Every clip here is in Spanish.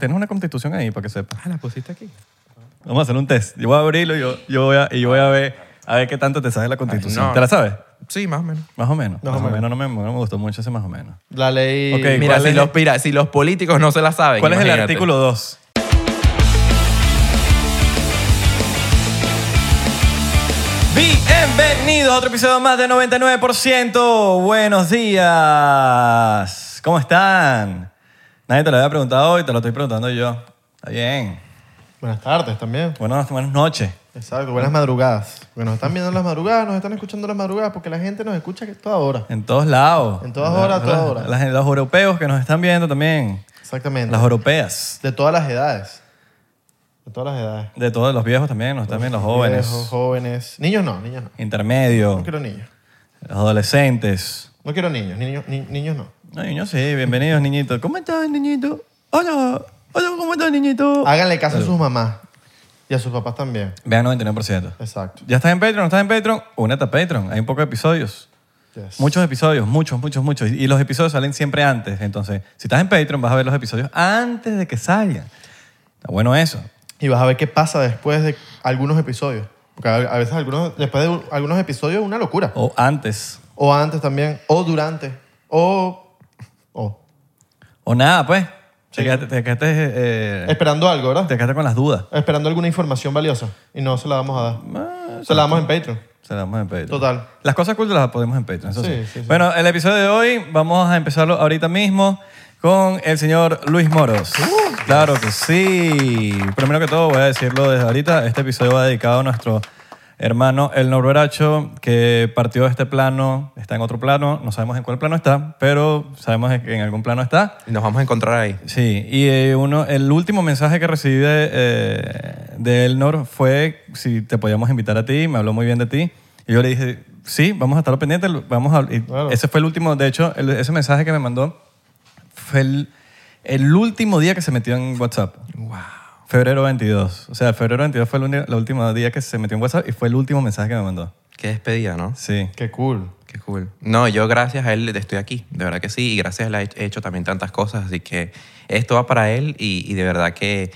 tienes una constitución ahí para que sepas. Ah, la pusiste aquí. Vamos a hacer un test. Yo voy a abrirlo y yo, yo voy, a, y yo voy a, ver, a ver qué tanto te sabes la constitución. no. ¿Te la sabes? Sí, más o menos. Más o menos. Más, o menos, no, me, no me gustó mucho ese más o menos. La ley... Ok, ¿cuál Mira, es si el- los, pira- si los políticos no se la saben. ¿Cuál es el imagínate. artículo 2? Bienvenidos a otro episodio más de 99%. Buenos días. ¿Cómo están? Nadie te lo había preguntado hoy, te lo estoy preguntando yo. Está bien. Buenas tardes también. Buenas, buenas noches. Exacto, buenas madrugadas. Porque nos están viendo en las madrugadas, nos están escuchando en las madrugadas, porque la gente nos escucha a toda hora. En todos lados. En todas horas, La- todas la- horas. las- los europeos que nos están viendo también. Exactamente. Las europeas. De todas las edades. De todas las edades. De todos los viejos también, nos están viendo los jóvenes. Viejos, jóvenes. Niños no, niños no. Intermedios. No quiero niños. Los adolescentes. No quiero niños, niños, ni- niños no. No, niños, sí, bienvenidos, niñitos. ¿Cómo estás, niñito? Hola, hola, ¿cómo estás, niñito? Háganle caso a sus mamás y a sus papás también. Vean 99%. Exacto. ¿Ya estás en Patreon? ¿No estás en Patreon? Únete a Patreon. Hay un poco de episodios. Yes. Muchos episodios, muchos, muchos, muchos. Y y los episodios salen siempre antes. Entonces, si estás en Patreon, vas a ver los episodios antes de que salgan. Está bueno eso. Y vas a ver qué pasa después de algunos episodios. Porque a a veces algunos, después de u- algunos episodios es una locura. O antes. O antes también, o durante, o... o. O nada, pues. Sí. Te quedaste, te quedaste, eh, Esperando algo, te ¿verdad? quedaste con las dudas. Esperando alguna información valiosa. Y no se la vamos a dar. Ah, Se la damos en Patreon. Se las damos en Patreon. Total. Las cosas cool las podemos en Patreon. eso sí. Sí, sí, sí. Bueno, el episodio de hoy vamos a empezarlo ahorita mismo con el señor Luis Moros. Uh. claro que sí. Primero que todo voy a decirlo desde ahorita. Este episodio va dedicado a nuestro hermano el Norberacho que partió de este plano, está en otro plano, no sabemos en cuál plano está, pero sabemos que en algún plano está. Y nos vamos a encontrar ahí. Sí, y eh, uno, el último mensaje que recibí de, eh, de Elnor fue si te podíamos invitar a ti, me habló muy bien de ti. Y yo le dije, sí, vamos a estar pendientes, lo- vamos a... y Claro. Ese fue el último, de hecho, el- ese mensaje que me mandó fue el, el último día que se metió en WhatsApp. Wow. Febrero 22. O sea, febrero 22 fue el, uni- el último día que se metió en WhatsApp y fue el último mensaje que me mandó. Qué despedida, ¿no? Sí. Qué cool. Qué cool. No, yo gracias a él estoy aquí, de verdad que sí, y gracias a él he hecho también tantas cosas, así que esto va para él y, y de verdad que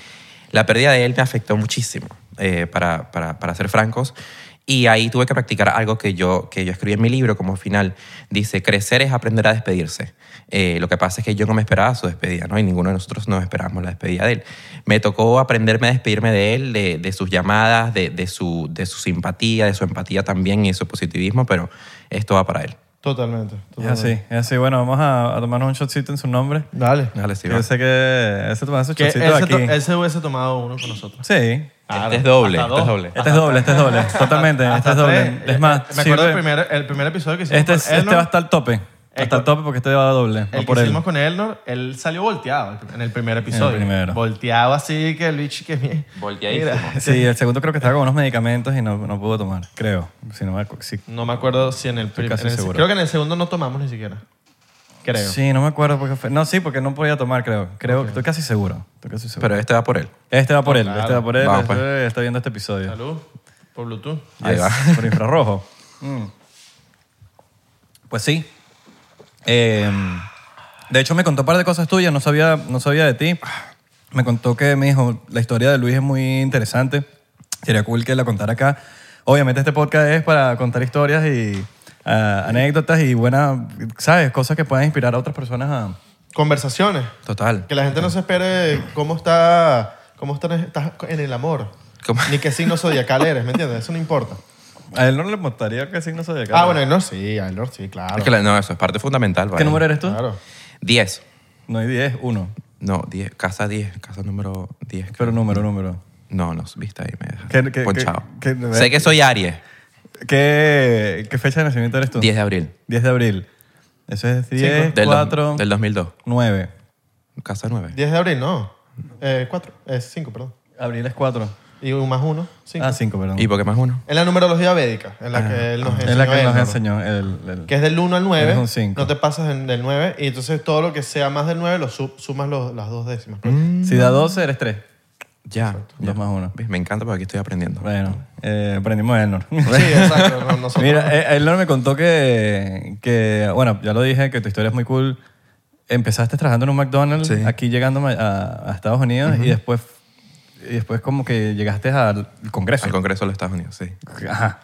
la pérdida de él me afectó muchísimo, eh, para, para- para ser francos, y ahí tuve que practicar algo que yo, que yo escribí en mi libro como final, dice, crecer es aprender a despedirse. Eh, lo que pasa es que yo no me esperaba su despedida, ¿no? Y ninguno de nosotros nos esperábamos la despedida de él. Me tocó aprenderme a despedirme de él, de, de sus llamadas, de, de su, de su simpatía, de su empatía también y de su positivismo, pero esto va para él. Totalmente. Es totalmente. así, es así. Bueno, vamos a, a tomarnos un shotcito en su nombre. Dale. Dale, sí, va. Yo sé que eh, ese tomase Que él, shotcito se aquí. to- él se hubiese tomado uno con nosotros. Sí. Claro, este es doble, hasta este es dos. doble. Este es doble, este es doble, totalmente. Este Hasta es doble. tres. Es más, me acuerdo sirve- del primer, el primer episodio que hicimos este, es- con Elnor. este va hasta el tope. Hasta el tope porque este va a doble. El No que por él. hicimos con Elnor, él salió volteado en el primer episodio. primero. Volteado así que el bicho que... mira, Volteadísimo. Sí, el segundo creo que estaba con unos medicamentos y no, no pudo tomar, creo. Si no me acu- sí. No me acuerdo si en el primer... casi seguro. Creo que en el segundo no tomamos ni siquiera. Creo. Sí, no me acuerdo porque fue. No, sí, porque no podía tomar, creo. Creo, estoy casi seguro. Estoy casi seguro. Pero este va por él. este va por Oh, él, este va por él. Vamos, este pues. está viendo este episodio. Salud. Por Bluetooth. Ahí Yes, va. Por infrarrojo. Mm. Pues sí. Eh, de hecho, me contó un par de cosas tuyas, no sabía, no sabía de ti. Me contó que me dijo, la historia de Luis es muy interesante. Sería cool que la contara acá. Obviamente este podcast es para contar historias y ah, anécdotas y buenas, ¿sabes? Cosas que puedan inspirar a otras personas a... Conversaciones. Total. Que la gente no se espere cómo está... Cómo está- estás en el amor. ¿Cómo? Ni qué signo zodiacal eres, ¿me entiendes? Eso no importa. A él no le gustaría que signo zodiacal. Ah, bueno, Elnor sí, a Elnor sí, claro. Es que la- no, eso es parte fundamental. ¿Qué número eres tú? Claro. 10. No hay 10, 1. No, 10. Casa 10. Casa número 10. Pero número, número. No, no, viste ahí, me dejas ¿Qué- qué- ponchado. qué- qué- sé que soy Aries, ¿Qué, ¿Qué fecha de nacimiento eres tú? 10 de abril. 10 de abril. Eso es 10, Cinco. Del, dos- 4, del 2002. 9. Casa 9. 10 de abril, no. Eh, cuatro. Es cinco, perdón. Abril es 4. Y un más uno, cinco. Ah, 5, perdón. ¿Y por qué más uno? En la numerología védica, en la que él nos enseñó. es la que nos Elnor, enseñó. El, el- Que es del 1 al 9. Es un cinco. No te pasas en- del 9. Y entonces todo lo que sea más del 9 lo su- sumas los- las dos décimas. pues. Si da 12, eres 3. Ya. ya. Dos más uno. ¿Ves? Me encanta porque aquí estoy aprendiendo. Bueno, eh, aprendimos de Elnor. Sí, exacto. no- nosotros. Mira, eh, Elnor me contó que, que, bueno, ya lo dije, que tu historia es muy cool. empezaste trabajando en un McDonald's Sí. aquí llegando a, a- a Estados Unidos y después y después como que llegaste al Congreso. Al Congreso de los Estados Unidos, sí. Ajá.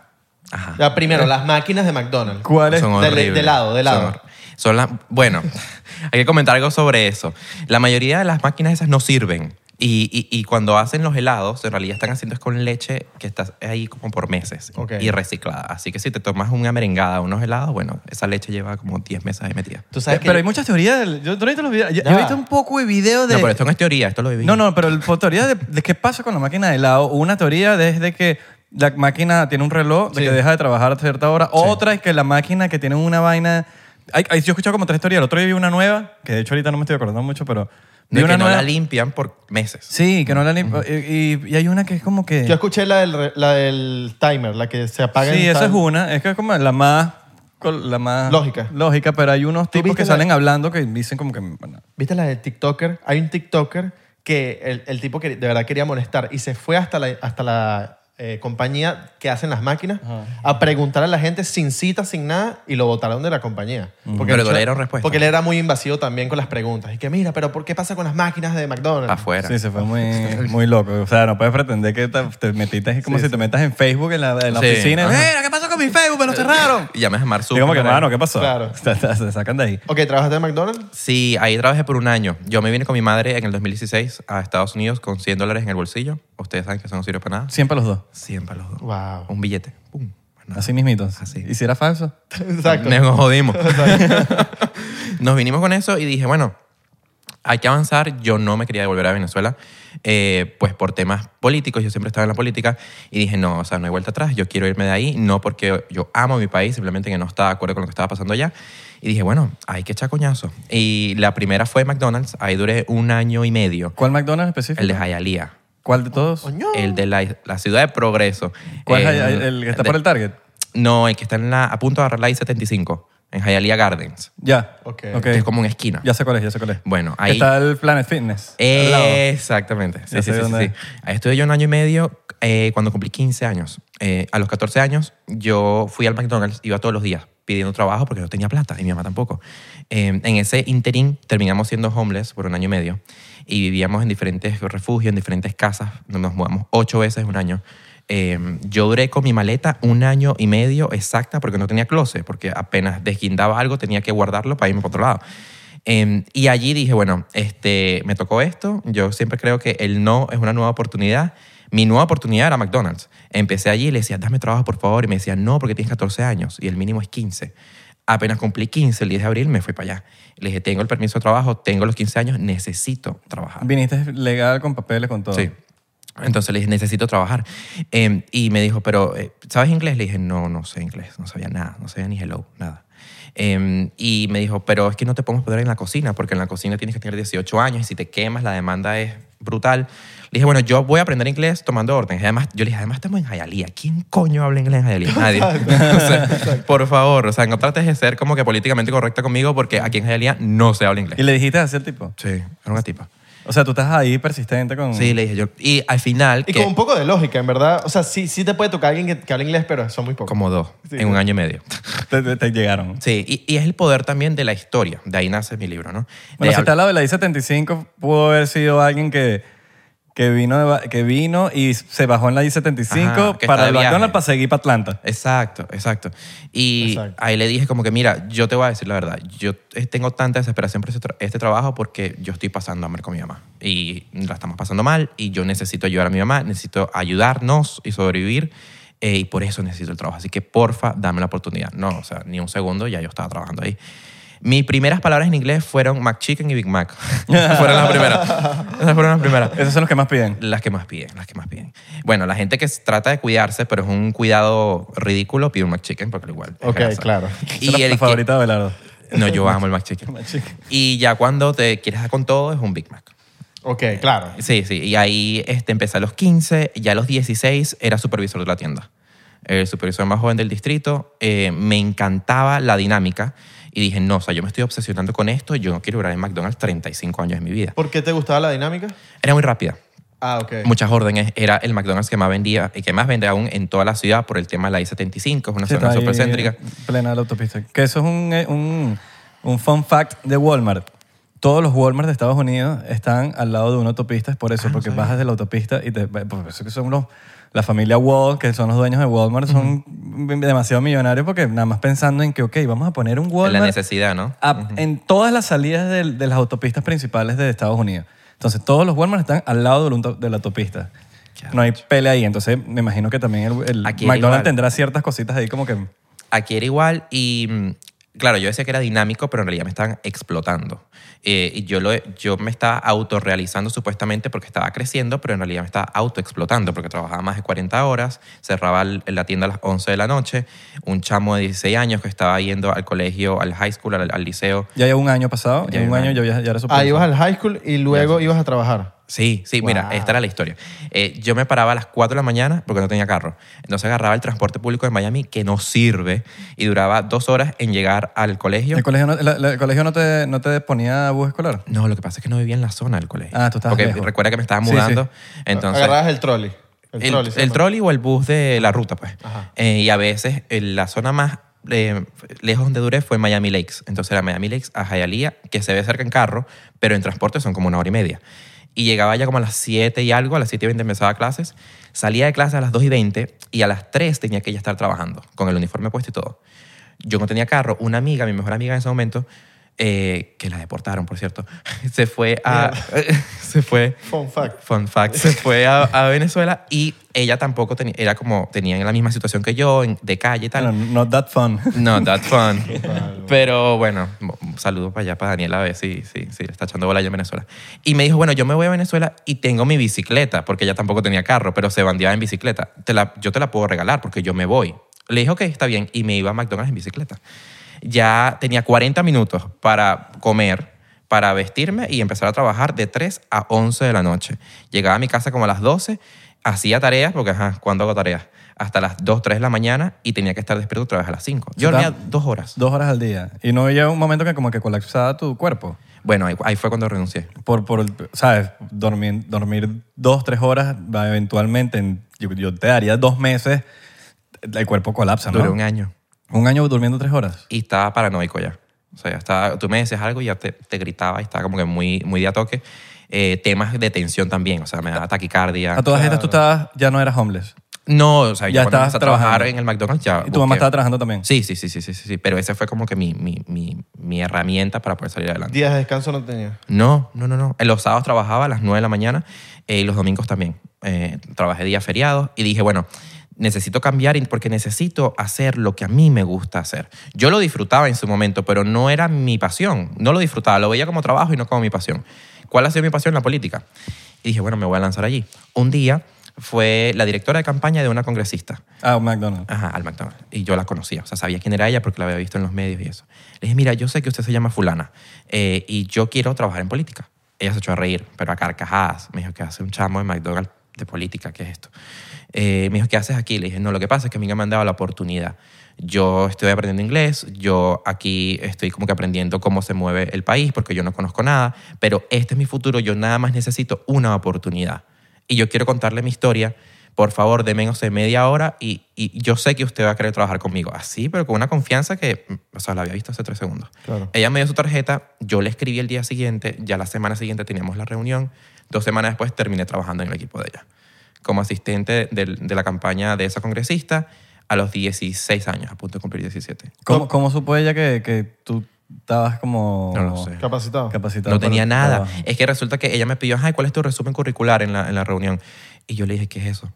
Ajá. Ya, primero, las máquinas de McDonald's. ¿Cuál es? Son De- horribles. de lado, de lado. Son hor- son las- bueno, hay que comentar algo sobre eso. La mayoría de las máquinas esas no sirven. Y, y- y cuando hacen los helados, en realidad están haciendo es con leche que está ahí como por meses Ok. y reciclada. Así que si te tomas una merengada, unos helados, bueno, esa leche lleva como 10 meses ahí metida. Tú sabes Eh, Pero que hay muchas teorías. del- yo yo he visto los videos. Yo, Ya yo he va. visto un poco de video de... No, pero esto no es teoría, esto lo viví. No, no, pero el, por teoría de, de qué pasa con la máquina de helado, una teoría es de que la máquina tiene un reloj de Sí. que deja de trabajar a cierta hora. Otra es que la máquina que tiene una vaina... Hay, hay- yo he escuchado como tres teorías. El otro día vi una nueva, que de hecho ahorita no me estoy acordando mucho, pero... Vi De una que no nueva... la limpian por meses. sí, que no la limpia. y, y- y hay una que es como que... yo escuché la del, re- la del timer, la que se apaga sí, en esa tal- es una. Es que es como la más... col- La más... Lógica. Lógica, pero hay unos ¿Tú tipos que viste la- salen hablando que dicen como que... bueno, ¿Viste la del TikToker? Hay un TikToker que el, el tipo que de verdad quería molestar y se fue hasta la, hasta la eh, compañía que hacen las máquinas a preguntar a la gente sin cita, sin nada y lo botaron de la compañía. Pero el no le hecho- dieron respuesta. Porque él era muy invasivo también con las preguntas. Y que mira, pero ¿por qué pasa con las máquinas de McDonald's? Afuera. Sí, se fue muy, muy loco. O sea, no puedes pretender que te, te metiste, es como si te metas en Facebook en la, en la Sí, oficina. y, ajá. "Mira, ¿Qué pasó con mi Facebook? Me lo cerraron. Y llamas a Marzu. Y como que, mano, ¿qué pasó? Claro. se sacan de ahí. Ok, ¿trabajaste en McDonald's? Sí, ahí trabajé por un año. Yo me vine con mi madre en el 2016 a Estados Unidos con 100 dólares en el bolsillo. Ustedes saben que eso no sirve para nada. Siempre los dos. 100 para los dos. Wow. Un billete. Pum. Así mismitos. Así. ¿Y si era falso? Exacto. Nos jodimos. Nos vinimos con eso y dije, bueno, hay que avanzar. Yo no me quería devolver a Venezuela, eh, pues por temas políticos. Yo siempre estaba en la política y dije, no, o sea, no hay vuelta atrás. Yo quiero irme de ahí, no porque yo amo mi país, simplemente que no estaba de acuerdo con lo que estaba pasando allá. Y dije, bueno, hay que echar coñazo. Y la primera fue McDonald's. Ahí duré un año y medio. ¿Cuál McDonald's específico? El de Hialeah. ¿Cuál de todos? Coño. El de la, la ciudad de Progreso. ¿Cuál es Eh, el, el que está de- por el Target? No, el que está en la, a punto de agarrar la I-75, en Hialeah Gardens. Ya. Ok. Ok. Que es como una esquina. Ya sé cuál es, ya sé cuál es. Bueno, Que ahí- Eh, Está el Planet Fitness. al lado. Exactamente. Sí, Ya sí, sé sí, sí, dónde sí. Ahí estuve yo un año y medio eh, cuando cumplí 15 años. Eh, a los 14 años yo fui al McDonald's, iba todos los días pidiendo trabajo porque no tenía plata y mi mamá tampoco. Eh, en ese interín terminamos siendo homeless por un año y medio y vivíamos en diferentes refugios, en diferentes casas, donde nos mudamos ocho veces un año. Eh, yo duré con mi maleta un año y medio exacta porque no tenía closet, porque apenas desguindaba algo tenía que guardarlo para irme para otro lado. Eh, y allí dije, bueno, este, me tocó esto. Yo siempre creo que el no es una nueva oportunidad. Mi nueva oportunidad era McDonald's. Empecé allí y le decía, dame trabajo, por favor. Y me decía, no, porque tienes 14 años y el mínimo es 15. Apenas cumplí 15, el 10 de abril, me fui para allá. Le dije, tengo el permiso de trabajo, tengo los 15 años, necesito trabajar. Viniste legal con papeles, con todo. Sí. Entonces le dije, necesito trabajar. Eh, y me dijo, pero eh, ¿sabes inglés? Le dije, no, no sé inglés, no sabía nada, no sabía ni hello, nada. Eh, y me dijo, pero es que no te podemos poner en la cocina, porque en la cocina tienes que tener 18 años y si te quemas la demanda es brutal. Le dije, bueno, yo voy a aprender inglés tomando órdenes. Y Además, yo le dije, además estamos en Hialeah. ¿Quién coño habla inglés en Hialeah? Nadie. O sea, por favor, o sea, no trates de ser como que políticamente correcta conmigo, porque aquí en Hialeah no se habla ¿Y inglés. le dijiste así al tipo? Sí, era una tipa. O sea, tú estás ahí persistente con... Sí, le dije yo. Y al final... Y que- con un poco de lógica, en verdad. O sea, sí, sí te puede tocar alguien que, que hable inglés, pero son muy pocos. Como dos, Sí. en un año y medio. Te, te- te llegaron. Sí, y, y es el poder también de la historia. De ahí nace mi libro, ¿no? Bueno, De si está habl- al lado de la I-75, pudo haber sido alguien que, que, vino, de va- que vino y se bajó en la Ajá, I-75 que está para de el viaje. McDonald's para seguir para Atlanta. Exacto, exacto. Y Exacto. ahí le dije como que, mira, yo te voy a decir la verdad. Yo eh, tengo tanta desesperación por ese tra- este trabajo porque yo estoy pasando hambre con mi mamá. Y la estamos pasando mal y yo necesito ayudar a mi mamá, necesito ayudarnos y sobrevivir. eh, y por eso necesito el trabajo. Así que, porfa, dame la oportunidad. No, o sea, ni un segundo, ya yo estaba trabajando ahí. Mis primeras palabras en inglés fueron McChicken y Big Mac. fueron las primeras. Esas fueron las primeras. Esos son los que más piden. Las que más piden, las que más piden. Bueno, la gente que s- trata de cuidarse, pero es un cuidado ridículo, pide un McChicken porque al igual. es Ok, grasa. claro. Y la, Y la el que- favorita de Belardo. No, yo amo el McChicken. Y ya cuando te quieres dar con todo, es un Big Mac. Ok, claro. Sí, sí. Y ahí este, empecé a los 15, ya a los 16 era supervisor de la tienda. El supervisor más joven del distrito. Eh, me encantaba la dinámica y dije, no, o sea, yo me estoy obsesionando con esto, yo no quiero durar en McDonald's 35 años de mi vida. ¿Por qué te gustaba la dinámica? Era muy rápida. Ah, ok. muchas órdenes. Era el McDonald's que más vendía y que más vende aún en toda la ciudad por el tema de la I-75, es una Sí, zona está ahí, supercéntrica. Plena de la autopista. Que eso es un, eh, un, un fun fact de Walmart. todos los Walmart de Estados Unidos están al lado de una autopista, es por Ah, eso, porque bajas de la autopista y te... pues, Por eso que son los... La familia Wall, que son los dueños de Walmart, son demasiado millonarios porque nada más pensando en que, ok, vamos a poner un En Walmart la necesidad, ¿no? a- en todas las salidas del- de, las autopistas principales de Estados Unidos. Entonces, todos los Walmart están al lado de, la auto- de la autopista. Qué No hay pelea ahí. Entonces, me imagino que también el, el Aquí McDonald's igual. tendrá ciertas cositas ahí como que... Aquí era igual y, mm, claro, yo decía que era dinámico, pero en realidad me estaban explotando. Eh, y yo, lo, yo me estaba autorrealizando supuestamente porque estaba creciendo, pero en realidad me estaba autoexplotando porque trabajaba más de 40 horas, cerraba el- la tienda a las 11 de la noche, un chamo de 16 años que estaba yendo al colegio, al high school, al, al liceo. Ya llevo un año pasado, Ya ya un llevo un año yo ya, ya era super- Ah, Ahí ibas al high school y luego ibas a trabajar. Sí, sí, mira, Wow. esta era la historia. Eh, yo me paraba a las 4 de la mañana porque no tenía carro. Entonces agarraba el transporte público de Miami, que no sirve, y duraba dos horas en llegar al colegio. ¿El colegio, no, la- la- el colegio no, te, no te ponía bus escolar? No, lo que pasa es que no vivía en la zona del colegio. Ah, tú estabas Porque lejos. recuerda que me estaba Sí, mudando. Entonces, Agarrabas el trolley. El, el, trolley. se el llama. trolley o el bus de la ruta, pues. Ajá. Eh, y a veces en la zona más eh, lejos donde duré fue Miami Lakes. Entonces era Miami Lakes a Hialeah, que se ve cerca en carro, pero en transporte son como una hora y media. Y llegaba ya como a las 7 y algo, a las 7 y 20 empezaba clases. Salía de clase a las 2 y 20 y a las 3 tenía que ya estar trabajando, con el uniforme puesto y todo. Yo no tenía carro. Una amiga, mi mejor amiga en ese momento, eh, que la deportaron, por cierto, se fue a... se fue... Fun fact. Fun fact, se fue a, a Venezuela y ella tampoco tenía, era como, tenía la misma situación que yo, en- de calle y Bueno, tal. not that fun. No, that fun. Pero bueno, un saludo para allá, para Daniela, a ver si, si, si le está echando bola allá en Venezuela. Y me dijo, bueno, yo me voy a Venezuela y tengo mi bicicleta, porque ella tampoco tenía carro, pero se bandeaba en bicicleta. Te la, yo te la puedo regalar porque yo me voy. Le dije, ok, está bien. Y me iba a McDonald's en bicicleta. Ya tenía 40 minutos para comer para vestirme y empezar a trabajar de 3 a 11 de la noche. Llegaba a mi casa como a las 12, hacía tareas, porque ajá, ¿cuándo hago tareas? Hasta las 2, 3 de la mañana y tenía que estar despierto otra vez a las 5. Yo dormía Está- dos horas. Dos horas al día. Y no había un momento que como que colapsaba tu cuerpo. Bueno, ahí, ahí fue cuando renuncié. Por, por, ¿sabes? Dormir, dormir dos, tres horas, va, eventualmente, en- yo, yo te daría dos meses, el cuerpo colapsa, ¿no? Duré un año Un año durmiendo tres horas. y estaba paranoico ya. O sea, ya estaba, tú me decías algo y ya te, te gritaba y estaba como que muy, muy de a toque. Eh, temas de tensión también, o sea, me daba taquicardia. A todas estas tú estabas, ya no eras homeless. No, o sea, Ya ya cuando estabas empecé a trabajar trabajando. en el McDonald's ya Y tu mamá busqué- estaba trabajando también. Sí, sí, sí, sí, sí, sí, sí, pero ese fue como que mi, mi, mi, mi herramienta para poder salir adelante. Días de descanso no tenía. No, no, no, no. En Los sábados trabajaba a las 9 de la mañana eh, y los domingos también. Eh, trabajé días feriados y dije, bueno, necesito cambiar y- porque necesito hacer lo que a mí me gusta hacer. Yo lo disfrutaba en su momento, pero no era mi pasión. No lo disfrutaba, lo veía como trabajo y no como mi pasión. ¿Cuál ha sido mi pasión? La política. Y dije, bueno, me voy a lanzar allí. Un día fue la directora de campaña de una congresista. Ah, un McDonald's. Ajá, al McDonald's. Y yo la conocía, o sea, sabía quién era ella porque la había visto en los medios y eso. Le dije, mira, yo sé que usted se llama fulana eh, y yo quiero trabajar en política. Ella se echó a reír, pero a carcajadas. Me dijo, ¿qué hace un chamo de McDonald's de política? ¿Qué es esto? Eh, me dijo, ¿qué haces aquí? Le dije, no, lo que pasa es que a mí me han dado la oportunidad. Yo estoy aprendiendo inglés, yo aquí estoy como que aprendiendo cómo se mueve el país porque yo no conozco nada, pero este es mi futuro, yo nada más necesito una oportunidad y yo quiero contarle mi historia, por favor, de menos de media hora y, y yo sé que usted va a querer trabajar conmigo. Así, pero con una confianza que, mm, o sea, la había visto hace tres segundos. Claro. Ella me dio su tarjeta, yo le escribí el día siguiente, ya la semana siguiente teníamos la reunión, dos semanas después terminé trabajando en el equipo de ella, como asistente del- de, la campaña de esa congresista a los 16 años, a punto de cumplir 17. ¿Cómo, cómo supo ella que, que tú estabas como No lo sé. Capacitado. capacitado? No tenía para- nada. para- Es que resulta que ella me pidió, ay, ¿cuál es tu resumen curricular en la, en la reunión? Y yo le dije, ¿qué es eso?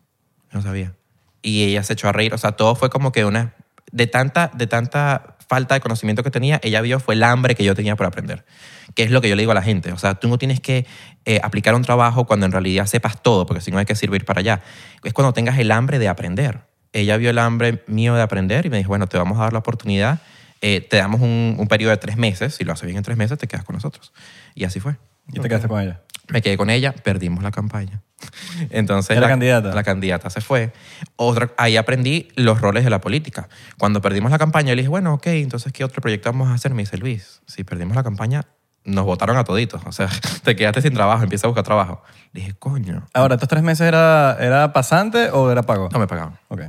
No sabía. Y ella se echó a reír. O sea, todo fue como que una... De tanta, de tanta falta de conocimiento que tenía, ella vio fue el hambre que yo tenía por aprender. Que es lo que yo le digo a la gente. O sea, tú no tienes que eh, aplicar un trabajo cuando en realidad sepas todo, porque si no hay que servir para allá. Es cuando tengas el hambre de aprender. Ella vio el hambre mío de aprender y me dijo, bueno, te vamos a dar la oportunidad. eh, te damos un, un periodo de tres meses. Si lo haces bien en tres meses, te quedas con nosotros. Y así fue Y te quedaste con ella. me quedé con ella, perdimos la campaña. Entonces ¿Era candidata? La candidata se fue. Otra, ahí aprendí los roles de la política. Cuando perdimos la campaña, yo le dije, bueno, ok, entonces, ¿qué otro proyecto vamos a hacer? Me dice, Luis, si perdimos la campaña, nos votaron a toditos. O sea, te quedaste sin trabajo, empieza a buscar trabajo. Dije, coño, Ahora, ¿estos tres meses era, era pasante o era pago? no me pagaban. Ok.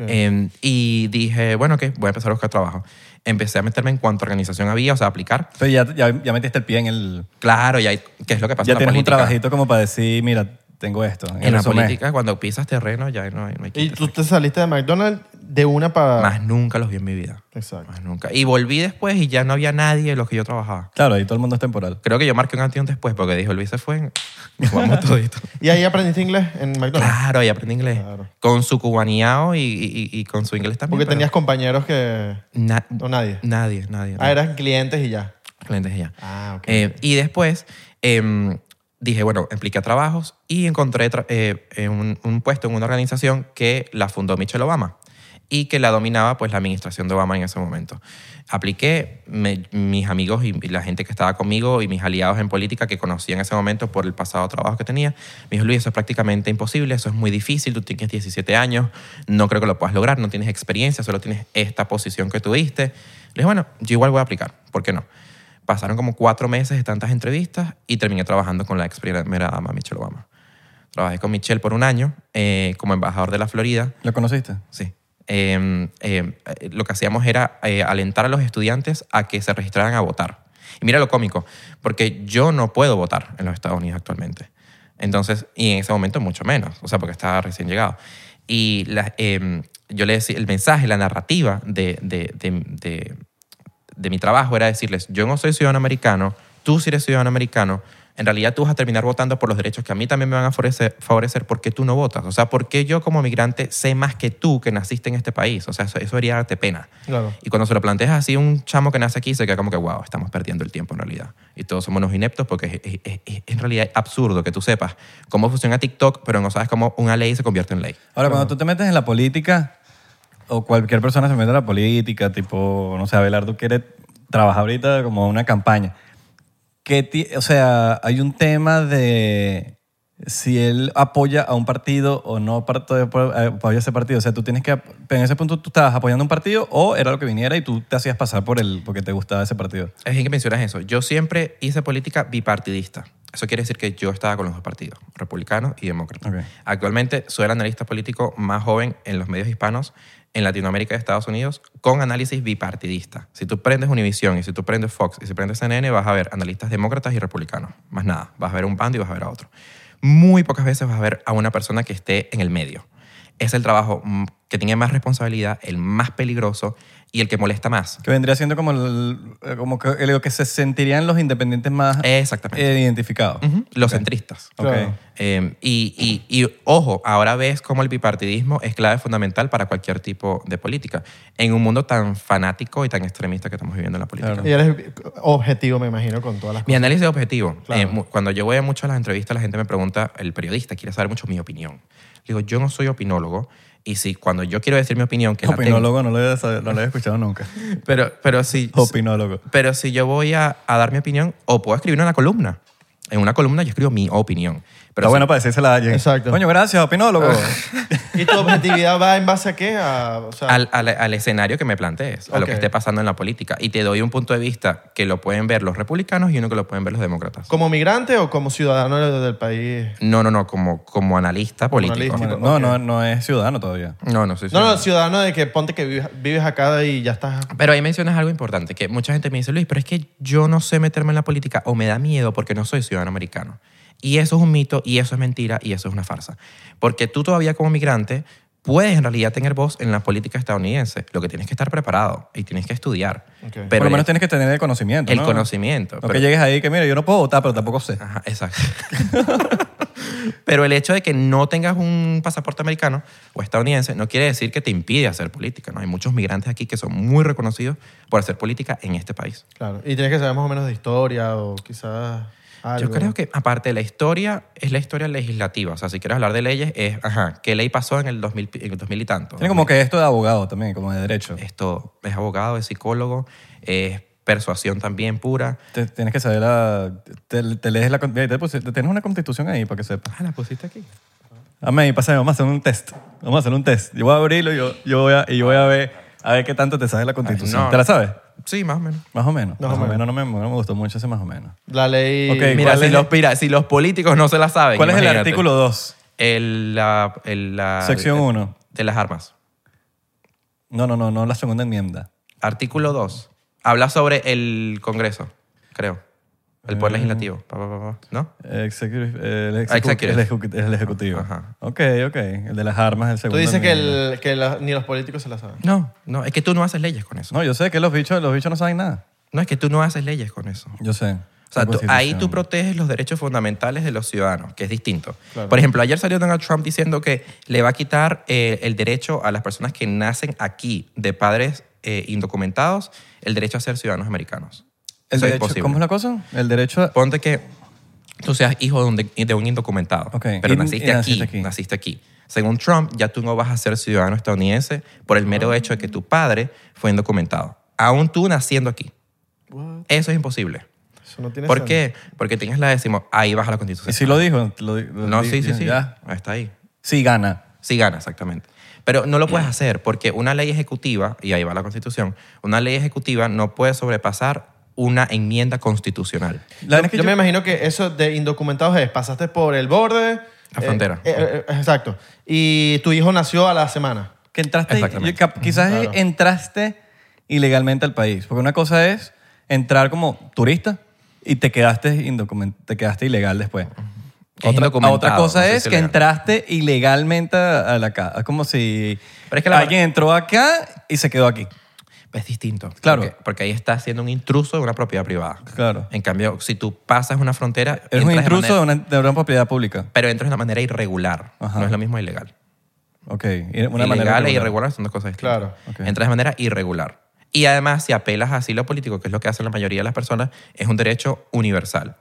Eh, y dije, bueno, ok, voy a empezar a buscar trabajo. Empecé a meterme en cuánta organización había, o sea, a aplicar. Entonces ya, ya, ya metiste el pie en el... Claro, ya hay- ¿qué es lo que pasa Ya en la tienes un política? trabajito como para decir, mira, tengo esto. En la resumen. política, cuando pisas terreno, ya no hay, no hay Y quita. tú te saliste de McDonald's de una para... Más nunca los vi en mi vida. Exacto. Más nunca. Y volví después y ya no había nadie en los que yo trabajaba. Claro, ahí todo el mundo es temporal. Creo que yo marqué un antes y un después porque dije, Luis se fue, nos vamos toditos. ¿Y ahí aprendiste inglés en McDonald's? Claro, ahí aprendí inglés. Claro. Con su cubaneado y, y- y con su inglés también. Porque pero tenías compañeros que... na- ¿O nadie? Nadie, nadie. Ah, eran clientes y ya. Clientes ya. Ah, ok. Eh, y después em, dije, bueno, apliqué a trabajos y encontré tra- eh, eh, un, un puesto en una organización que la fundó Michelle Obama y que la dominaba pues la administración de Obama en ese momento. Apliqué, me- mis amigos y la gente que estaba conmigo y mis aliados en política que conocí en ese momento por el pasado trabajo que tenía, me dijo, Luis, eso es prácticamente imposible, eso es muy difícil, tú tienes 17 años, no creo que lo puedas lograr, no tienes experiencia, solo tienes esta posición que tuviste. Le dije, bueno, yo igual voy a aplicar, ¿por qué no? Pasaron como cuatro meses de tantas entrevistas y terminé trabajando con la ex primera dama Michelle Obama. Trabajé con Michelle por un año eh, como embajador de la Florida. ¿Lo conociste? Sí. Eh, eh, eh, lo que hacíamos era eh, alentar a los estudiantes a que se registraran a votar. Y mira lo cómico, porque yo no puedo votar en los Estados Unidos actualmente. Entonces, y en ese momento mucho menos, o sea, porque estaba recién llegado. Y la- eh, yo le decía, el mensaje, la narrativa de- de- de- de, de mi trabajo era decirles, yo no soy ciudadano americano, tú sí eres ciudadano americano, en realidad tú vas a terminar votando por los derechos que a mí también me van a favorecer, favorecer porque tú no votas. O sea, porque yo como migrante sé más que tú que naciste en este país. O sea, eso, eso haría darte pena. Claro. Y cuando se lo planteas así, un chamo que nace aquí se queda como que, wow, estamos perdiendo el tiempo en realidad. Y todos somos unos ineptos porque es, es- es- es en realidad absurdo que tú sepas cómo funciona TikTok, pero no sabes cómo una ley se convierte en ley. Ahora, cuando tú te metes en la política, o cualquier persona se mete en la política, tipo, no sé, Abelardo quiere trabajar ahorita como una campaña. ¿Qué ti- o sea, hay un tema de si él apoya a un partido o no part- eh, apoya ese partido. O sea, tú tienes que... ap- En ese punto tú estabas apoyando un partido o era lo que viniera y tú te hacías pasar por él porque te gustaba ese partido. Es bien que mencionas eso. Yo siempre hice política bipartidista. Eso quiere decir que yo estaba con los dos partidos, republicanos y demócratas. Ok. Actualmente soy el analista político más joven en los medios hispanos en Latinoamérica y Estados Unidos con análisis bipartidista. Si tú prendes Univision y si tú prendes Fox y si prendes CNN, vas a ver analistas demócratas y republicanos. Más nada, vas a ver un bando y vas a ver a otro. Muy pocas veces vas a ver a una persona que esté en el medio. Es el trabajo mm, que tiene más responsabilidad, el más peligroso y el que molesta más. Que vendría siendo como, el- eh, como que, lo que se sentirían los independientes más Exactamente. eh, identificados. Ujú, Los centristas. Ok. Claro. Eh, y, y- y, ojo, ahora ves cómo el bipartidismo es clave fundamental para cualquier tipo de política, en un mundo tan fanático y tan extremista que estamos viviendo en la política. Claro. Y eres objetivo, me imagino, con todas las Mi cosas. análisis objetivo. Claro. Eh, mu- cuando yo voy a muchas de las entrevistas, la gente me pregunta, el periodista quiere saber mucho mi opinión. Le digo, yo no soy opinólogo. Y si cuando yo quiero decir mi opinión, que la tengo- Opinólogo, no lo, he, sabido- no lo he escuchado nunca. pero, pero si, Opinólogo. Pero si yo voy a, a dar mi opinión, o puedo escribir una columna. En una columna yo escribo mi opinión. Pero Está si- bueno para decírsela a alguien. Exacto. Coño, gracias, opinólogo. ¿Y tu objetividad va en base a qué? A, o sea, al, al- al escenario que me plantees, a lo que Ok. esté pasando en la política. Y te doy un punto de vista que lo pueden ver los republicanos y uno que lo pueden ver los demócratas. ¿Como migrante o como ciudadano del del país? No, no, no, como, como analista político. analista. Bueno, no, Ok. no, no es ciudadano todavía. No, no, sí, sí. No, no, ciudadano de que ponte que vives, vives acá y ya estás. Pero ahí mencionas algo importante, que mucha gente me dice, Luis, pero es que yo no sé meterme en la política o me da miedo porque no soy ciudadano americano. Y eso es un mito, y eso es mentira, y eso es una farsa. Porque tú todavía como migrante puedes en realidad tener voz en la política estadounidense. Lo que tienes que estar preparado y tienes que estudiar. Ok. Pero Por lo menos tienes que tener el conocimiento. el ¿no? conocimiento. No pero- Ah, que llegues ahí que, mira, yo no puedo votar, pero tampoco sé. Ajá, exacto. Pero el hecho de que no tengas un pasaporte americano o estadounidense no quiere decir que te impide hacer política. ¿no? Hay muchos migrantes aquí que son muy reconocidos por hacer política en este país. Claro. Y tienes que saber más o menos de historia o quizás. Algo. Yo creo que, aparte de la historia, es la historia legislativa. O sea, si quieres hablar de leyes, es, ajá, ¿qué ley pasó en el 2000, pi- en el 2000 y tanto? Tiene como que esto de abogado también, como de derecho. Esto es abogado, es psicólogo, es persuasión también pura. Te- tienes que saber la... Te, te lees la... con- Mira, Te, puse- te- tienes una constitución ahí para que sepas. Ah, la pusiste aquí. Amén, pasa, vamos a hacer un test. Vamos a hacer un test. Yo voy a abrirlo y yo, yo voy, a, y yo voy a ver a ver qué tanto te sabes la constitución. no. ¿Te la sabes? Sí, más o menos. Más o menos. Más, o menos, no, me, no me gustó mucho ese más o menos. La ley... Ok, Mira, ¿Cuál si es los, el- mira, si los políticos no se la saben. ¿Cuál es el imagínate. Ah, artículo 2? El, la, el, la, Sección de- 1. De las armas. No, no, no, no la segunda enmienda. Artículo 2. Habla sobre el Congreso, creo. El Eh. Poder Legislativo. Pa, pa, pa, pa. ¿No? Executive, eh, el, ejecu- Ah, executive. el ejecu- el ejecutivo. Ajá. Ok, ok. El de las armas, el Tú segundo. dices que, el- que la- ni los políticos se la saben. No, no. Es que tú no haces leyes con eso. No, yo sé que los bichos, los bichos no saben nada. No, es que tú no haces leyes con eso. Yo sé. O sea, La tú- ahí tú Constitución. proteges los derechos fundamentales de los ciudadanos, que es distinto. Claro. Por ejemplo, ayer salió Donald Trump diciendo que le va a quitar eh, el derecho a las personas que nacen aquí de padres eh, indocumentados, el derecho a ser ciudadanos americanos. El Eso es derecho- posible. ¿Cómo es la cosa? El derecho a... Ponte que tú seas hijo de un, de un indocumentado, Ok, pero y- naciste, y aquí, naciste aquí. naciste aquí. Según Trump, ya tú no vas a ser ciudadano estadounidense por el Ah. mero hecho de que tu padre fue indocumentado, aún tú naciendo aquí. Eso es imposible. Eso no tiene ¿Por sentido. qué? Porque tienes la décima, ahí baja la Y constitución. sí lo dijo. lo di- lo No, di- sí, sí, sí. ya. Está ahí. Sí gana. Sí gana, exactamente. Pero no lo puedes hacer porque una ley ejecutiva, y ahí va la constitución, una ley ejecutiva no puede sobrepasar una enmienda constitucional. La verdad yo, es que yo yo- me imagino que eso de indocumentados es, pasaste por el borde... La eh, frontera. eh, eh, exacto. Y tu hijo nació a la semana. que entraste, Exactamente. y- cap- quizás Claro. entraste ilegalmente al país, porque una cosa es entrar como turista y te quedaste indocument- te quedaste ilegal después. Que es indocumentado, otra no cosa sé es si que ilegal. entraste ilegalmente a a la casa. Es como si Pero es que la- alguien entró acá y se quedó aquí. Es distinto. Claro. Porque, porque ahí estás siendo un intruso de una propiedad privada. Claro. En cambio, si tú pasas una frontera... Eres un entras de intruso de manera- una, de una propiedad pública. Pero entras de una manera irregular. Ajá. No es lo mismo ilegal. Ok. y Una ilegal manera e irregular. irregular son dos cosas distintas. Claro, ok. Entras de manera irregular. Y además, si apelas a asilo político, que es lo que hacen la mayoría de las personas, es un derecho universal,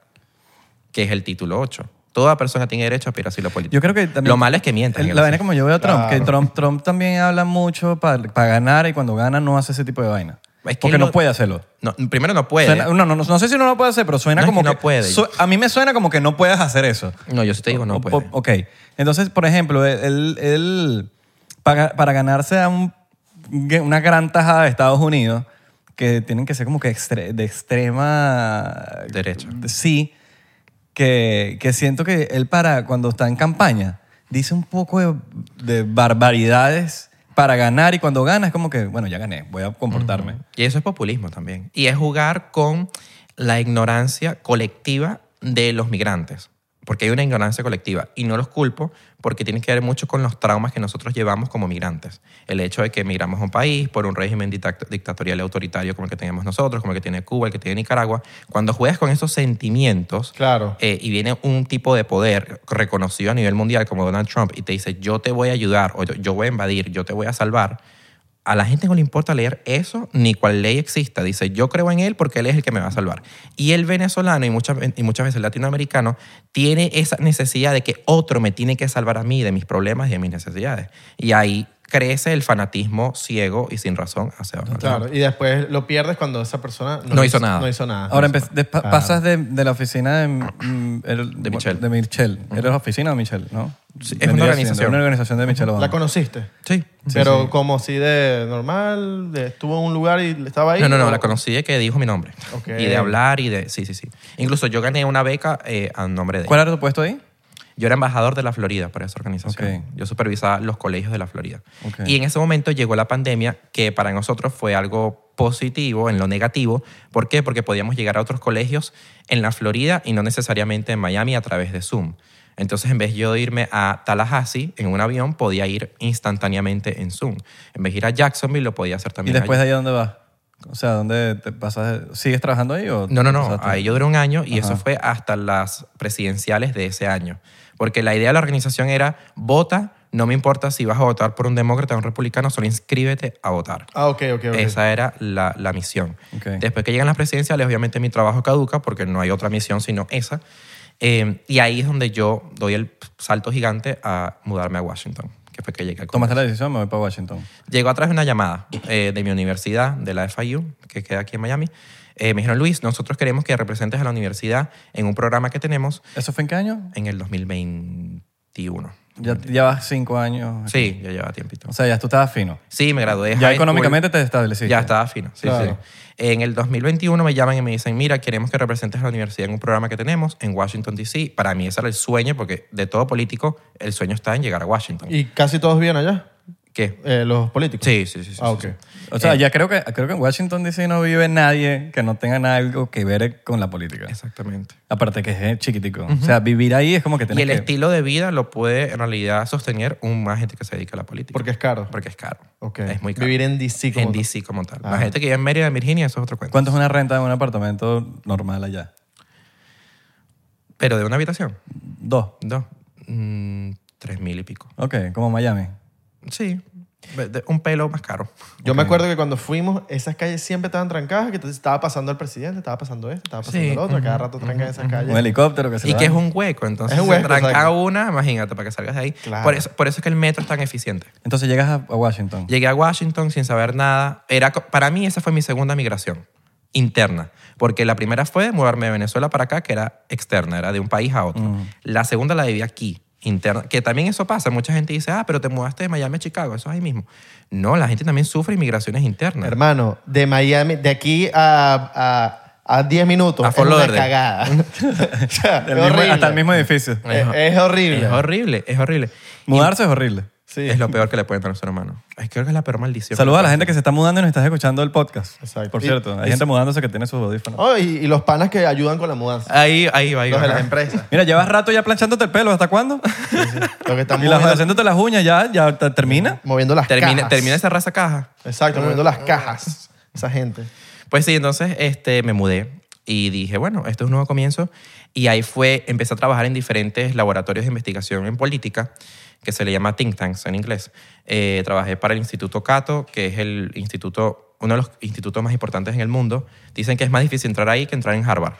que es el título 8. Toda persona tiene derecho a pedir asilo político. Yo creo que también- Lo malo es que mientan. El- en el La vaina asilo. como yo veo a Trump, Claro. que Trump, Trump también habla mucho para ganar y cuando gana no hace ese tipo de vaina. Es que porque él no, no- puede hacerlo. No, primero no puede. Suena- no, no, no, no sé si no lo puede hacer, pero suena No es como que no puede. a mí me suena como que no puedes hacer eso. no, yo sí te digo no O- puede. o- ok. Entonces, por ejemplo, él, él- para, para ganarse a un- una gran tajada de Estados Unidos, que tienen que ser como que extre- de extrema... Derecha. Sí, que, que siento que él para cuando está en campaña dice un poco de, de barbaridades para ganar y cuando gana es como que, bueno, ya gané, voy a comportarme. Y eso es populismo también. Y es jugar con la ignorancia colectiva de los migrantes. Porque hay una ignorancia colectiva. Y no los culpo porque tiene que ver mucho con los traumas que nosotros llevamos como migrantes. El hecho de que emigramos a un país por un régimen dictac- dictatorial y autoritario como el que tenemos nosotros, como el que tiene Cuba, el que tiene Nicaragua. Cuando juegas con esos sentimientos, Claro. eh, y viene un tipo de poder reconocido a nivel mundial como Donald Trump y te dice yo te voy a ayudar o yo, yo voy a invadir, yo te voy a salvar, a la gente no le importa leer eso ni cuál ley exista. Dice yo creo en él porque él es el que me va a salvar. Y el venezolano y muchas, y muchas veces el latinoamericano tiene esa necesidad de que otro me tiene que salvar a mí de mis problemas y de mis necesidades. Y ahí crece el fanatismo ciego y sin razón hacia Donald Trump. Claro, y después lo pierdes cuando esa persona Eh, No hizo nada. No hizo nada. Ahora empe- de- pa- Claro. pasas de, de la oficina de, mm, el- De Michelle. De Michelle. ¿Eres la oficina de Michelle? ¿no? Sí, Vendría es una siendo, organización. una organización de Michelle Obama. La conociste. Sí. pero como si de normal, de- estuvo en un lugar y estaba ahí. No, no, no, o- la conocí de que dijo mi nombre. Ok. Y de hablar y de... Sí, sí, sí. Incluso yo gané una beca eh, a nombre de... ¿Cuál era tu puesto ahí? Yo era embajador de la Florida para esa organización. Ok. Yo supervisaba los colegios de la Florida. Ok. Y en ese momento llegó la pandemia, que para nosotros fue algo positivo en lo negativo. ¿Por qué? Porque podíamos llegar a otros colegios en la Florida y no necesariamente en Miami a través de Zoom. Entonces, en vez yo de irme a Tallahassee en un avión, podía ir instantáneamente en Zoom. En vez de ir a Jacksonville, lo podía hacer ¿Y también allá. después de ahí a dónde vas? O sea, ¿dónde te pasas? ¿Sigues trabajando ahí o No, Ah, no, no. pasaste? Ahí yo duré un año y eso fue hasta las presidenciales de ese año. Porque la idea de la organización era vota, no me importa si vas a votar por un demócrata o un republicano, solo inscríbete a votar. Ah, ok, ok, ok. Esa era la, la misión. Ok. Después que llegan las presidenciales, obviamente mi trabajo caduca porque no hay otra misión sino esa. Eh, y ahí es donde yo doy el salto gigante a mudarme a Washington, que fue que llegué al Tomaste la decisión, me voy para Washington. Llegó atrás una llamada eh, de mi universidad, de la FIU, que queda aquí en Miami. Eh, me dijeron, Luis, nosotros queremos que representes a la universidad en un programa que tenemos ¿Eso fue en qué año? en el 2021. Ya Ya llevas cinco años. Sí, ya lleva tiempito. O sea, ya tú estabas fino. Sí, me gradué. de Ah, Ya high económicamente school. te estableciste. Ya estaba fino, sí, Claro. sí. En el 2021 me llaman y me dicen, mira, queremos que representes a la universidad en un programa que tenemos en Washington, D.C. Para mí ese era el sueño, porque de todo político, el sueño está en llegar a Washington. ¿Y casi todos viven allá? ¿Qué? Eh, ¿Los políticos? Sí, sí, sí. sí, Ah, sí, ok. sí. O sea, ya creo que, creo que en Washington DC no vive nadie que no tenga algo que ver con la política. Exactamente. Aparte que es eh, chiquitico. O sea, vivir ahí es como que Y tienes el que... estilo de vida lo puede en realidad sostener un más gente que se dedica a la política. Porque es caro. Porque es caro. Ok. Es muy caro. Vivir en DC como En tal. Ah. DC como tal. Más gente que vive en Mérida, en Virginia, eso es otro cuento. ¿Cuánto es una renta de un apartamento normal allá? Pero de una habitación, Dos. dos, mm, tres mil y pico. Ok, como Miami. Sí, de- de- un pelo más caro. Yo me acuerdo que cuando fuimos, esas calles siempre estaban trancadas, que entonces estaba pasando el presidente, estaba pasando esto, estaba pasando Sí, el otro, cada rato trancan esas calles. Un helicóptero que se Y va. que es un hueco, entonces Es un se hueco, tranca exacto. una, imagínate, para que salgas de ahí. Claro. Por, eso, por eso es que el metro es tan eficiente. Entonces llegas a a Washington. Llegué a Washington sin saber nada. Era, co- para mí esa fue mi segunda migración interna, porque la primera fue mudarme de Venezuela para acá, que era externa, era de un país a otro. Mm. La segunda la viví aquí, interna, que también eso pasa. Mucha gente dice, ah, pero te mudaste de Miami a Chicago, eso es ahí mismo. No, la gente también sufre inmigraciones internas. Hermano, de Miami, de aquí a, a, a 10 minutos, A es Fort una Lauderdale. cagada. O sea, Del es mismo- horrible. hasta el mismo edificio. Es, es horrible. Es horrible, es horrible. Mudarse es horrible. Sí. Es lo peor que le puede tener a un ser humano. Es que creo que es la peor maldición. Saluda a la gente que se está mudando y nos estás escuchando el podcast. Exacto. Por Y- cierto, hay gente mudándose que tiene sus audífonos. Oh, y, y los panas que ayudan con la mudanza. Ahí, ahí va, ahí Los va. de las Oh. empresas. Mira, llevas rato ya planchándote el pelo. ¿Hasta cuándo? Los que están y las, moviendo, haciéndote las uñas ya, ya te- termina. moviendo las Termina, cajas. termina esa raza caja. Exacto, moviendo las cajas. Esa gente. Pues sí, entonces este, me mudé y dije, bueno, esto es un nuevo comienzo. Y ahí fue, empecé a trabajar en diferentes laboratorios de investigación en política, que se le llama think tanks en inglés. Eh, trabajé para el Instituto Cato, que es el instituto, uno de los institutos más importantes en el mundo. Dicen que es más difícil entrar ahí que entrar en Harvard.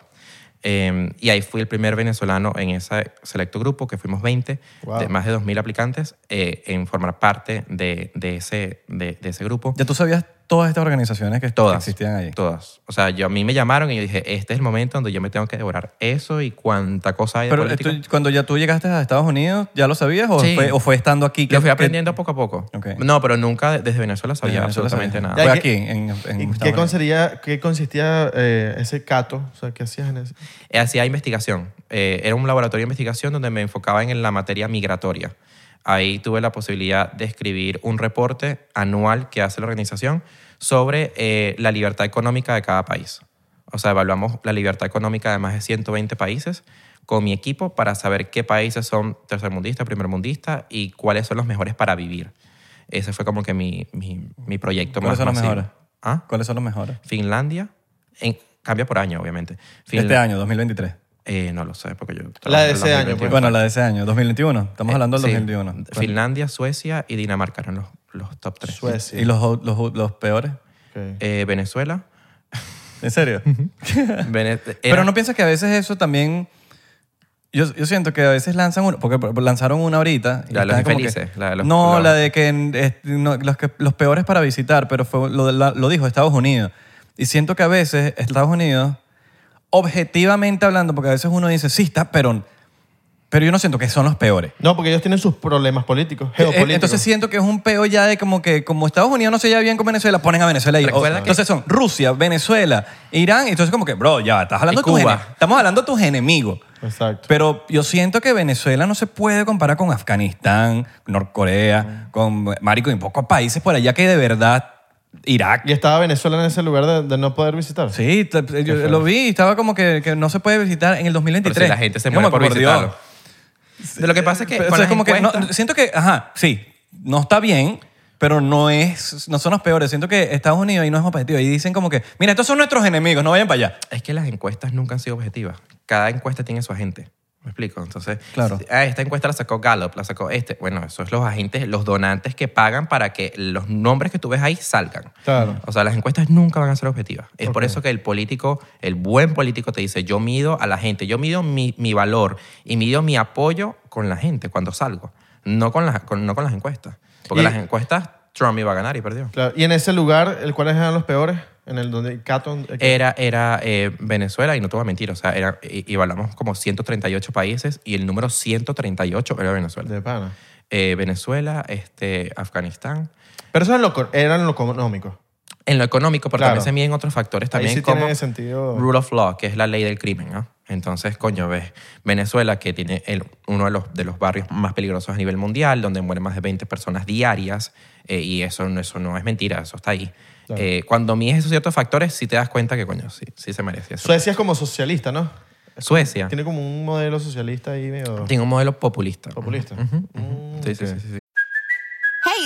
Eh, y ahí fui el primer venezolano en ese selecto grupo, que fuimos 20, Wow. de más de 2.000 aplicantes, eh, en formar parte de, de ese, de- de ese grupo. Ya tú sabías todas estas organizaciones que Todas. existían ahí. Todas. O sea, yo, a mí me llamaron y yo dije, este es el momento donde yo me tengo que devorar eso y cuánta cosa hay de Pero política. esto- cuando ya tú llegaste a Estados Unidos, ¿ya lo sabías o, Sí. fue, o fue estando aquí? Lo fui aprendiendo poco a poco. Ok. No, pero nunca de- desde Venezuela sabía Venezuela absolutamente sabía. nada. Fue Ya, ¿y aquí, qué- en, en Estados ¿Y qué, Unidos. consistía, qué consistía eh, ese cato? O sea, ¿qué hacías en ese? Eh, Hacía investigación. Eh, era un laboratorio de investigación donde me enfocaba en la materia migratoria. Ahí tuve la posibilidad de escribir un reporte anual que hace la organización sobre eh, la libertad económica de cada país. O sea, evaluamos la libertad económica de más de 120 países con mi equipo para saber qué países son tercermundistas, primermundistas y cuáles son los mejores para vivir. Ese fue como que mi, mi, mi proyecto ¿Cuáles más son los masivo. mejores? ¿Ah? ¿Cuáles son los mejores? Finlandia. En- cambia por año, obviamente. Este Finla- año, 2023. eh, no lo sé, porque yo... La trabajo de en ese año, 2021. pues. Bueno, la de ese año, 2021. Estamos hablando del Eh, Sí. 2021. Finlandia, Suecia y Dinamarca eran los, los top tres. Suecia. ¿Y los, los, los peores? Ok. Eh, Venezuela. ¿En serio? Vene- era- Pero no piensas que a veces eso también... Yo, yo siento que a veces lanzan uno, porque lanzaron una ahorita. y La de los están como infelices, que- la de los- no, la- la de que, en- este, no, los que los peores para visitar, pero fue, lo, de la- lo dijo Estados Unidos. Y siento que a veces Estados Unidos, objetivamente hablando, porque a veces uno dice, sí, está, pero, pero yo no siento que son los peores. No, porque ellos tienen sus problemas políticos, Eh, geopolíticos. Entonces siento que es un peo ya de como que como Estados Unidos no se lleva bien con Venezuela, ponen a Venezuela ahí. Recuerda O- que- entonces son Rusia, Venezuela, Irán. y Entonces como que, bro, ya, estás hablando Y de tus Cuba. enem- Estamos hablando de tus enemigos. Exacto. Pero yo siento que Venezuela no se puede comparar con Afganistán, Norcorea, con Marico y pocos países por allá que de verdad Irak. ¿Y estaba Venezuela en ese lugar de, de no poder visitar? Sí, t- t- yo lo vi, estaba como que, que no se puede visitar en el pero 2023. si la gente se Como muere que, por Dios. visitarlo. De lo que pasa es que... Pero, o con sea, las como que no- encuestas- siento que, ajá, sí, no está bien, pero no es, no son los peores. Siento que Estados Unidos ahí no es objetivo. Ahí dicen como que, mira, estos son nuestros enemigos, no vayan para allá. es que las encuestas nunca han sido objetivas. Cada encuesta tiene su agente. ¿Me explico? Entonces, Claro. si- ah, esta encuesta la sacó Gallup, la sacó este. Bueno, esos son los agentes, los donantes que pagan para que los nombres que tú ves ahí salgan. Claro. O sea, las encuestas nunca van a ser objetivas. Es por eso que el político, el buen político te dice, yo mido a la gente, yo mido mi, mi valor y mido mi apoyo con la gente cuando salgo, no con, las- con- no con las encuestas. Porque Y- las encuestas, Trump iba a ganar y perdió. Claro. ¿Y en ese lugar, el cuáles eran los peores? En el donde Caton... Eh, Era, era eh, Venezuela, y no te voy a mentir, o sea, era, y, y evaluamos como 138 países y el número 138 era Venezuela. De pana. eh, Venezuela, este, Afganistán. Pero eso era en lo, cor- era en lo económico. En lo económico, pero Claro. también se miden otros factores Ahí también sí como tiene sentido. rule of law, que es la ley del crimen, ¿no? Entonces, coño, ves, Venezuela, que tiene el- uno de los, de los barrios más peligrosos a nivel mundial, donde mueren más de 20 personas diarias, eh, y eso, no- eso no es mentira, eso está ahí. Eh, cuando mides esos ciertos factores, sí te das cuenta que, coño, sí, sí se merece eso. Suecia es como socialista, ¿no? Suecia tiene, Tiene como un modelo socialista ahí medio un modelo populista. populista. Mm, Sí, sí, ok. sí, sí, sí. Hey,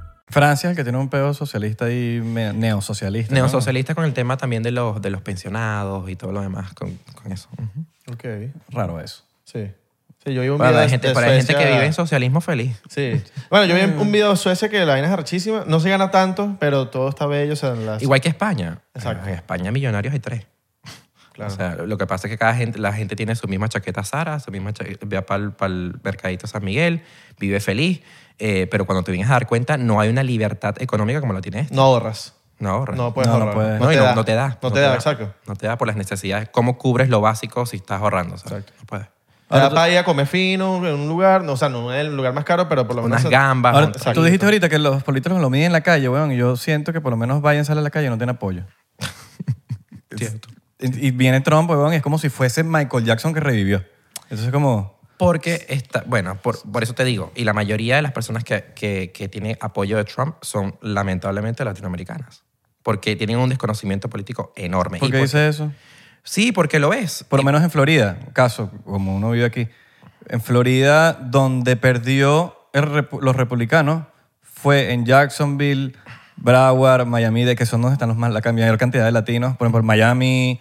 Francia, el que tiene un pedo socialista y me- neosocialista. ¿no? Neosocialista con el tema también de los, de los pensionados y todo lo demás con, con eso. Ujú. Ok. Raro eso. Sí. Sí, yo vi un Para, video la de- gente, de para la gente que Suecia- vive en Mm. socialismo feliz. Sí. Bueno, yo vi un video de Suecia que la vaina es arrechísima. No se gana tanto, pero todo está bello. O sea, las- Igual que España. Exacto. En España millonarios hay tres. Claro. O sea, lo que pasa es que cada gente, la gente tiene su misma chaqueta Sara, su misma chaqueta para el mercadito San Miguel, vive feliz, eh, pero cuando te vienes a dar cuenta no hay una libertad económica como la tienes. No ahorras. No ahorras. No puedes No, no ahorrar. puedes. No, y no- no te da. No, te, da, exacto. No te da por las necesidades. ¿Cómo cubres lo básico si estás ahorrando? ¿sabes? No puedes. Te da para ir a comer fino en un lugar, no, o sea, no en el lugar más caro, pero por lo menos... Unas gambas. Ahora, un- tú dijiste ahorita que los políticos lo miden en la calle, weón, y yo siento que por lo menos Biden sale a la calle y no tiene apoyo. Cierto. Y, y viene Trump, weón, y es como si fuese Michael Jackson que revivió. Entonces es como... Porque está, bueno, por, por eso te digo, y la mayoría de las personas que, que, que tienen apoyo de Trump son lamentablemente latinoamericanas, porque tienen un desconocimiento político enorme. ¿Por Y pues qué dice eso? Sí, porque lo es. Por lo menos en Florida, caso, como uno vive aquí. En Florida, donde perdió el repu- los republicanos, fue en Jacksonville, Broward, Miami, de que son donde están los más, la ca- mayor cantidad de latinos. Por ejemplo, Miami,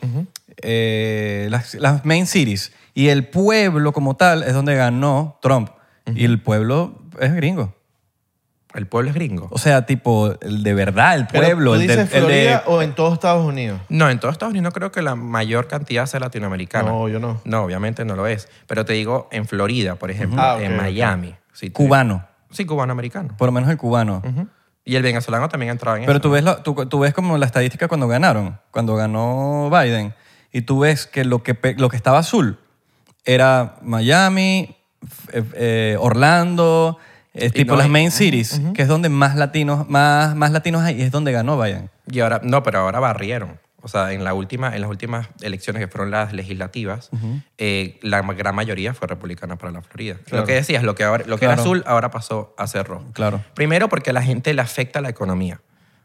eh, las, las main cities. Y el pueblo como tal es donde ganó Trump. Y el pueblo es gringo. El pueblo es gringo. O sea, tipo, el de verdad, el Pero, pueblo. ¿Tú el de- dices el de- Florida o en todos Estados Unidos? No, en todos Estados Unidos creo que la mayor cantidad sea latinoamericana. No, yo no. No, obviamente no lo es. Pero te digo, en Florida, por ejemplo, Ah, ok, en ok. Miami. sí, te- cubano. Sí, cubano-americano. Por lo menos el cubano. Y el venezolano también ha entrado en Pero eso. tú ves, la- tú, tú ves como la estadística cuando ganaron, cuando ganó Biden, y tú ves que lo que, pe- lo que estaba azul era Miami, f- eh, eh, Orlando, eh, tipo no las hay- main cities, que es donde más latinos, más, más latinos hay, y es donde ganó Biden. Y ahora, no, pero ahora barrieron. O sea, en, la última, en las últimas elecciones que fueron las legislativas, eh, la ma- gran mayoría fue republicana para la Florida. Lo que decías, lo que, ahora- lo que era Claro. azul ahora pasó a ser rojo. Claro. Primero porque a la gente le afecta la economía.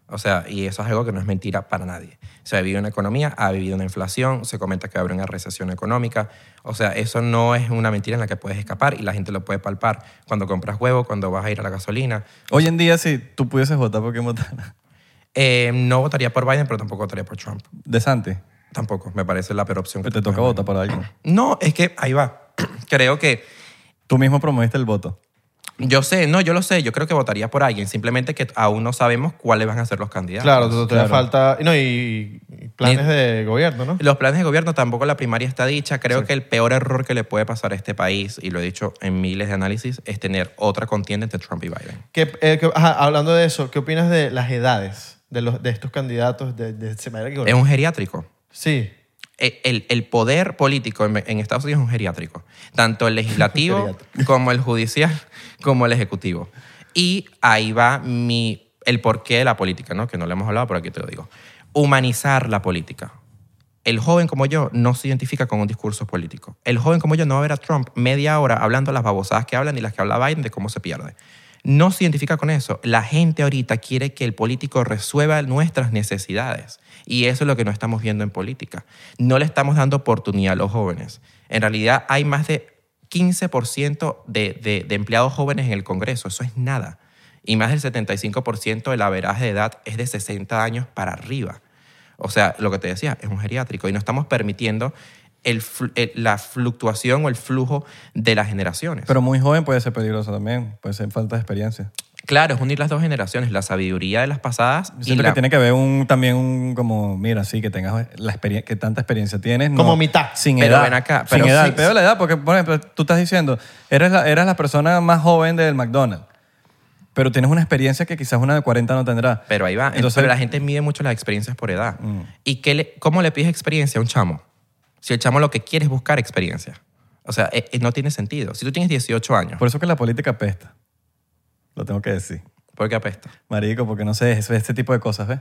O sea, y eso es algo que no es mentira para nadie. Se ha vivido una economía, ha vivido una inflación, se comenta que habrá una recesión económica. O sea, eso no es una mentira en la que puedes escapar y la gente lo puede palpar cuando compras huevo, cuando vas a ir a la gasolina. Hoy en día, si tú pudieses votar, ¿por quién votar? Eh, no votaría por Biden, pero tampoco votaría por Trump. De Santi, Tampoco, me parece la peor opción. que que Pues te tú toca puedes votar por alguien. hacer. No, es que ahí va. creo que, Tú mismo promoviste el voto. yo sé, no, yo lo sé, yo creo que votaría por alguien, simplemente que aún no sabemos cuáles van a ser los candidatos. Claro, todavía claro. falta... No, y, y planes Ni- de gobierno, ¿no? Los planes de gobierno tampoco la primaria está dicha. Creo que el peor error que le puede pasar a este país, y lo he dicho en miles de análisis, es tener otra contienda entre Trump y Biden. ¿Qué- eh, qué- ajá, hablando de eso, ¿qué opinas de las edades de, los, de estos candidatos de, de, se me da que- Es un geriátrico. Sí. Eh, El, el poder político en, en Estados Unidos es un geriátrico. Tanto el legislativo Geriátrico. como el judicial, como el ejecutivo. Y ahí va mi, el porqué de la política, ¿no? que no lo hemos hablado, pero aquí te lo digo. Humanizar la política. El joven como yo no se identifica con un discurso político. El joven como yo no va a ver a Trump media hora hablando las babosadas que hablan y las que habla Biden de cómo se pierde. No se identifica con eso. La gente ahorita quiere que el político resuelva nuestras necesidades. Y eso es lo que no estamos viendo en política. No le estamos dando oportunidad a los jóvenes. En realidad hay más de 15% de, de- de empleados jóvenes en el Congreso. Eso es nada. Y más del 75% del averaje de edad es de 60 años para arriba. O sea, lo que te decía, es un geriátrico y no estamos permitiendo el flu- el- la fluctuación o el flujo de las generaciones. Pero muy joven puede ser peligroso también, puede ser falta de experiencia. Claro, es unir las dos generaciones, la sabiduría de las pasadas Yo y siento la, que tiene que haber un, también un como, mira, sí, que tengas la experiencia, que tanta experiencia tienes. no- Como mitad. Sin Pero edad. ven acá, sin pero edad. sí- el peor de la edad, porque, por ejemplo, tú estás diciendo, eres la, eras la persona más joven del McDonald's, pero tienes una experiencia que quizás una de 40 no tendrá. Pero ahí va. Entonces- Mm. Entonces, pero la gente mide mucho las experiencias por edad. ¿Y qué le- cómo le pides experiencia a un chamo? Si el chamo lo que quiere es buscar experiencia. O sea, eh, eh, no tiene sentido. Si tú tienes 18 años, Por eso que la política apesta. Lo tengo que decir. ¿por qué apesta? Marico, porque no sé, es este tipo de cosas, ¿ves?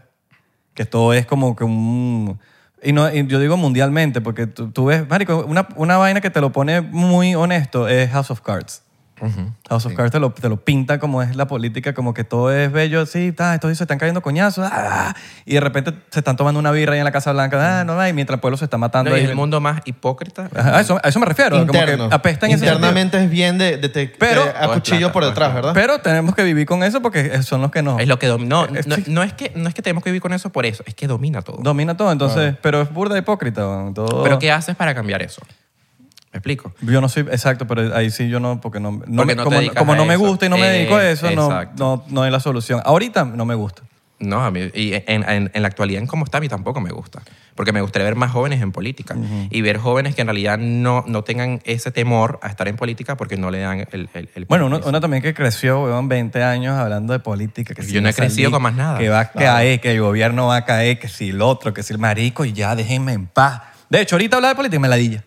Que todo es como que un... Y, no, y yo digo mundialmente, porque tú, tú ves, Marico, una, una vaina que te lo pone muy honesto es House of Cards. House of Cards te lo, te lo pinta como es la política, como que todo es bello, así, ta, estos se están cayendo coñazos, ah, y de repente se están tomando una birra ahí en la Casa Blanca, ah, no, y mientras el pueblo se está matando. No, y ahí. es el mundo más hipócrita. Ajá, a, eso, a eso me refiero, como Interno. que apesta en ese sentido. Internamente es bien de, de te- Pero- te- a Todo cuchillo es plata, por todo es detrás, plata. ¿verdad? Pero tenemos que vivir con eso porque son los que nos... Es lo que dominó. No, Eh, no, sí. no es que, no es que tenemos que vivir con eso por eso, es que domina todo. Domina todo, entonces, pero es burda hipócrita. weón, Todo... Pero ¿qué haces para cambiar eso? Oh. ¿Me explico? Yo no soy, exacto, pero ahí sí yo no, porque no, no Porque me- no te como, dedicas como a no me eso. gusta y no me Eh, dedico a eso, no, exacto. no, no es la solución. Ahorita no me gusta. No, a mí, y en, en- en la actualidad, en cómo está, a mí tampoco me gusta. Porque me gustaría ver más jóvenes en política y ver jóvenes que en realidad no, no tengan ese temor a estar en política porque no le dan el. el, el Bueno, uno, permiso. uno también que creció, weón, 20 años hablando de política. Que si Yo no me he crecido con más nada. Que va a caer, que el gobierno va a caer, que si el otro, que si el marico, y ya déjenme en paz. De hecho, ahorita hablar de política me ladilla.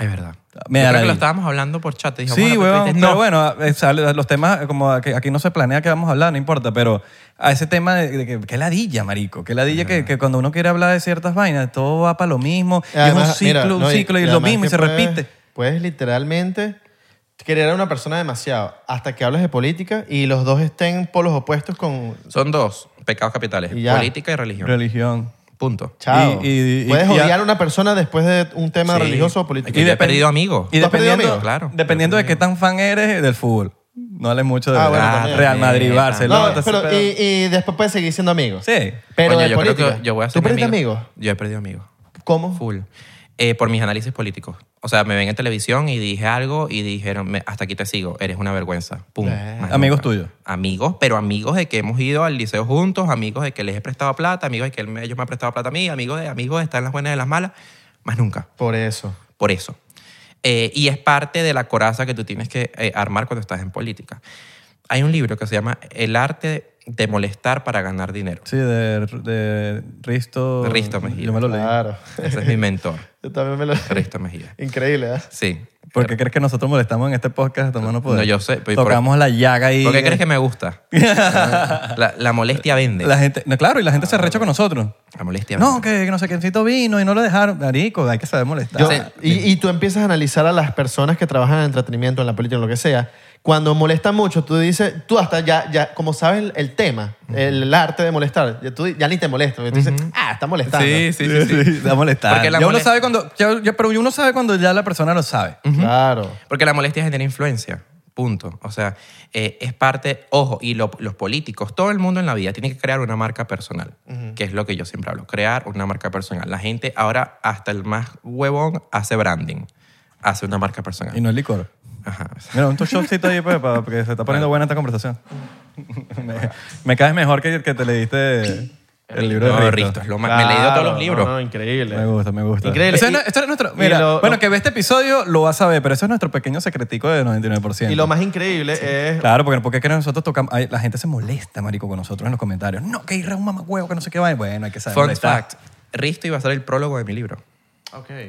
Es verdad. Me Yo da la creo que vida. lo estábamos hablando por chat. y dijimos, Sí, bueno, pero weón, tú dices, pero no. bueno, eh, sale- los temas, eh, como que aquí no se planea que vamos a hablar, no importa, pero a ese tema de, de que, que ladilla, marico, que ladilla que, que cuando uno quiere hablar de ciertas vainas, todo va para lo mismo, y es un Además, ciclo, mira, un no, ciclo, y, es lo además mismo, y que se puedes- repite. Puedes literalmente querer a una persona demasiado hasta que hables de política y los dos estén polos opuestos con... Son dos pecados capitales: Y ya. política y religión. Religión. Punto. Chao. Y- y- y- puedes y- y- odiar a una persona después de un tema Sí. religioso o Y político. yo he depend- perdido amigos. Y ¿Tú has perdido dependiendo, amigos? Claro. dependiendo de qué tan fan eres del fútbol. No hables mucho de Ah, bueno, Ah, también. Real Madrid, También. Barcelona. No, entonces, pero, pero- y, y después puedes seguir siendo amigos. Sí. Pero Coño, de yo creo que política. yo voy a ¿Tú hacerme perdiste amigo. amigos? Yo he perdido amigos. ¿Cómo? Full. Eh, por mis análisis políticos. O sea, me ven en televisión y dije algo y dijeron, me- hasta aquí te sigo, eres una vergüenza. Pum. Eh. Más Amigos nunca. tuyos. Amigos, pero amigos de que hemos ido al liceo juntos, amigos de que les he prestado plata, amigos de que él me- ellos me han prestado plata a mí, amigos de, amigos de estar en las buenas y en las malas. Más nunca. Por eso. Por eso. Eh, y es parte de la coraza que tú tienes que eh, armar cuando estás en política. Hay un libro que se llama El arte de molestar para ganar dinero. Sí, de, de Risto. De Risto pues, Mejía. Yo me lo leí. Claro. Ese es mi mentor, Yo también me lo... Risto Mejía. Increíble, ¿eh? Sí. ¿Por qué crees que nosotros molestamos en este podcast tomando poder? No, yo sé, pero- Tocamos la llaga y... ¿Por qué crees que me gusta? la, la molestia vende. La gente, no, claro, y la gente se recha con nosotros. La molestia No, vende. que, que no sé quiéncito vino y no lo dejaron. Marico, hay que saber molestar. Yo- Sí. y, y tú empiezas a analizar a las personas que trabajan en entretenimiento, en la política, en lo que sea. Cuando molestan mucho, tú dices, tú hasta ya, ya como sabes el, el tema, el, arte de molestar, ya, tú, ya ni te molesta. Tú dices, ah, está molestando. Sí, sí, sí, sí. Está molestar. Porque la Ya uno molest- sabe cuando, ya- ya- pero uno sabe cuando ya la persona lo sabe. Claro. Porque la molestia genera influencia. Punto. O sea, eh, es parte, ojo, y lo- los políticos, todo el mundo en la vida tiene que crear una marca personal, que es lo que yo siempre hablo, crear una marca personal. La gente ahora, hasta el más huevón, hace branding, hace una marca personal. Y no el licor. Ajá. Mira, un shotcito ahí pues, para, porque se está poniendo buena esta conversación. me, me caes mejor que, que te leíste el libro No, de Risto. Risto, es lo más- me he leído todos Claro, los libros. no, no, increíble. Me gusta, me gusta. Increíble. Ese es Y- nu- este es nuestro, y mira, lo- bueno, lo- que ve este episodio lo vas a ver, pero eso es nuestro pequeño secretico de 99%. Y lo más increíble es Claro, porque porque es que nosotros tocamos, ay, la gente se molesta, marico, con nosotros en los comentarios. No, que irá un mamagüevo, que no sé qué va. Bueno, hay que saber Fun molestar. fact, Risto iba a ser el prólogo de mi libro.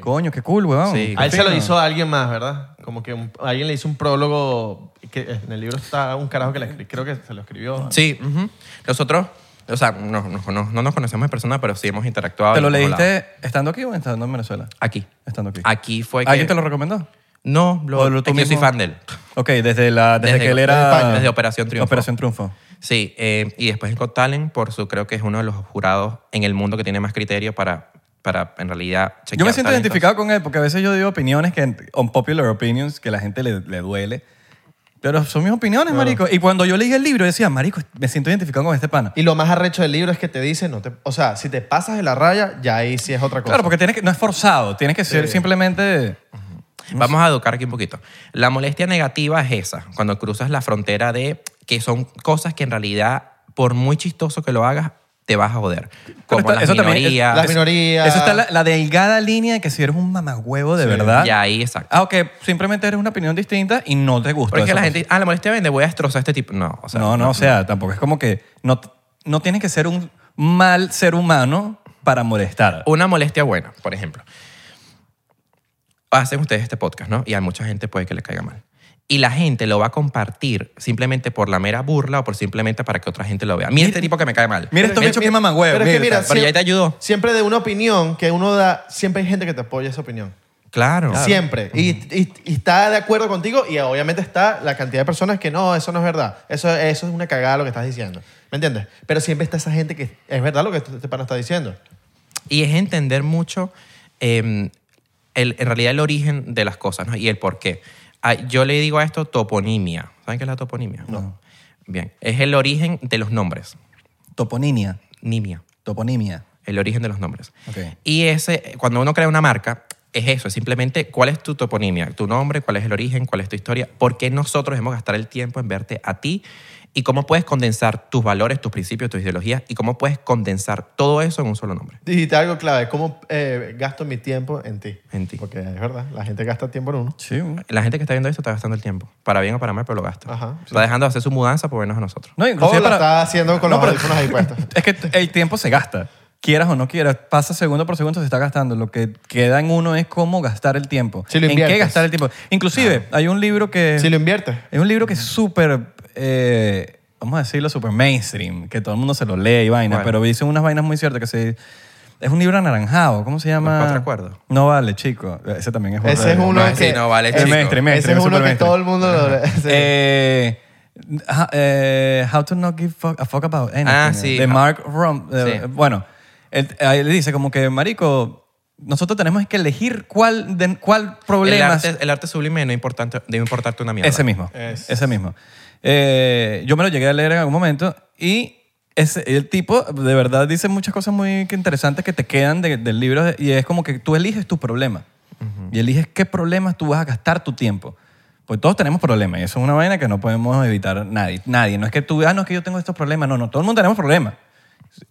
Coño, qué cool, weón. Sí. A él se lo Fino. hizo a alguien más, ¿verdad? Como que un- alguien le hizo un prólogo que en el libro está un carajo que le escri- creo que se lo escribió. Sí, ujú. nosotros, o sea, no, no- no- no nos conocemos en persona, pero sí hemos interactuado. ¿Te lo y hemos hablado. leíste estando aquí o estando en Venezuela? Aquí. Estando aquí. Aquí fue que... ¿Alguien te lo recomendó? No, lo, ¿O lo tú es que yo soy mismo? fan de él. Ok, desde, la, desde, Desde- que él era... desde España. Desde Operación Triunfo. Operación Triunfo. Sí, eh, y después en Got Talent, por su, creo que es uno de los jurados en el mundo que tiene más criterio para, para en realidad, chequear Yo me siento talentos. identificado con él porque a veces yo digo opiniones que, unpopular opinions, que a la gente le, le duele. Pero son mis opiniones, marico. Y cuando yo leí el libro, yo decía, marico, me siento identificado con este pana. Y lo más arrecho del libro es que te dice, no te, o sea, si te pasas de la raya, ya ahí sí es otra cosa. Claro, porque tienes que, no es forzado, tienes que ser simplemente... Vamos a educar aquí un poquito. La molestia negativa es esa, cuando cruzas la frontera de que son cosas que en realidad, por muy chistoso que lo hagas, te vas a joder. Como está- las eso también es- minorías. Las minorías. Eso está la, la delgada línea de que si eres un mamagüevo de verdad. y ahí, exacto. Ah, ok, simplemente eres una opinión distinta y no te gusta. Porque esa la cosa. gente, ah, la molestia vende, voy a destrozar a este tipo. No, o sea, no, no, o sea, tampoco es como que no, no tienes que ser un mal ser humano para molestar. una molestia buena, por ejemplo. Hacen ustedes este podcast, ¿no? Y a mucha gente puede que le caiga mal. Y la gente lo va a compartir simplemente por la mera burla o por simplemente para que otra gente lo vea. Mira este tipo que me cae mal. Mira estos Pero- bichos que mamagüevo. Pero es que mira, pero ya ahí te ayudó. Siempre de una opinión que uno da, siempre hay gente que te apoya esa opinión. Claro. Siempre. Y, y- y está de acuerdo contigo y obviamente está la cantidad de personas que no, eso no es verdad. Eso, eso es una cagada lo que estás diciendo. ¿Me entiendes? Pero siempre está esa gente que es verdad lo que este pana está diciendo. Y es entender mucho, eh, el- en realidad, el origen de las cosas ¿no? y el por qué. Ah, Yo le digo a esto toponimia. ¿Saben qué es la toponimia? No. Bien. Es el origen de los nombres. Toponimia. Nimia. Toponimia. el origen de los nombres. Ok. Y ese, cuando uno crea una marca, es eso, es simplemente cuál es tu toponimia, tu nombre, cuál es el origen, cuál es tu historia, por qué nosotros hemos gastar el tiempo en verte a ti y cómo puedes condensar tus valores, tus principios, tus ideologías y cómo puedes condensar todo eso en un solo nombre. Dijiste algo clave, ¿cómo eh, gasto mi tiempo en ti? En ti. Porque es verdad, la gente gasta tiempo en uno. Sí. La gente que está viendo esto está gastando el tiempo, para bien o para mal, pero lo gasta. Ajá, Está dejando de hacer su mudanza por vernos a nosotros. No, ¿Cómo inclusive lo para- está haciendo con No, los pero- audífonos ahí puestos? Es que el tiempo se gasta. Quieras o no quieras, pasa segundo por segundo, se está gastando. Lo que queda en uno es cómo gastar el tiempo. Si lo ¿En qué inviertes. gastar el tiempo? Inclusive, hay un libro que... Si lo inviertes. Es un libro que es súper, eh, vamos a decirlo, súper mainstream, que todo el mundo se lo lee y vaina, Bueno. pero dicen unas vainas muy ciertas que se... Es un libro anaranjado, ¿cómo se llama? Los cuatro acuerdos. No vale, chico. Ese también es otro Ese es libro. uno no, que... sí, no, vale, Es chico. mainstream, Ese mainstream, es uno súper que mainstream. todo el mundo... Lo, sí. Eh, ha- eh, how to not give fuck- a fuck about anything. eh, Ah, sí. De Mark Rom. eh, Sí. Bueno, él, ahí le dice como que, marico, nosotros tenemos que elegir cuál, de- cuál El problema... arte, el arte sublime no importante, debe importarte una mierda. Ese mismo. Ese mismo. Eh, yo me lo llegué a leer en algún momento y ese, el tipo de verdad dice muchas cosas muy que interesantes que te quedan de- del libro y es como que tú eliges tu problema y eliges qué problemas tú vas a gastar tu tiempo. Pues todos tenemos problemas y eso es una vaina que no podemos evitar nadie. Nadie. No es que tú, ah, no, es que yo tengo estos problemas. No, no, todo el mundo tenemos problemas.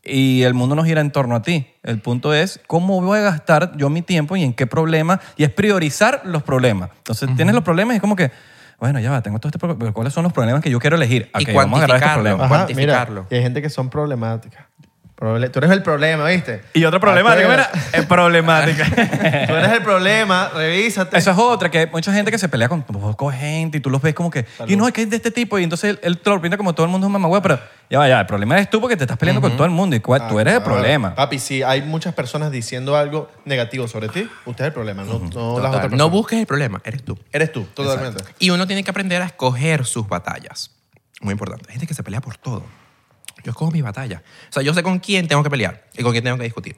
Y el mundo nos gira en torno a ti. El punto es cómo voy a gastar yo mi tiempo y en qué problema. Y es priorizar los problemas. Entonces tienes los problemas y es como que, bueno, ya va, tengo todo este problema, pero ¿cuáles son los problemas que yo quiero elegir? Y Ok, vamos a agarrar este cuantificarlo. problema. Ajá. cuantificarlo. y hay gente que son problemáticas. Proble- tú eres el problema, ¿viste? Y otra problemática, Acuérdate. mira, eh, es problemática. Tú eres el problema, revísate. Eso es otra, que hay mucha gente que se pelea con poco gente y tú los ves como que, y no, es que es de este tipo. Y entonces él, él te lo pinta como todo el mundo es un mamagüey, pero ya va, ya, el problema es tú porque te estás peleando con todo el mundo y cuál- tú Ah, eres el Ahora, problema. Ah, Papi, si hay muchas personas diciendo algo negativo sobre ti, usted es el problema, no, no las Total. otras No personas. busques el problema, eres tú. Eres tú, totalmente. Y uno tiene que aprender a escoger sus batallas. Muy importante. Hay gente que se pelea por todo. Yo escojo mi batalla. O sea, yo sé con quién tengo que pelear y con quién tengo que discutir.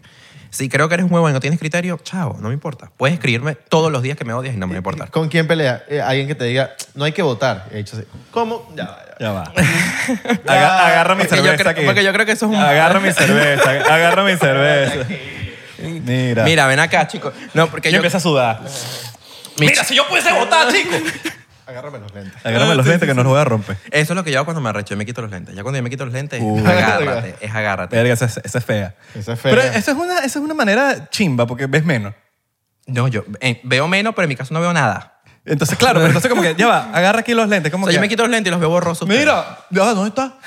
Si creo que eres un huevón y no tienes criterio, chao, no me importa. Puedes escribirme todos los días que me odias y no me va a importar. ¿Con quién pelea? Eh, alguien que te diga, no hay que votar. Y he dicho así, ¿Cómo? Ya, ya. Ya va. Aga- agarro mi ah, Porque yo cerveza creo- aquí. porque yo creo que eso es un- Agarro mi cerveza, agarro mi cerveza. Mira. Mira, ven acá, chicos. No, porque yo, yo. empiezo a sudar. Mi- si yo pudiese votar, chico. Agárrame los lentes. Ah, Agárrame los lentes que no los voy a romper. Eso es lo que yo hago cuando me arrecho. Yo me quito los lentes. Ya cuando yo me quito los lentes, Uh. agárrate. Es agárrate. Verga, esa, es- esa es fea. Esa es fea. Pero esa es una, esa es una manera chimba porque ves menos. No, yo eh, veo menos, pero en mi caso no veo nada. Entonces, claro, pero entonces como que, ya va, agarra aquí los lentes. Como O sea, yo que, me quito los lentes y los veo borrosos. Mira, ya, ¿dónde está?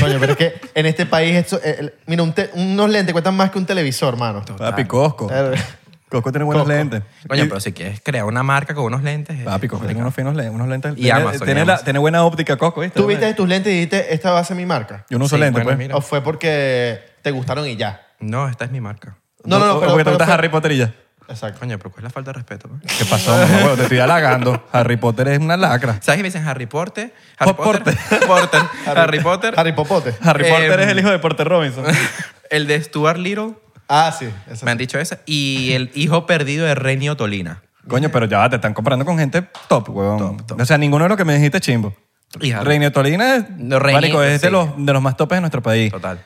Coño, pero es que en este país, esto, eh, el- mira, un te- unos lentes cuestan más que un televisor, mano. Papi Cosco. Eh, Cosco tiene buenos Costco. lentes. Coño, Y- pero si quieres crear una marca con unos lentes. es Papi Cosco tiene unos finos lentes. Unos lentes Y tiene, Amazon, tiene y la- Amazon. tiene buena óptica Cosco, ¿viste? Tú viste tus lentes y dijiste, esta va a ser mi marca. Yo no uso Sí, lentes, bueno, pues. mira. ¿O fue porque te gustaron y ya? No, esta es mi marca. No, no, no. O- o pero- porque te pero gusta fue- Harry Potter y ya. Exacto. Coño, pero ¿cuál es la falta de respeto? pues? ¿Qué pasó, mamá? Bueno, te estoy halagando. Harry Potter es una lacra. ¿Sabes que me dicen Harry Potter? Harry Po- Porter. Porter. Harry Potter. Harry Popote. Harry Eh, Potter es el hijo de Porter Robinson. El de Stuart Little. Ah, sí. ese Me han dicho ese. Y el hijo perdido de Renio Tolina. Coño, pero ya va, te están comparando con gente top, huevón. O sea, ninguno de los que me dijiste es chimbo. Y Harry. Reina Tolina es, No, Reine, marico, es de, sí. los, de los más topes de nuestro país. Total.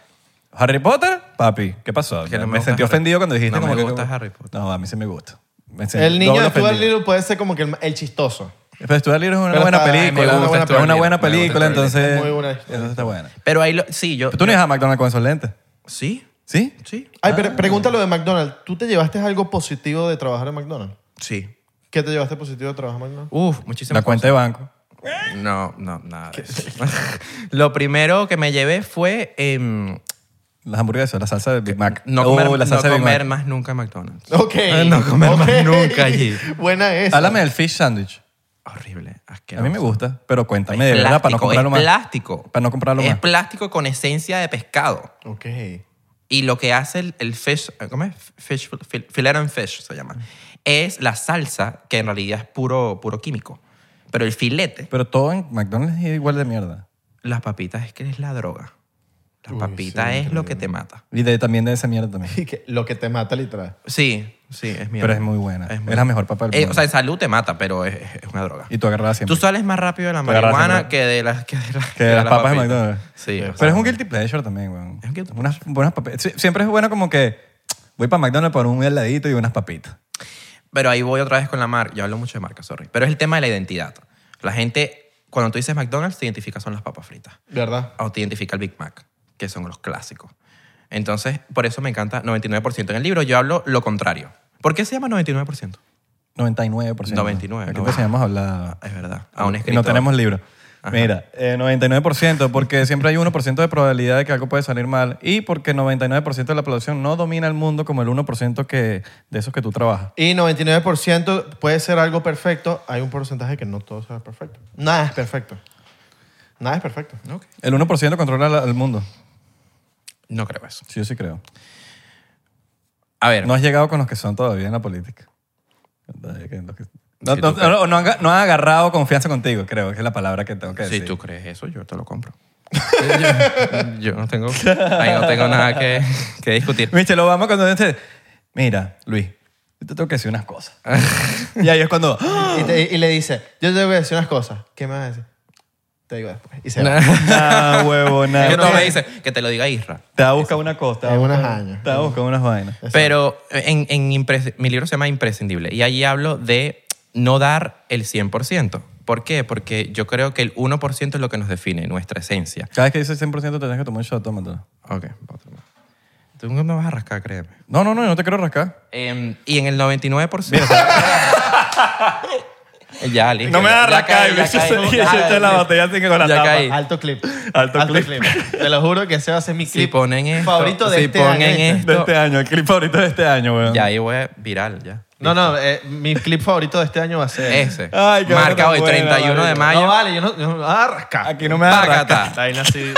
Harry Potter, papi, ¿qué pasó? Que no me me gusta sentí Harry- ofendido cuando dijiste no como me que- gusta Harry Potter. No, a mí sí me gusta. ese El niño doble de Stuart ofendido. Little puede ser como que el, el chistoso. Pero Stuart Little es una Pero buena está- película. me gusta una buena Stuart película, Little, me gusta entonces. Stuart Little. Muy buena. Entonces está buena. Pero ahí lo, sí, yo. Pero tú no ibas a McDonald's con esos lentes. Sí, ¿Sí? sí, Ay, pero pregúntalo de McDonald's. ¿Tú te llevaste algo positivo de trabajar en McDonald's? sí. ¿Qué te llevaste positivo de trabajar en McDonald's? Uf, muchísimas La cuenta de banco. No, no, nada. de eso. lo primero que me llevé fue em, Las hamburguesas, la salsa de Big Mac. no Uh, comer, la no salsa de Big comer Mac. más nunca McDonald's. Ok. No comer más Ok. nunca allí. Buena esa. Háblame del fish sandwich. Horrible, asqueroso. A mí me gusta, pero cuéntame de Es verdad para no plástico, comprarlo es más. plástico. Para no comprarlo Es más. plástico con esencia de pescado. Ok. Y lo que hace el, el fish, ¿cómo es? Fish, fil- fillet and fish se llama. Es la salsa que en realidad es puro, puro químico. Pero el filete, Pero todo en McDonald's es igual de mierda. las papitas es que es la droga. Las Uy, papitas sí, es lo que te mata. Y de, también de esa mierda también. Y que lo que te mata literal. Sí, sí, es mierda. Pero es muy buena. Es, la mejor papa del Eh, mundo. o sea, en salud te mata, pero es, es una droga. y tú agarras Tú siempre. sales más rápido de la Te agarras marihuana siempre. que de, las que de, la- que de las la papas de papita. McDonald's. Sí, o sea, Pero es un guilty pleasure también, weón. Es un guilty Unas buenas papitas. Sie- Siempre es bueno como que voy para McDonald's por un heladito y unas papitas. Pero ahí voy otra vez con la marca. Yo hablo mucho de marca, sorry. Pero es el tema de la identidad. La gente, cuando tú dices McDonald's, te identifica son las papas fritas. ¿Verdad? O te identifica el Big Mac, que son los clásicos. Entonces, por eso me encanta 99%. En el libro yo hablo lo contrario. ¿Por qué se llama 99%? 99%. 99, Aquí no. empezamos a hablar. Es verdad. A Y un no escritor. tenemos libro. Mira, eh, 99% porque siempre hay 1% de probabilidad de que algo puede salir mal y porque 99% de la población no domina el mundo como el 1% que, de esos que tú trabajas. Y 99% puede ser algo perfecto. Hay un porcentaje que no todo será perfecto. Nada es perfecto. Nada es perfecto. Ok. El 1% controla la- el mundo. No creo eso. Sí, yo sí creo. A ver. No has llegado con los que son todavía en la política. Todavía que- los que- No, Sí, no- tú crees. no- no han, no han agarrado confianza contigo, creo que es la palabra que tengo que Si decir. tú crees eso, yo te lo compro. yo, yo no tengo, ahí no tengo nada que, que discutir. Michelle Obama cuando dice, mira, Luis, yo te tengo que decir unas cosas. y ahí es cuando... ¡ah! Y, te- y le dice, yo te voy a decir unas cosas. ¿Qué me vas a decir? Te digo después. Y se va. Nah, huevo, nah. Que no me Te- dice que te lo diga Isra. Te va a buscar una cosa. Te va a En buscar- unas años. Te va a buscar unas vainas. Pero en, en impres- mi libro se llama Imprescindible y allí hablo de no dar el 100%. ¿Por qué? Porque yo creo que el 1% es lo que nos define, nuestra esencia. Cada vez que dices 100% te tienes que tomar un shot, tómatelo. Ok, otro más. tú no me vas a rascar, créeme. No, no, no, yo no te quiero rascar. Em, y en el 99%... ya, listo. No me ya- vas a ya rascar. caí, ya caí. Yo eché la botella así que con la Ya tapa. caí. Alto clip. Alto clip. Te lo juro que ese va a ser mi Si clip ponen esto, favorito de si este ponen año. esto, De este año, el clip favorito de este año, weón. ya ahí voy a viral ya. No, no, eh, mi clip favorito de este año va a ser... Ese. Eh. Ay, qué buena, Marca hoy, buena, 31 de marico. mayo. No vale, yo no... yo no- ah, rasca. Aquí no me vas a Págata. rascar. Está ahí así.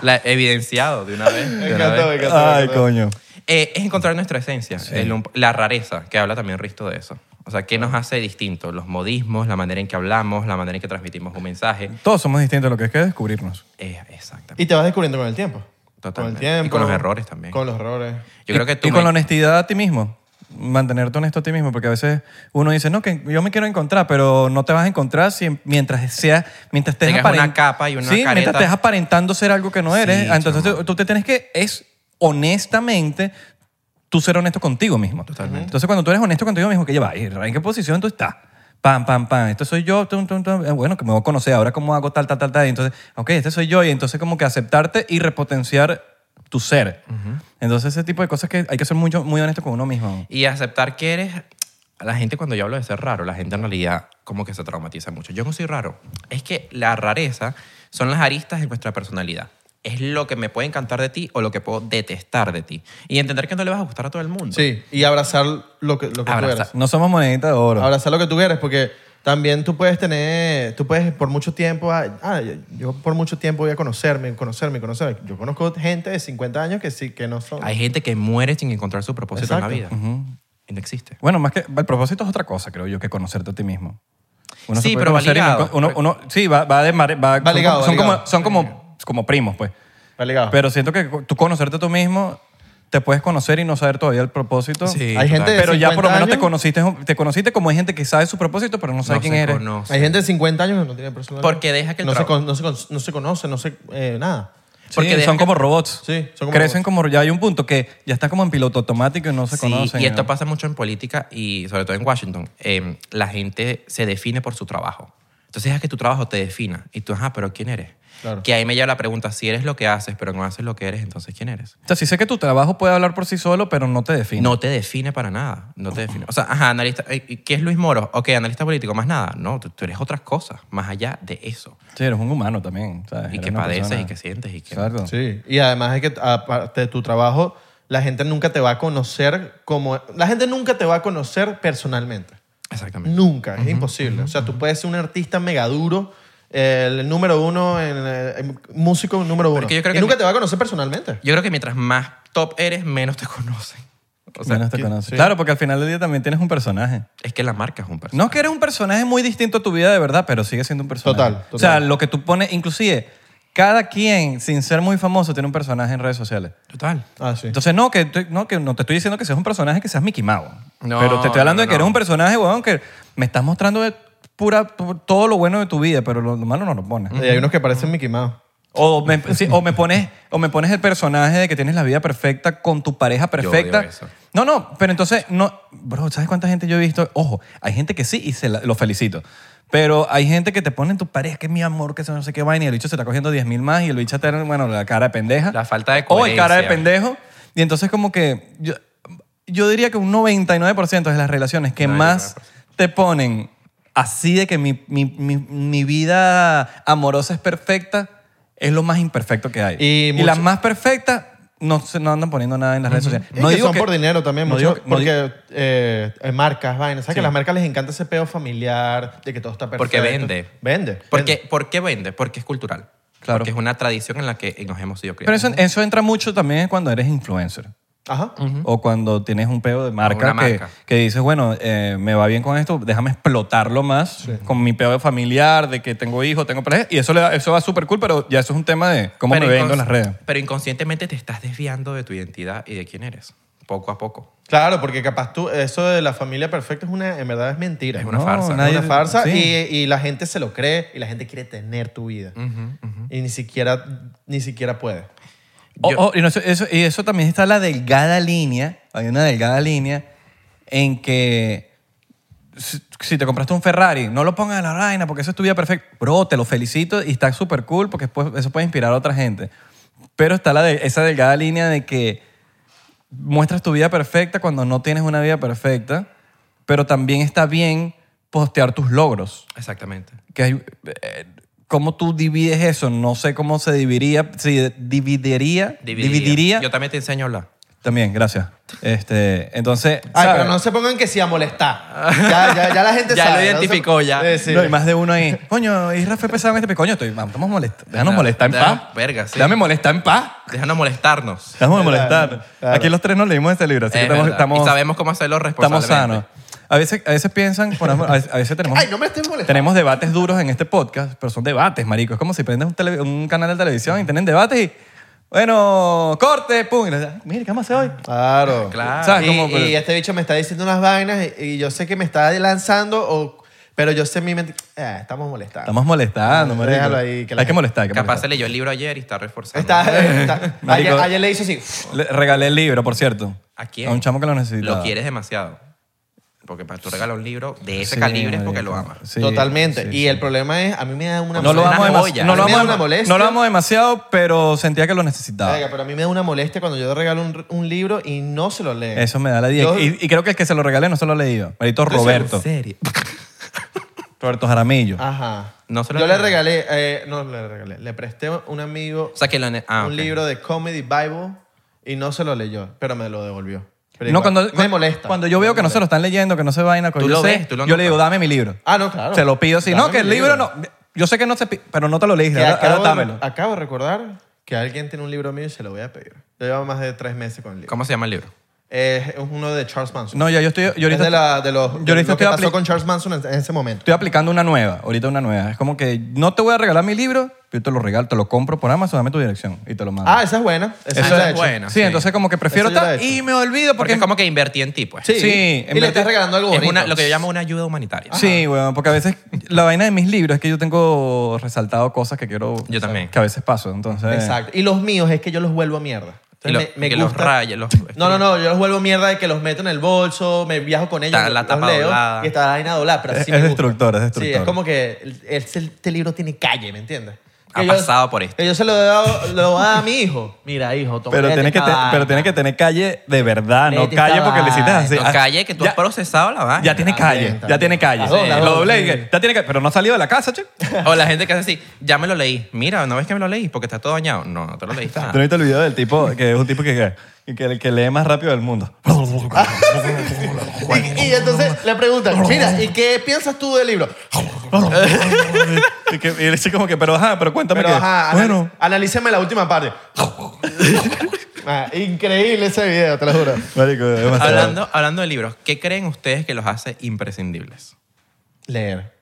La- evidenciado de una vez. de Me una encantó, me vez. encantó. me Ay, encantó. coño. Eh, es encontrar nuestra esencia, el un- la rareza, que habla también Risto de eso. O sea, ¿qué nos hace distintos? Los modismos, la manera en que hablamos, la manera en que transmitimos un mensaje. Todos somos distintos, lo que es que es descubrirnos. Eh, exactamente. Y te vas descubriendo con el tiempo. Totalmente. Con el tiempo. Y con los errores también. Con los errores. Yo Y- creo que tú... Y con la me- honestidad a ti mismo. Mantenerte honesto a ti mismo, porque a veces uno dice, no, que yo me quiero encontrar, pero no te vas a encontrar si, mientras sea, mientras estés Tengas una aparent- capa y una Sí, mientras careta. estés aparentando ser algo que no eres. Sí, entonces tú, tú te tienes que, es honestamente, tú ser honesto contigo mismo. Totalmente. Entonces cuando tú eres honesto contigo mismo, que llevas, ¿en qué posición tú estás? Pam, pam, pam. Esto soy yo. tum, tum, tum. Eh, Bueno, que me voy a conocer ahora cómo hago tal, tal, tal, tal. Y Entonces, ok, este soy yo. Y entonces como que aceptarte y repotenciar tu ser. Entonces ese tipo de cosas que hay que ser muy, muy honesto con uno mismo. Y aceptar que eres... La gente cuando yo hablo de ser raro, la gente en realidad como que se traumatiza mucho. Yo no soy raro. Es que la rareza son las aristas de nuestra personalidad. Es lo que me puede encantar de ti o lo que puedo detestar de ti. Y entender que no le vas a gustar a todo el mundo. Sí, y abrazar lo que, lo que tú Abrazar. eres. No somos monedita de oro. Abrazar lo que tú quieres, porque también tú puedes tener, tú puedes por mucho tiempo, ah, ah, yo- yo por mucho tiempo voy a conocerme, conocerme, conocerme. Yo conozco gente de 50 años que sí, que no son. Hay gente que muere sin encontrar su propósito en la vida. Exacto. Y no existe. Bueno, más que el propósito es otra cosa, creo yo, que conocerte a ti mismo. Sí, se puede pero va conocer y no ligado. encon- uno, uno- sí, va, va de mare- va- son como- ligado, va son, como, ligado. son como, como primos, pues. Está Ah. ligado. Pero siento que tú conocerte tú mismo, te puedes conocer y no saber todavía el propósito. Sí, Hay gente de Pero ya por lo 50 menos te años- conociste, te conociste como hay gente que sabe su propósito, pero no sabe No quién se eres. conoce. Hay gente de 50 años que no tiene personalidad. Porque deja que el no se, trabajo- con- no, se, con- no se conoce, no se eh, nada. Porque sí, deja son que- como robots. Sí, son como Crecen como... Ya hay un punto que ya está como en piloto automático y no se Sí, conocen. y esto ¿no? pasa mucho en política y sobre todo en Washington. Eh, la gente se define por su trabajo. Entonces es que tu trabajo te defina. Y tú, ajá, pero ¿quién eres? Claro. Que ahí me lleva la pregunta, si eres lo que haces, pero no haces lo que eres, entonces ¿quién eres? O sea, sí sé que tu trabajo puede hablar por sí solo, pero no te define. No te define para nada. No te define. O sea, ajá, analista. eh, ¿Qué es Luis Moro? Ok, analista político, más nada. No, tú, tú eres otras cosas, más allá de eso. Sí, eres un humano también. ¿sabes? Y Ah, Eres que una padeces persona- y que sientes y que. Exacto. Sí, y además es que aparte de tu trabajo, la gente nunca te va a conocer como... La gente nunca te va a conocer personalmente. Exactamente. Nunca, es imposible. o sea, tú puedes ser un artista mega duro, el número uno, en, eh, en músico número uno. Porque yo creo y que nunca mi- te va a conocer personalmente. Yo creo que mientras más top eres, menos te conocen. O sea, Menos te que- conoces. sí. Claro, porque al final del día también tienes un personaje. es que la marca es un personaje. No es que eres un personaje muy distinto a tu vida de verdad, pero sigue siendo un personaje. Total, total. O sea, lo que tú pones, inclusive, cada quien, sin ser muy famoso, tiene un personaje en redes sociales. Total. Ah, sí. Entonces, no que, tú- no, que no te estoy diciendo que seas un personaje que seas Mickey Mouse. No, pero te estoy hablando de no, que no. eres un personaje, weón, que me estás mostrando de pura, pu- todo lo bueno de tu vida, pero lo, lo malo no lo pones. Y hay unos que parecen Mickey Mouse. O me, sí, o me pones, o me pones el personaje de que tienes la vida perfecta con tu pareja perfecta. odio eso. No, no, pero entonces, no, bro, ¿sabes cuánta gente yo he visto? Ojo, hay gente que sí y se la- lo felicito. Pero hay gente que te pone en tu pareja, que es mi amor, que eso no sé qué vaina, y el bicho se está cogiendo 10 mil más y el bicho está, bueno, la cara de pendeja. La falta de O el cara de coherencia. pendejo. Y entonces como que yo, yo diría que un 99% de las relaciones que 99%. más te ponen así de que mi, mi, mi, mi vida amorosa es perfecta, es lo más imperfecto que hay. Y mucho- las más perfectas no, se- no andan poniendo nada en las redes sociales. No que son por dinero también, no digo mucho, que- no porque digo- eh, eh, marcas, vainas. Sí. ¿Sabes que a las marcas les encanta ese peo familiar, de que todo está perfecto? Porque vende. Vende. Porque, vende. ¿Por qué vende? Porque es cultural. Claro. Porque es una tradición en la que nos hemos ido Pero criando. eso, eso entra mucho también cuando eres influencer. Ajá. O cuando tienes un pedo de marca, Una que, marca. que dices, bueno, eh, me va bien con esto, déjame explotarlo más con mi pedo de familiar, de que tengo hijos, tengo pareja. Y eso, le da- eso va súper cool, pero ya eso es un tema de cómo Pero me vendo en las incons- redes. Pero inconscientemente te estás desviando de tu identidad y de quién eres, poco a poco. Claro, porque capaz tú, eso de la familia perfecta es una, en verdad es mentira. Es una farsa. Es nadie- una farsa sí. y, y la gente se lo cree y la gente quiere tener tu vida. Y ni siquiera, ni siquiera puede. O- Yo- o- Oh, y, no, eso, eso- y eso también está la delgada línea, hay una delgada línea en que si, si te compraste un Ferrari, no lo pongas en la vaina porque eso es tu vida perfecta. Bro, te lo felicito y está súper cool porque después eso puede inspirar a otra gente. Pero está la de- esa delgada línea de que muestras tu vida perfecta cuando no tienes una vida perfecta, pero también está bien postear tus logros Exactamente. que hay, eh, ¿Cómo tú divides eso? No sé cómo se dividiría. Si dividiría. Dividiría. Yo también te enseño a hablar. También, gracias. Este, entonces. Ay, ¿sabes? pero no se pongan que sí a molestar. Ya, ya, ya la gente Ya lo sabe. identificó, no se- ya. Eh, sí. No, hay más de uno ahí. Coño, Isra fue pesado en este pe- Coño, estoy, estamos molestando. Déjanos Ya, molestar en ya, paz. verga, sí. Déjame molestar en paz. Déjanos molestarnos. Déjame claro, molestar. claro. Aquí los tres nos leímos este libro, así que Es estamos, verdad. estamos, y sabemos cómo hacerlo estamos responsablemente. sanos. A veces, a veces piensan, por ejemplo, a veces, a veces tenemos. Ay, no me estés molestando. Tenemos debates duros en este podcast, pero son debates, marico. Es como si prendes un, tele- un canal de televisión y tienen debates y, bueno, corte, pum. Y le das, Mira, ¿qué vamos a hacer hoy? Claro. Claro. ¿Sabes? Y, Como, pero- y este bicho me está diciendo unas vainas y, y yo sé que me está lanzando, o, pero yo sé en mi mente. eh, estamos molestando. Estamos molestando, marico. Déjalo ahí, que la hay que gente- molestar. hay que Capaz se molestar. leyó el libro ayer y está reforzando. Está- está- Marico. ayer, ayer le hizo así. Le regalé el libro, por cierto. ¿A quién? A un chamo que lo necesitaba. Lo quieres demasiado. Porque para tú regalar un libro de ese Sí, calibre es porque marico. lo amas. Sí, Totalmente. sí, y sí. el problema es, a mí me da una No lo, Una amo joya. demasiado, no, lo A mí me da amo, una dem- molestia. no lo amo demasiado, pero sentía que lo necesitaba. Verga, pero a mí me da una molestia cuando yo regalo un, un libro y no se lo lee. Eso me da la 10. Yo- Y, y creo que el que se lo regalé no se lo ha leído. Marito sé, Roberto. ¿En serio? Roberto Jaramillo. Ah, Ajá. No se lo yo le lee. regalé, eh, no le regalé, le presté a un amigo O sea, que lo... ah, un ok. libro de Comedy Bible y no se lo leyó, pero me lo devolvió. Pero No, igual, cuando, me cuando- molesta. Cuando yo veo que no se lo están leyendo, que no se vaina, que Tú yo lo sé, ves, tú lo yo le digo, notas. dame mi libro. Ah, no, claro. Se lo pido. Si Dame no, que el mi libro no. Yo sé que no se pi- pero no te lo leíste. Que Ahora, ahora acabo, de, dámelo. re- acabo de recordar que alguien tiene un libro mío y se lo voy a pedir. Yo llevo más de tres meses con el libro. ¿Cómo se llama el libro? Es uno de Charles Manson. No, ya yo estoy... Yo es ahorita de, la, de los, yo de ahorita lo que estoy apli- pasó con Charles Manson en, en ese momento. Estoy aplicando una nueva, ahorita una nueva. Es como que no te voy a regalar mi libro, yo te lo regalo, te lo compro por Amazon, dame tu dirección y te lo mando. Ah, esa es buena. Esa, Esa yo la es he hecho. buena. sí, sí. entonces como que prefiero Eso yo lo he tal hecho. y me olvido Porque porque... es como que invertí en ti, pues. Sí. Sí, en y le vez estás de- regalando algo Es bonito. una, lo que yo llamo una ayuda humanitaria. Sí, weón, porque a veces la vaina de mis libros es que yo tengo resaltado cosas que quiero... Yo o sea, también. Que a veces paso, entonces... Exacto. Y los míos es que yo los vuelvo a mierda. Y lo- Entonces me, me que los gusta- raya, los- No, no, no. Yo los vuelvo a mierda de que los meto en el bolso, me viajo con ellos. Está la los tapa leo, doblada. Y está la vaina doblada, pero así Es- me es gusta. destructor, es Sí, es destructor. como que el- este, este libro tiene calle, ¿me entiendes? Ha pasado por esto. Que yo se lo he dado lo voy a dar a mi hijo. Mira, hijo, toma Pero tienes, léete que esta te- vaina. pero tienes que tener calle de verdad, no Léete calle esta porque le hiciste vaina. así. No, Ah, calle que tú ya- has procesado la vaina. Ya tiene También, calle, ya también. tiene calle. Las dos, las Lo dos, doblé y sí. que, ya tiene calle, pero no ha salido de la casa, che. Tú O la gente que hace así, ya me lo leí. Mira, no ves que me lo leí porque está todo dañado. No, no te lo leíste. nada. no viste el video del tipo, que es un tipo que, que, que- que lee más rápido del mundo. Y, y entonces le preguntan, mira, ¿y qué piensas tú del libro? y, que, y él dice como que, pero ajá, pero cuéntame Pero que, ajá, anal- bueno, analíceme la última parte. Ah, increíble ese video, te lo juro. marico, es demasiado. Hablando, hablando de libros, ¿qué creen ustedes que los hace imprescindibles? Leer.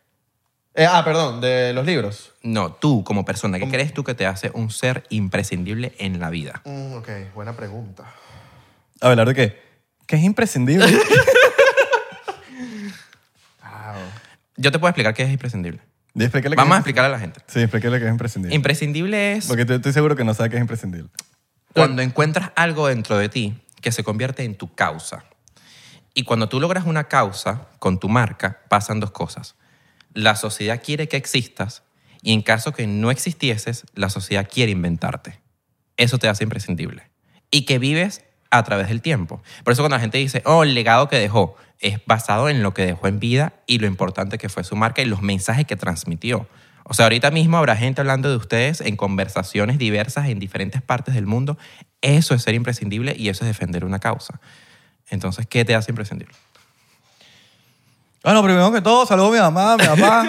Eh, ah, perdón, de los libros. No, tú como persona, ¿qué crees tú que te hace un ser imprescindible en la vida? Mm, ok, buena pregunta. Hablar de qué? Que es imprescindible. Yo te puedo explicar qué es imprescindible. Y explícale que Vamos a es- explicar a la gente. Sí, explícale que es imprescindible. Imprescindible es porque estoy, estoy seguro que no sabe que es imprescindible. cuando encuentras algo dentro de ti que se convierte en tu causa. Y cuando tú logras una causa con tu marca, pasan dos cosas. La sociedad quiere que existas y en caso que no existieses, la sociedad quiere inventarte. Eso te hace imprescindible. Y que vives a través del tiempo. Por eso cuando la gente dice, oh, el legado que dejó, es basado en lo que dejó en vida y lo importante que fue su marca y los mensajes que transmitió. O sea, ahorita mismo habrá gente hablando de ustedes en conversaciones diversas en diferentes partes del mundo. Eso es ser imprescindible y eso es defender una causa. Entonces, ¿qué te hace imprescindible? Bueno, Ah, primero que todo, saludo a mi mamá, a mi papá.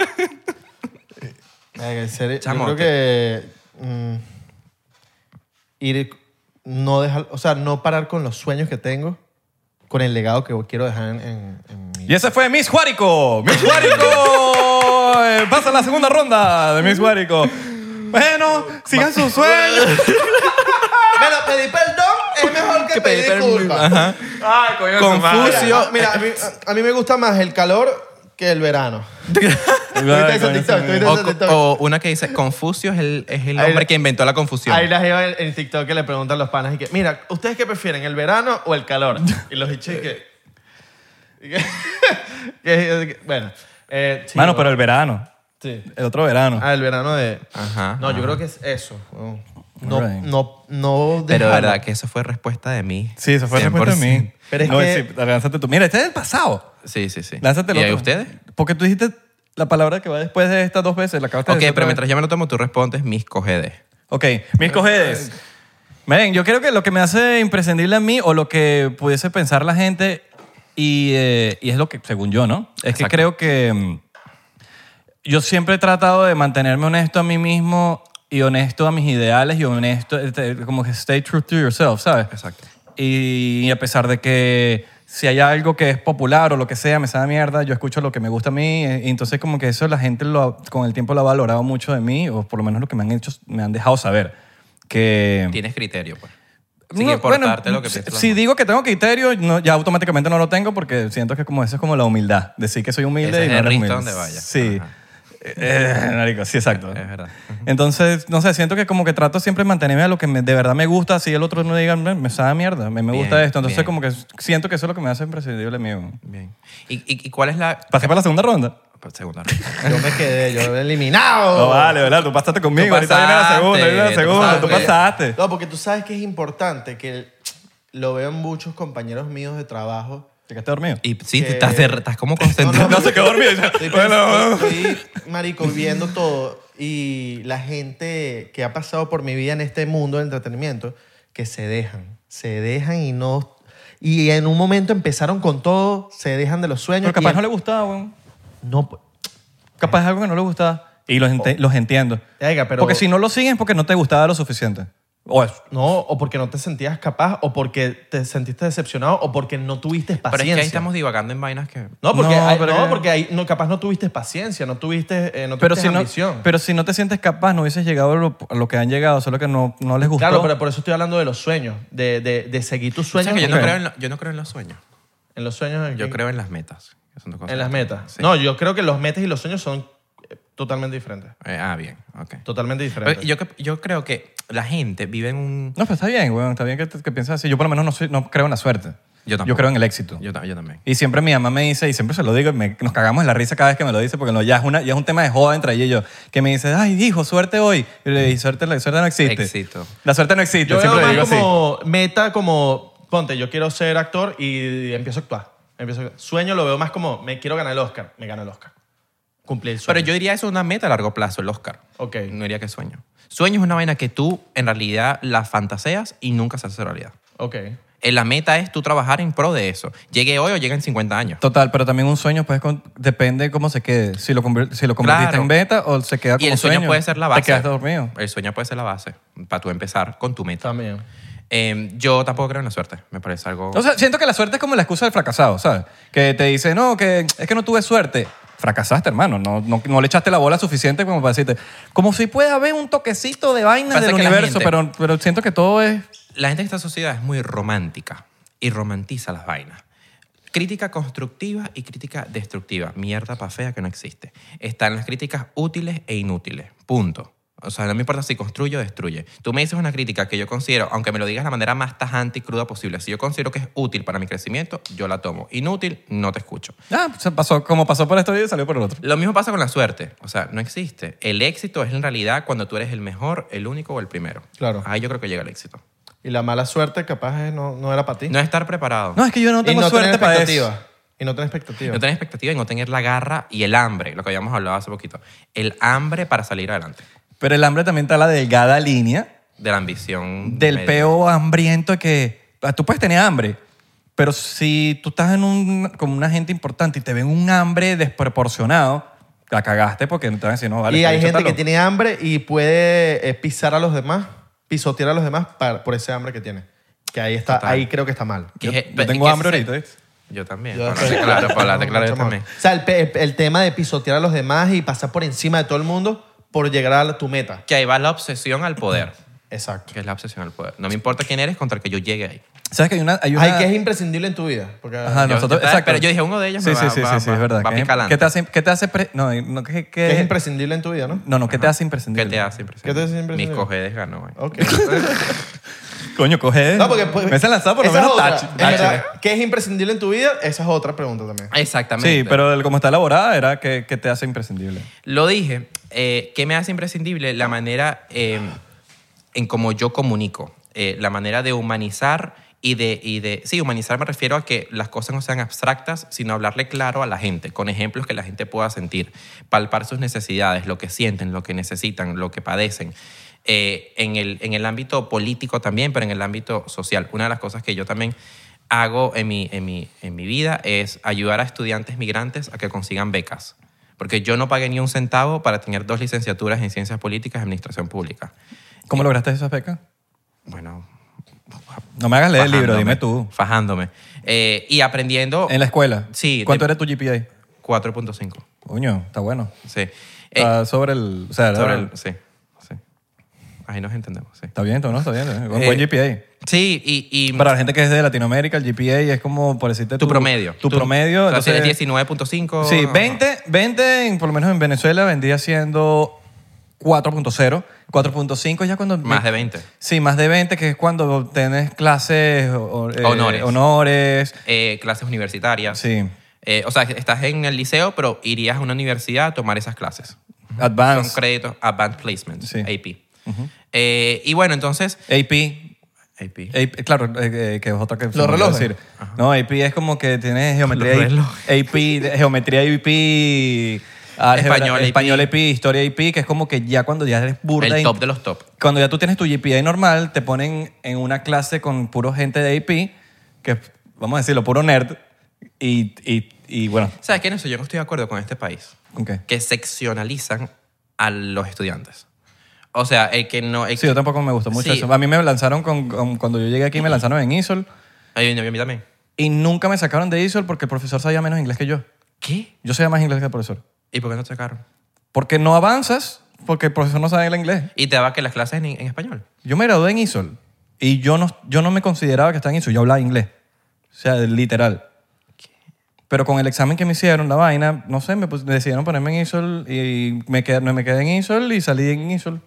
En serio, Chamo, yo creo que mm, ir no dejar, o sea, no parar con los sueños que tengo, con el legado que quiero dejar en, en- en mi. Y ese fue Miss Juarico. Miss Juarico eh, pasa a la segunda ronda de Miss Juarico. Bueno, sigan sus sueños. Bueno, pedir perdón es mejor que, pedir, disculpas. Mira, Confucio. mira, a, mí, a mí me gusta más el calor que el verano. ¿Tuviste ese TikTok? ¿Tuviste O, ese TikTok? o una que dice, Confucio es el, es el Ahí- hombre que inventó la confusión. Hay las jeva en, en TikTok que le preguntan a los panas y que, mira, ¿ustedes qué prefieren, el verano o el calor? Y los bichos y que... y que- que- que- bueno. Eh, sí, Mano, pero el verano. sí. El otro verano. Ah, el verano de... Ajá, No, yo creo que es eso. weón. No, Alright. no, no... Pero dejarlo. verdad que eso fue respuesta de mí. Sí, esa fue la respuesta de 100%. mí. Pero es no, que- sí, lánzate tú. Mira, este es el pasado. Sí, sí, sí. Lánzate el ¿Y ahí otro. ustedes? Porque tú dijiste la palabra que va después de estas dos veces. La acabaste de Ok, decir pero otra mientras yo me lo tomo, tú respondes mis cogedes. Ok, mis cojedes. Miren, yo creo que lo que me hace imprescindible a mí o lo que pudiese pensar la gente, y, eh, y es lo que, según yo, ¿no? Es que Exacto. creo que mm, yo siempre he tratado de mantenerme honesto a mí mismo y honesto a mis ideales y honesto, este, como que stay true to yourself, ¿sabes? Exacto. Y a pesar de que si hay algo que es popular o lo que sea, me sabe a mierda, yo escucho lo que me gusta a mí. eh, Y entonces como que eso la gente lo ha- con el tiempo lo ha valorado mucho de mí, o por lo menos lo que me han hecho, me han dejado saber. Que... Tienes criterio, pues. Sin No, importarte bueno, lo que si, piensen los si demás. digo que tengo criterio, no, ya automáticamente no lo tengo porque siento que como eso es como la humildad. Decir que soy humilde Ese y es no el eres rito humilde. donde vayas. Sí. Ajá. Eh, marico, sí, exacto. Es verdad. Entonces, no sé, siento que como que trato siempre de mantenerme a lo que me- de verdad me gusta, así el otro no diga, "Me- me sabe a mierda, me, me Bien, gusta esto. Entonces, bien. como que siento que eso es lo que me hace imprescindible mío. Bien. ¿Y, y, y cuál es la ¿Pasé para la segunda ronda? Pues, segunda ronda? Yo me quedé, yo eliminado. No, vale, ¿verdad? Tú pasaste conmigo, ahorita viene la Oh. pasaste, segunda, viene la tú segunda, tú pasaste. Ah, No, porque tú sabes que es importante que lo vean muchos compañeros míos de trabajo. ¿Te quedaste dormido? Y sí, Que- estás, de- estás como No, concentrado. no, No, se quedó dormido. Estoy, Bueno. pens- estoy, marico, viendo todo y la gente que ha pasado por mi vida en este mundo del entretenimiento, que se dejan, se dejan y no... Y en un momento empezaron con todo, se dejan de los sueños. Pero capaz y- no le gustaba, weón. No, Capaz es algo que no le gustaba. Y los, ente- los entiendo. Venga, Oh. Eh, pero- Porque si no lo siguen es porque no te gustaba lo suficiente. O eso. No, o porque no te sentías capaz, o porque te sentiste decepcionado, o porque no tuviste paciencia. Pero es que ahí estamos divagando en vainas que... No, porque, No, hay- pero- no, porque ahí no, capaz no tuviste paciencia, no tuviste, eh, no Pero tuviste si, no, ambición. pero si no te sientes capaz, no hubieses llegado a lo, a lo que han llegado, solo que no, no les gustó. claro, pero por eso estoy hablando de los sueños, de, de, de seguir tus O sueños. sea, que yo, Ok. no creo en lo- yo no creo en los sueños. En los sueños. ¿en Yo qué? creo en las metas. que son dos cosas En las metas. Sí. No, yo creo que los metas y los sueños son eh, totalmente diferentes. Eh, ah, bien. Ok. Totalmente Pero diferentes. yo, que- yo creo que la gente vive en un... No, pero está bien, weón. Está bien que, te- que pienses así. Yo por lo menos no, soy- no creo en la suerte. Yo tampoco. Yo creo en el éxito. Yo, ta- yo también. Y siempre mi mamá me dice, y siempre se lo digo, y me- nos cagamos en la risa cada vez que me lo dice, porque no, ya, es una, ya es un tema de joda entre ella y yo, que me dice, ay, hijo, suerte hoy. Y le digo, suerte, la suerte no existe. Éxito. La suerte no existe. Yo siempre veo le más digo así. como meta, como, ponte, yo quiero ser actor y empiezo a actuar. Empiezo a- Sueño lo veo más como, me quiero ganar el Oscar, me gana el Oscar. Cumplir el sueño. Pero yo diría eso es una meta a largo plazo, el Oscar. Ok. No diría que sueño. Sueño es una vaina que tú, en realidad, la fantaseas y nunca se hace realidad. Ok. Eh, La meta es tú trabajar en pro de eso. Llegue hoy o llegue en 50 años. Total, pero también un sueño pues con- depende cómo se quede. Si lo, conver- si lo convertiste Claro. en beta o se queda como Y el sueño, puede ser la base. Te quedaste dormido. El sueño puede ser la base para tú empezar con tu meta. También. Eh, yo tampoco creo en la suerte. Me parece algo... O sea, siento que la suerte es como la excusa del fracasado, ¿sabes? Que te dice, no, que es que no tuve suerte. Fracasaste, hermano. No, no, no le echaste la bola suficiente como para decirte, como si puede haber un toquecito de vaina Pasa del que la universo, gente- pero, pero siento que todo es... la gente de esta sociedad es muy romántica y romantiza las vainas. Crítica constructiva y crítica destructiva. Mierda pa' fea que no existe. Están las críticas útiles e inútiles. Punto. O sea, no me importa si construye o destruye. Tú me dices una crítica que yo considero, aunque me lo digas de la manera más tajante y cruda posible, si yo considero que es útil para mi crecimiento, yo la tomo. Inútil, no te escucho. Ah, se pasó, como pasó por este video, salió por el otro. Lo mismo pasa con la suerte. O sea, no existe. El éxito es en realidad cuando tú eres el mejor, el único o el primero. Claro. Ahí yo creo que llega el éxito. Y la mala suerte capaz es no, no era para ti. No estar preparado. No, es que yo no Y tengo no tener suerte para eso. expectativa. Y no tener expectativa. No tener expectativa y no tener la garra y el hambre, lo que habíamos hablado hace poquito. El hambre para salir adelante. Pero el hambre también está la delgada línea De la ambición. del media. peo hambriento que ah, tú puedes tener hambre, pero si tú estás en un, con una gente importante y te ven un hambre desproporcionado, la cagaste porque no te van a decir, no, vale. y este hay bicho gente está que loco. tiene hambre y puede eh, pisar a los demás, pisotear a los demás para- por ese hambre que tiene. Que ahí está, Total. ahí creo que está mal. Que Yo- es- yo es tengo que hambre ese- ahorita, ¿viste? Yo también. Yo- Para hablar claro, para hablar claro, yo también. O sea, el, pe- el- el tema de pisotear a los demás y pasar por encima de todo el mundo por llegar a la- tu meta. Que ahí va la obsesión al poder. Exacto. Que es la obsesión al poder. No me importa quién eres contra el que yo llegue ahí. ¿Sabes que hay una... Hay una Hay que es imprescindible en tu vida. Porque, Ajá, Yo- nosotros, yo- exacto. pero yo dije, uno de ellos sí, me sí, va- sí, va- sí, sí, es va- verdad. va que- picalante. que te hace, que te hace pre- no, no, que, que- que es imprescindible en tu vida, ¿no? no, no, que te hace ¿Qué imprescindible. te hace impresionante? ¿Qué te hace imprescindible? Mis cojedes ganó. güey. Ok. Coño, coge. No, porque... pues, me has lanzado por lo esa es menos otra. touch. Es touch. verdad, ¿Qué es imprescindible en tu vida? Esa es otra pregunta también. Exactamente. Sí, pero el- como está elaborada era que, que te hace imprescindible. Lo dije, eh, ¿qué me hace imprescindible? La manera eh, en cómo yo comunico, eh, la manera de humanizar y de, y de... Sí, humanizar me refiero a que las cosas no sean abstractas, sino hablarle claro a la gente, con ejemplos que la gente pueda sentir, palpar sus necesidades, lo que sienten, lo que necesitan, lo que padecen. Eh, en, el, en el ámbito político también, pero en el ámbito social. Una de las cosas que yo también hago en mi, en mi, en mi vida es ayudar a estudiantes migrantes a que consigan becas. Porque yo no pagué ni un centavo para tener dos licenciaturas en ciencias políticas y administración pública. ¿Cómo lograste esas becas? Bueno, No me hagas leer el libro, fajándome, dime tú. Fajándome. Eh, y aprendiendo ¿En la escuela? Sí, ¿Cuánto de- era tu GPA? 4.5. Coño, está bueno. Sí. Eh, Está sobre el... O sea, sobre el- sí, sí. Ahí nos entendemos, sí. Está bien, está- ¿no? Está bien. está bien. Un Eh, buen GPA. Sí, y... y Para la gente que es de Latinoamérica, el GPA es como, por decirte... tu promedio. Tu, Tú- promedio. O sea, si entonces- eres 19.5... Sí, 20, 20 en- por lo menos en Venezuela vendría siendo 4.0. 4.5 ya cuando... Más de 20. Sí, más de 20, que es cuando tenés clases... o- eh, Honores. honores. eh, clases universitarias. Sí. Eh, o sea, estás en el liceo, pero irías a una universidad a tomar esas clases. Son Advanced. créditos Advanced Placement, Ah, Sí. AP. Eh, y bueno, entonces... AP. AP. AP, claro, eh, eh, que es otra que se me olvidó relojes? decir. No, AP es como que tiene geometría Los AP, AP, geometría AP, álgebra- Español AP. español AP, historia AP, que es como que ya cuando ya eres burda el y- top de los top. cuando ya tú tienes tu GPA normal, te ponen en una clase con puro gente de AP, que es, vamos a decirlo, puro nerd y, y, y bueno, ¿Sabes qué? En eso yo no estoy de acuerdo con este país. ¿con qué? Que seccionalizan a los estudiantes. O sea, el que no... el Sí, yo tampoco me gustó mucho Sí. eso. A mí me lanzaron con, con- cuando yo llegué aquí, me lanzaron en ISOL Ay, a mí también. y nunca me sacaron de ISOL porque el profesor sabía menos inglés que yo. ¿Qué? Yo sabía más inglés que el profesor. ¿Y por qué no te sacaron? Porque no avanzas porque el profesor no sabe el inglés. ¿Y te daba que las clases en, en español? Yo me gradué en ISOL y yo no, yo no me consideraba que estaba en ISOL, yo hablaba inglés. O sea, literal. Pero con el examen que me hicieron, la vaina, no sé, me pus- decidieron ponerme en ISOL y me quedé, me quedé en ISOL y salí en ISOL.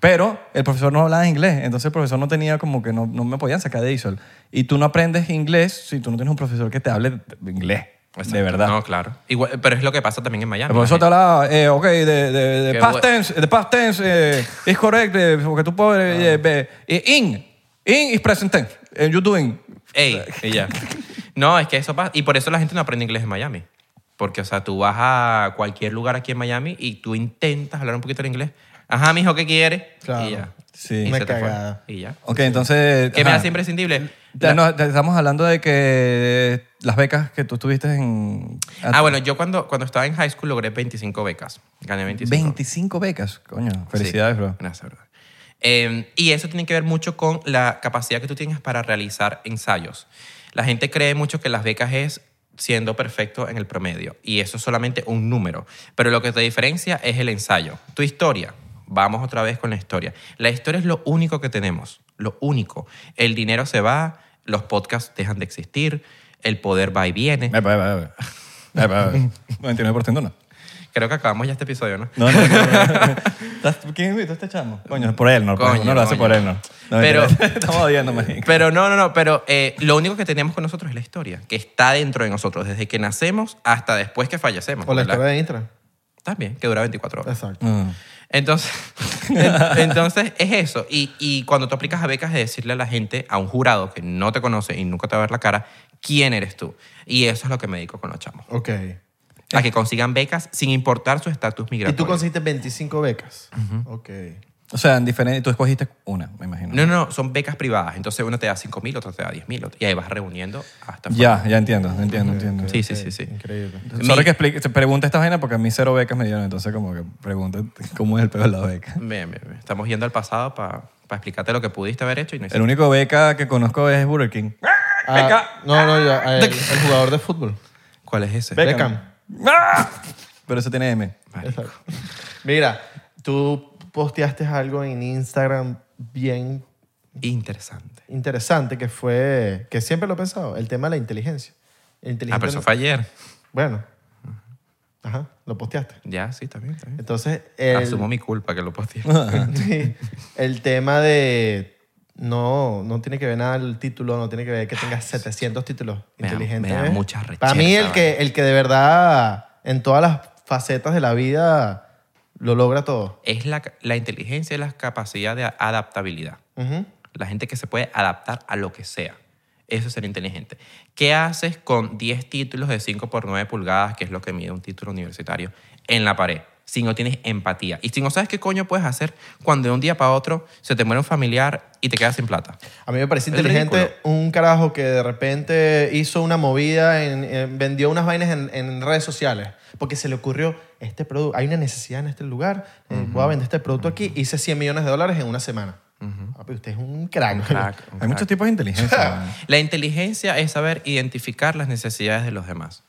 Pero el profesor no hablaba inglés, entonces el profesor no tenía como que no, no me podían sacar de ISOL. Y tú no aprendes inglés si tú no tienes un profesor que te hable de inglés, de Exacto. verdad. No, claro. Igual, pero es lo que pasa también en Miami. El profesor te La hablaba, eh, ok, de, de, de Ah, Qué past bue- tense, de past tense eh, is correct, eh, porque tú puedes, Ah. eh, ve, eh, in, in is present tense, eh, you doing. gente- Ey, y ya. No, es que eso pasa. Y por eso la gente no aprende inglés en Miami. Porque, o sea, tú vas a cualquier lugar aquí en Miami y tú intentas hablar un poquito de inglés. Ajá, mijo, ¿qué quieres? Claro. Y ya. Sí. Y Una se te fue. cagada. Y ya. Ok, entonces... Que me ajá. hace imprescindible. Ya no, te- estamos hablando de que eh, las becas que tú tuviste en... Ah, bueno, yo cuando, cuando estaba en high school logré 25 becas. Gané 25. 25 becas, coño. Felicidades, Sí, bro. gracias, bro. Eh, y eso tiene que ver mucho con la capacidad que tú tienes para realizar ensayos. La gente cree mucho que las becas es siendo perfecto en el promedio y eso es solamente un número, pero lo que te diferencia es el ensayo. Tu historia, vamos otra vez con la historia. La historia es lo único que tenemos, lo único. El dinero se va, los podcasts dejan de existir, el poder va y viene. Epa, epa, epa. Epa, epa. 99% no. Creo que acabamos ya este episodio, ¿no? No, no, no, no. ¿Estás- ¿Quién invitó a este chamo? Coño, por él, no. por Coño, él, no lo hace coño. por él, no. no Pero- mentira. estamos odiando, marico. Pero no, no, no, pero eh, lo único que tenemos con nosotros es la historia, que está dentro de nosotros, desde que nacemos hasta después que fallecemos. O la ¿verdad? historia de Instagram. También, que dura 24 horas. Exacto. Mm. Entonces, en- entonces es eso. Y, y cuando tú aplicas a becas, es decirle a la gente, a un jurado que no te conoce y nunca te va a ver la cara, quién eres tú. Y eso es lo que me dedico con los chamos. Ok. A que consigan becas sin importar su estatus Y migratorio. tú conseguiste 25 becas. Ok. O sea, en diferente, tú escogiste una, me imagino. No, no, no, son becas privadas. Entonces una te da 5 mil, otra te da 10 mil. Y ahí vas reuniendo hasta... Ya, ya entiendo, entiendo, entiendo. Sí, sí, sí, sí. Increíble. Solo Mi- que explique, se pregunta esta vaina porque a mí cero becas me dieron, entonces como que pregunta cómo es el peor de la beca. Bien, bien, bien. Estamos yendo al pasado para explicarte lo que pudiste haber hecho y no hiciste. El único beca que conozco es Burger King. Ah, no, no, yo, a él, el, jugador de fútbol. ¿Cuál es ese? Beckham. ¡Ah! Pero eso tiene M. Marico. Mira, tú posteaste algo en Instagram bien Interesante. interesante que fue, que siempre lo he pensado, el tema de la inteligencia. Ah, Inteligente pero eso no- fue ayer. Bueno. Ajá, lo posteaste. Ya, sí, también. también. Entonces, el, Asumo mi culpa que lo posteé. Sí, el tema de no, no tiene que ver nada el título, no tiene que ver que tengas 700 títulos Me da- inteligentes. me da ¿eh? mucha rechaza, Para mí el ¿vale? que, el que de verdad en todas las facetas de la vida lo logra todo. Es la, la inteligencia y la capacidad de adaptabilidad. Ujú. La gente que se puede adaptar a lo que sea. Eso es ser inteligente. ¿Qué haces con 10 títulos de 5 por 9 pulgadas, que es lo que mide un título universitario, en la pared? Si no tienes empatía. Y si no sabes qué coño puedes hacer cuando de un día para otro se te muere un familiar y te quedas sin plata. A mí me parece Es inteligente ridículo. un carajo que de repente hizo una movida, en- en- vendió unas vainas en, en redes sociales, porque se le ocurrió, este producto, hay una necesidad en este lugar, eh, voy a vender este producto aquí, hice 100 millones de dólares en una semana. Papi, usted es un crack. Crack, Hay muchos tipos de inteligencia. man. La inteligencia es saber identificar las necesidades de los demás.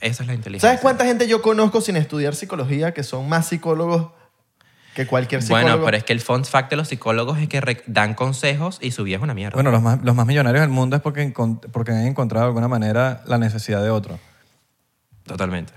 Esa es la inteligencia. ¿Sabes cuánta gente yo conozco sin estudiar psicología que son más psicólogos que cualquier psicólogo? Bueno, pero es que el fun fact de los psicólogos es que re- dan consejos y su vida es una mierda. Bueno, los más, los más millonarios del mundo es porque, encon- porque han encontrado de alguna manera la necesidad de otro. Totalmente.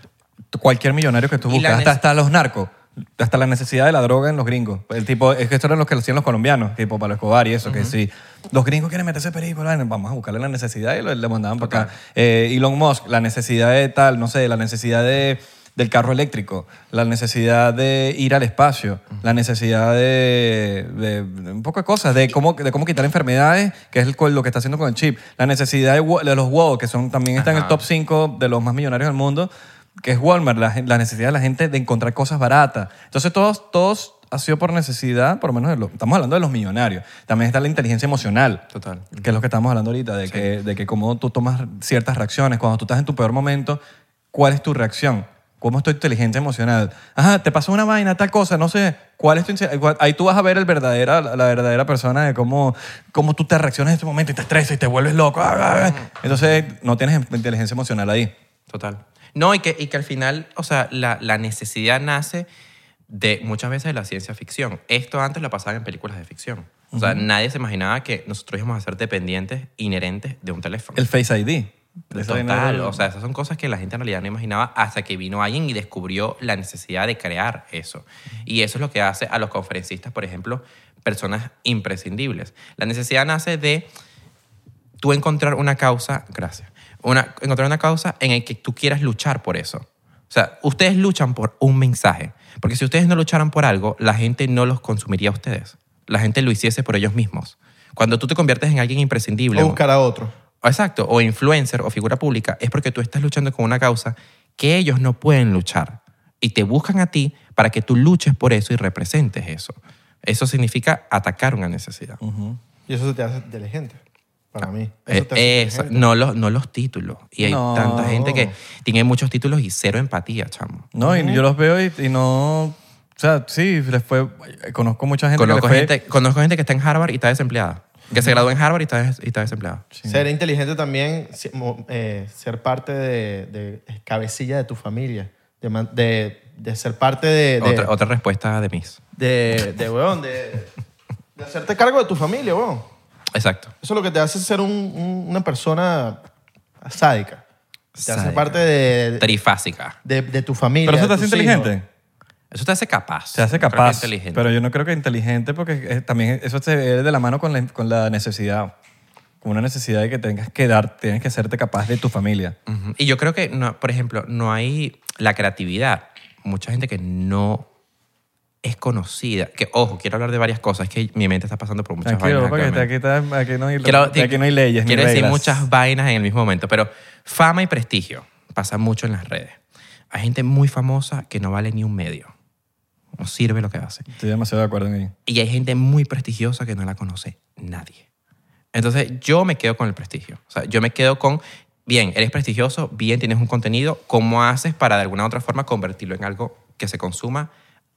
Tú- Cualquier millonario que tú Y la buscas, hasta, nece- hasta los narcos, hasta la necesidad de la droga en los gringos. El tipo, es que esto era lo que hacían los colombianos, tipo Pablo Escobar y eso, que si los gringos quieren meterse perico, bueno, vamos a buscarle la necesidad y lo- le mandaban para acá. Eh, Elon Musk, la necesidad de tal, no sé, la necesidad de, del carro eléctrico, la necesidad de ir al espacio, la necesidad de, de- de un poco de cosas, de cómo, de cómo quitar enfermedades, que es el- lo que está haciendo con el chip, la necesidad de, wo- de los huevos, que son, también están en el top 5 de los más millonarios del mundo que es Walmart, la, gen- la necesidad de la gente de encontrar cosas baratas. Entonces, todos, todos ha sido por necesidad, por lo menos de lo- estamos hablando de los millonarios. También está la inteligencia emocional. Total. Que es lo que estamos hablando ahorita, de, que, de que cómo tú tomas ciertas reacciones. Cuando tú estás en tu peor momento, ¿cuál es tu reacción? ¿Cómo es tu inteligencia emocional? Ajá, te pasó una vaina, tal cosa, no sé. ¿Cuál es tu inte- cuál- Ahí tú vas a ver el verdadera, la verdadera persona de cómo, cómo tú te reaccionas en este momento y te estresas y te vuelves loco. Ah, ah, ah. Entonces, no tienes inteligencia emocional ahí. Total. No, y que, y que al final, o sea, la, la necesidad nace de muchas veces de la ciencia ficción. Esto antes lo pasaba en películas de ficción. O sea, nadie se imaginaba que nosotros íbamos a ser dependientes inherentes de un teléfono. El Face ID. Esa vaina Total, del- o sea, esas son cosas que la gente en realidad no imaginaba hasta que vino alguien y descubrió la necesidad de crear eso. Y eso es lo que hace a los conferencistas, por ejemplo, personas imprescindibles. La necesidad nace de tú encontrar una causa, gracias, una, encontrar una causa en el que tú quieras luchar por eso. O sea, ustedes luchan por un mensaje, porque si ustedes no lucharan por algo, la gente no los consumiría a ustedes. La gente lo hiciese por ellos mismos. Cuando tú te conviertes en alguien imprescindible, O buscar a otro. Exacto, o influencer o figura pública, es porque tú estás luchando con una causa que ellos no pueden luchar. Y te buscan a ti para que tú luches por eso y representes eso. Eso significa atacar una necesidad. Y eso se te hace inteligente. Para mí. Eh, Eso te hace esa- inteligente. no, los, no los títulos. Y hay No. tanta gente que tiene muchos títulos y cero empatía, chamo. No, y yo los veo y, y no... O sea, sí, les fue... Conozco mucha gente Conozco que les fue- gente, conozco gente que está en Harvard y está desempleada. Que se graduó en Harvard y está, des- y está desempleada. Ser inteligente también, si- mo- eh, ser parte de, de cabecilla de tu familia, de, man- de- de ser parte de... de- Otra, otra respuesta de mis. de, de, weón, de, de hacerte cargo de tu familia, weón. Exacto. Eso es lo que te hace ser un- un- una persona sádica. Te hace Sádica. parte Eh. de, Trifásica. de, de tu familia. Pero eso te de hace tus inteligente. hijos. Eso te hace capaz. Se hace Creo que capaz. inteligente. Pero yo no creo que inteligente porque es- también eso se ve de la mano con la, con la necesidad. Con una necesidad de que tengas que dar, tienes que hacerte capaz de tu familia. Ujú. Y yo creo que, no, por ejemplo, no hay la creatividad. Mucha gente que no es conocida. Que, ojo, quiero hablar de varias cosas. Es que mi mente está pasando por muchas Tranquilo, vainas. porque actualmente. aquí, está- aquí no, hay, Quiero- aquí no hay leyes. ni Quiero decir reglas. muchas vainas en el mismo momento, pero fama y prestigio pasa mucho en las redes. Hay gente muy famosa que no vale ni un medio. No sirve lo que hace. Estoy demasiado de acuerdo en ello. Y hay gente muy prestigiosa que no la conoce nadie. Entonces yo me quedo con el prestigio. O sea, yo me quedo con, bien, eres prestigioso, bien, tienes un contenido, ¿cómo haces para de alguna u otra forma convertirlo en algo que se consuma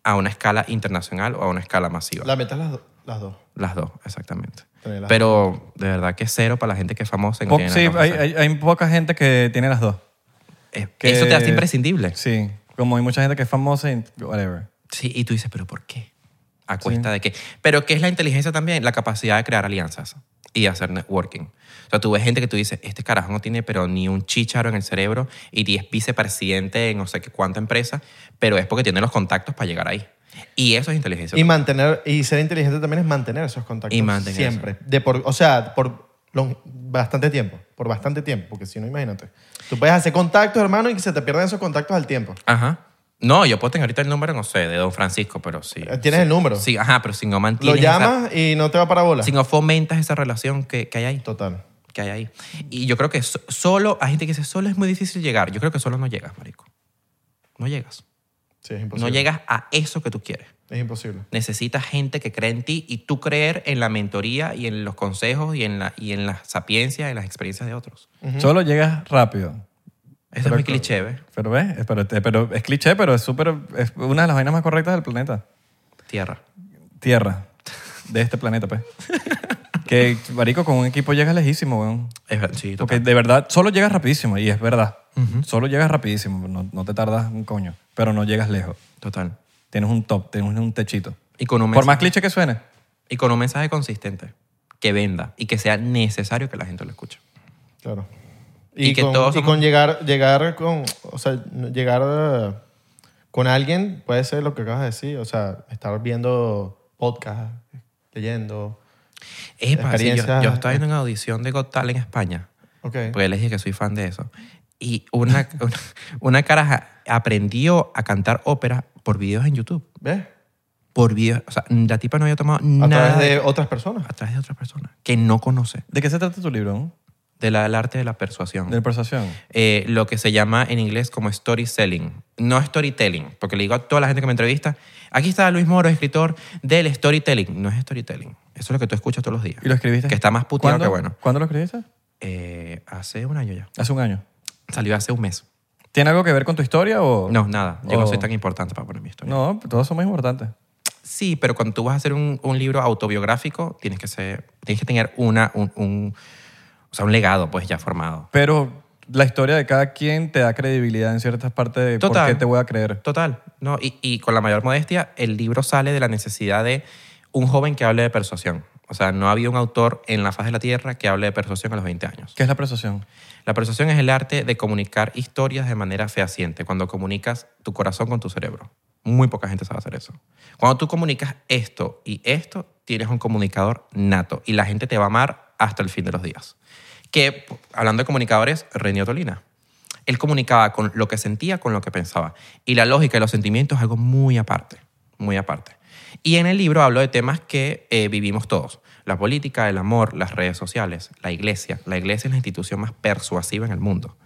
a una escala internacional o a una escala masiva? La meta es las, do- las dos. Las dos, exactamente. Tener las Pero de verdad que cero para la gente que es famosa. y no Po- tiene nada sí, que hay, ofrecer. hay- hay poca gente que tiene las dos. Eh, Que- Eso te hace imprescindible. Sí, como hay mucha gente que es famosa y whatever. Sí, y tú dices, ¿pero por qué? ¿A cuesta de qué? Pero ¿qué es la inteligencia también? La capacidad de crear alianzas y de hacer networking. O sea, tú ves gente que tú dices, este carajo no tiene pero ni un chícharo en el cerebro y es vicepresidente de no sé qué cuánta empresa, pero es porque tiene los contactos para llegar ahí. Y eso es inteligencia. Y mantener y ser inteligente también es mantener esos contactos Y mantener siempre, de por, o sea, por long- bastante tiempo, por bastante tiempo, porque si no imagínate. Tú puedes hacer contactos, hermano, y que se te pierdan esos contactos al tiempo. Ajá. No, yo puedo tener ahorita el número, no sé, de don Francisco, pero sí. Tienes sí. el número. Sí, ajá, pero si no Lo mantienes... esa- llamas y no te va para bola. si no fomentas esa relación que, que hay ahí. Total. que hay ahí. Y yo creo que so- solo, hay gente que dice, solo es muy difícil llegar. Yo creo que solo no llegas, marico. No llegas. Sí, es imposible. No llegas a eso que tú quieres. Es imposible. Necesitas gente que cree en ti y tú creer en la mentoría y en los consejos y en la, y en la sapiencia y en las experiencias de otros. Solo llegas rápido. Eso es Pero muy claro. cliché, ¿ves? Pero ves, pero, eh, pero es cliché, pero es súper, es una de las vainas más correctas del planeta. Tierra. tierra de este planeta, pues. que, marico, con un equipo llegas lejísimo, weón. Es ver- sí, Porque total. de verdad, solo llegas rapidísimo, y es verdad. Solo llegas rapidísimo, no, no te tardas un coño, pero no llegas lejos. total. Tienes un top, tienes un techito. Y con un Por más mensaje, cliché que suene. y con un mensaje consistente que venda y que sea necesario que la gente lo escuche. Claro. Y Y, que con, todos y somos- con llegar, llegar con, o sea, llegar eh, con alguien puede ser lo que acabas de decir, o sea, estar viendo podcast, leyendo, Epa, sí, yo, Experiencias- yo estaba en una audición de Got Talent en España. ok. Porque les dije que soy fan de eso. Y una, una, una caraja aprendió a cantar ópera por videos en YouTube. ¿Ves? Por videos. O sea, la tipa no había tomado A nada. través de otras personas. a través de otra persona que no conoce. ¿De qué se trata tu libro? Del arte de la persuasión. De persuasión. Eh, lo que se llama en inglés como story selling. No storytelling, porque le digo a toda la gente que me entrevista, aquí está Luis Moro, escritor del storytelling. No es storytelling. Eso es lo que tú escuchas todos los días. ¿Y lo escribiste? Que está más puteado ¿Cuándo? que bueno. ¿Cuándo lo escribiste? Eh, hace un año ya. Hace un año. Salió hace un mes. ¿Tiene algo que ver con tu historia o...? No, nada. Yo no o- soy tan importante para poner mi historia. No, todos somos importantes. Sí, pero cuando tú vas a hacer un, un libro autobiográfico, tienes que, ser, tienes que tener una, un, un- o sea, un legado pues ya formado. Pero la historia de cada quien te da credibilidad en ciertas partes de Total. por qué te voy a creer. Total. ¿no? Y, y con la mayor modestia, el libro sale de la necesidad de un joven que hable de persuasión. O sea, no había un autor en la faz de la Tierra que hable de persuasión a los 20 años. ¿Qué es la persuasión? La persuasión es el arte de comunicar historias de manera fehaciente, cuando comunicas tu corazón con tu cerebro. Muy poca gente sabe hacer eso. Cuando tú comunicas esto y esto, tienes un comunicador nato y la gente te va a amar hasta el fin de los días. Que, p- hablando de comunicadores, René Tolina. Él comunicaba con lo que sentía, con lo que pensaba. Y la lógica y los sentimientos es algo muy aparte, muy aparte. Y en el libro hablo de temas que eh, vivimos todos. La política, el amor, las redes sociales, la iglesia. La iglesia es la institución más persuasiva en el mundo.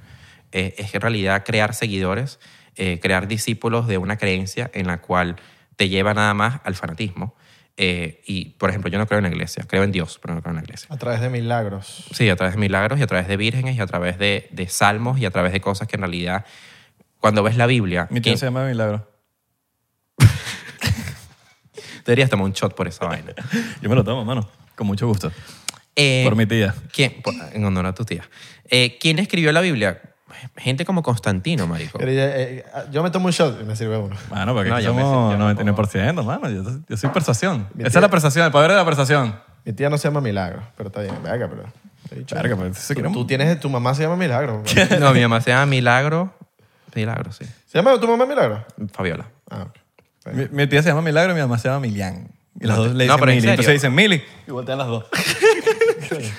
Eh, es que en realidad crear seguidores, eh, crear discípulos de una creencia en la cual te lleva nada más al fanatismo. Eh, y, por ejemplo, yo no creo en la iglesia, creo en Dios, pero no creo en la iglesia. A través de milagros. Sí, a través de milagros y a través de vírgenes y a través de, de salmos y a través de cosas que en realidad, cuando ves la Biblia, Mi ¿quién- tío se llama Milagro. deberías tomar un shot por esa vaina. Yo me lo tomo, mano. Con mucho gusto. Eh, Por mi tía. ¿quién- por- en honor a tu tía. Eh, ¿Quién escribió la Biblia? Gente como Constantino, marico. Pero, eh, eh, yo me tomo un shot y me sirve uno. Mano, porque No, aquí yo me somos sentía 99%, mano. Yo, yo soy persuasión. Mi Esa tía- es la persuasión, el poder de la persuasión. Mi tía no se llama Milagros, pero está bien. Verga, pero... Verga, pero eso se quiere- Tú, tú tienes... Tu mamá se llama Milagro. ¿Se No, mi mamá se llama Milagro. Milagro, sí. llama tu mamá Milagro? Fabiola. Ah, ok. Mi, mi tía se llama Milagro y mi mamá se llama Milian. Y las dos le No, dicen pero en Mili. serio. Entonces dicen Mili y voltean las dos.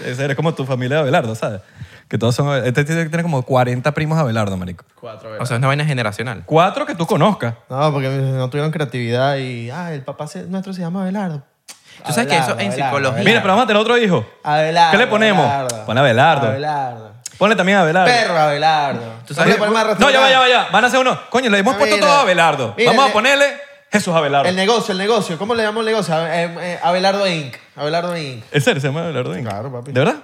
es serio, es como tu familia de Abelardo, ¿sabes? Que todos son... Este tío tiene como 40 primos Abelardo, marico. O sea, es una vaina generacional. Cuatro que tú conozcas. No, porque no tuvieron creatividad y... Ah, el papá se- nuestro se llama Abelardo. Tú sabes que eso en psicología- Mira, pero vamos a tener otro hijo. Abelardo. ¿Qué le ponemos? Abelardo. Ponle Abelardo. Abelardo. Ponle también a Abelardo. Perro Abelardo. Tú sabes- No, le ponemos a No, ya va, ya restaurar. va, ya. va. Van a hacer uno. Coño, le hemos Ah, puesto mira. todo a Abelardo. Mira, Vamos le- a ponerle Jesús Abelardo. El negocio, el negocio. ¿Cómo le llamamos el negocio? A- eh, eh, Abelardo Inc. Abelardo Inc. ¿En serio se llama Abelardo? Inc? Claro, papi. ¿De verdad?